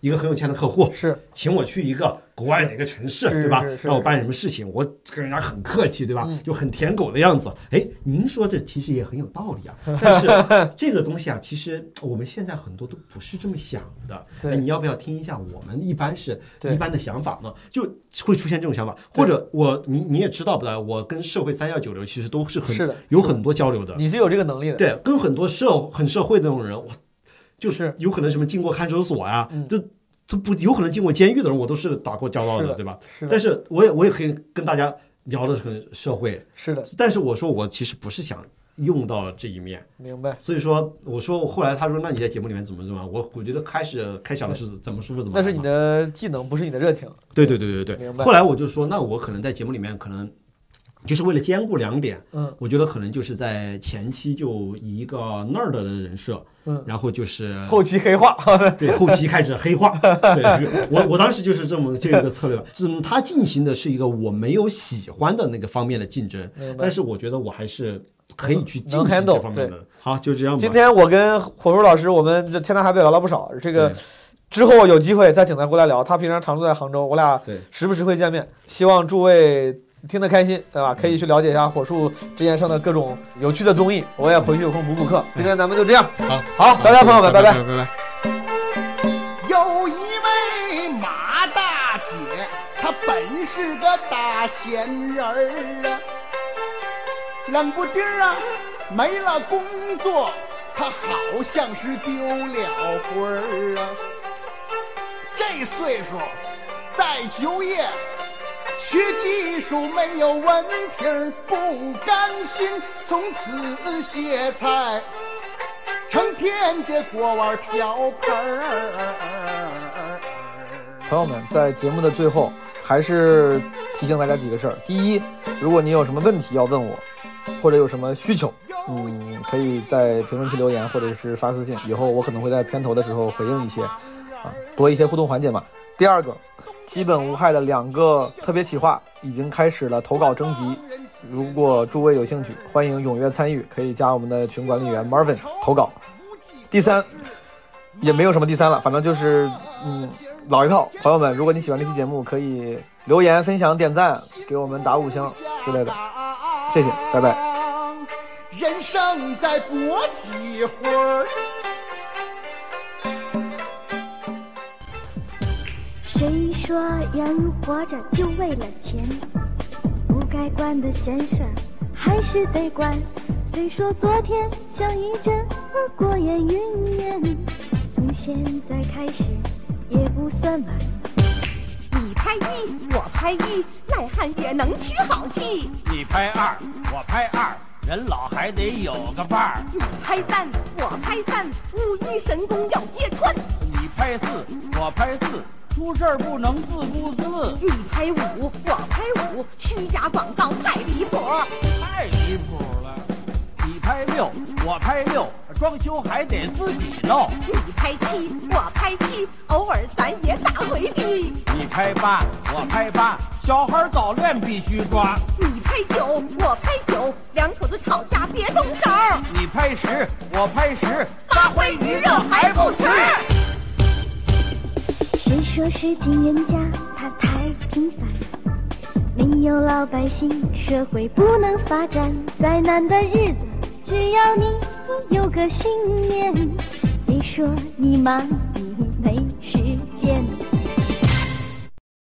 一个很有钱的客户
是
请我去一个国外的一个城市，
是
对吧
是？是嗯
让我办什么事情，我跟人家很客气，对吧？就很舔狗的样子。哎，您说这其实也很有道 理啊，但是这个东西啊，其实我们现在很多都不是这么想的。
对
哎你要不要听一下我们一般是
对
一般的想法呢？就会出现这种想法，或者我你你也知道不啦？我跟社会三幺九六其实都是很
是的
有很多交流的。
你是有这个能力的，
对，跟很多社很社会的那种人，我就是有可能什么进过看守所啊呀、
嗯
就都不有可能进过监狱的人，我都是打过交道
是
的，
的
对吧？
是的
但是我也我也可以跟大家聊的很社会，
是的，
但是我说我其实不是想用到这一面，
明白。
所以说我说后来他说那你在节目里面怎么怎么样，我我觉得开始开想的是怎么舒服怎么
那
来
是
嘛
你的技能，不是你的热情。
对对对对对
明白
后来我就说，那我可能在节目里面可能就是为了兼顾两点，
嗯，
我觉得可能就是在前期就以一个 nerd 的人设，
嗯
然后就是
后期黑化，
对后期开始 黑化，对我我当时就是这么这个策略，嗯，他进行的是一个我没有喜欢的那个方面的竞争
明白，
但是我觉得我还是可以去进
能
行
handle，
这方面的。好，就这样吧。
今天我跟火叔老师，我们这天南海北聊了不少。这个之后有机会再请他过来聊，他平常常住在杭州，我俩
对
时不时会见面。希望诸位听得开心，对吧？可以去了解一下火树之前上的各种有趣的综艺，我也回去有空补补课。今天咱们就这样，
好，
好，拜拜，朋友们，拜拜。
拜拜。
有一位马大姐，她本是个大闲人儿啊，冷不丁儿啊，没了工作，她好像是丢了魂儿啊。这岁数再就业，学技术没有文凭不甘心，从此歇菜。成天这锅碗瓢盆儿。
朋友们，在节目的最后，还是提醒大家几个事儿。第一，如果你有什么问题要问我，或者有什么需求，嗯，可以在评论区留言，或者是发私信。以后我可能会在片头的时候回应一些，啊，多一些互动环节嘛。第二个，基本无害的两个特别企划已经开始了投稿征集，如果诸位有兴趣，欢迎踊跃参与，可以加我们的群管理员 Marvin 投稿。第三，也没有什么第三了，反正就是嗯，老一套。朋友们，如果你喜欢这期节目，可以留言、分享、点赞，给我们打五星之类的。谢谢拜拜。
人生再搏几回儿。
谁说人活着就为了钱？不该管的闲事儿还是得管。虽说昨天像一阵过眼云烟，从现在开始也不算晚。
你拍一，我拍一，赖汉也能取好戏。
你拍二，我拍二，人老还得有个伴儿。
你拍三，嗯我拍三，武艺神功要揭穿。
你拍四，我拍四，出事儿不能自顾自，
你嗯拍五，我拍五，虚假广告太离谱。
太离谱了。你拍六，我拍六，装修还得自己弄。
你嗯拍七，我拍七，偶尔咱也打回的。
你拍八，我拍八，小孩早恋必须抓。
你嗯拍九，我拍九，两口子吵架别动手儿，
你拍十，我拍十，
发挥余热还不迟。
谁说市井人家他太平凡？没有老百姓，社会不能发展。再难的日子，只要你有个信念，别说你忙，你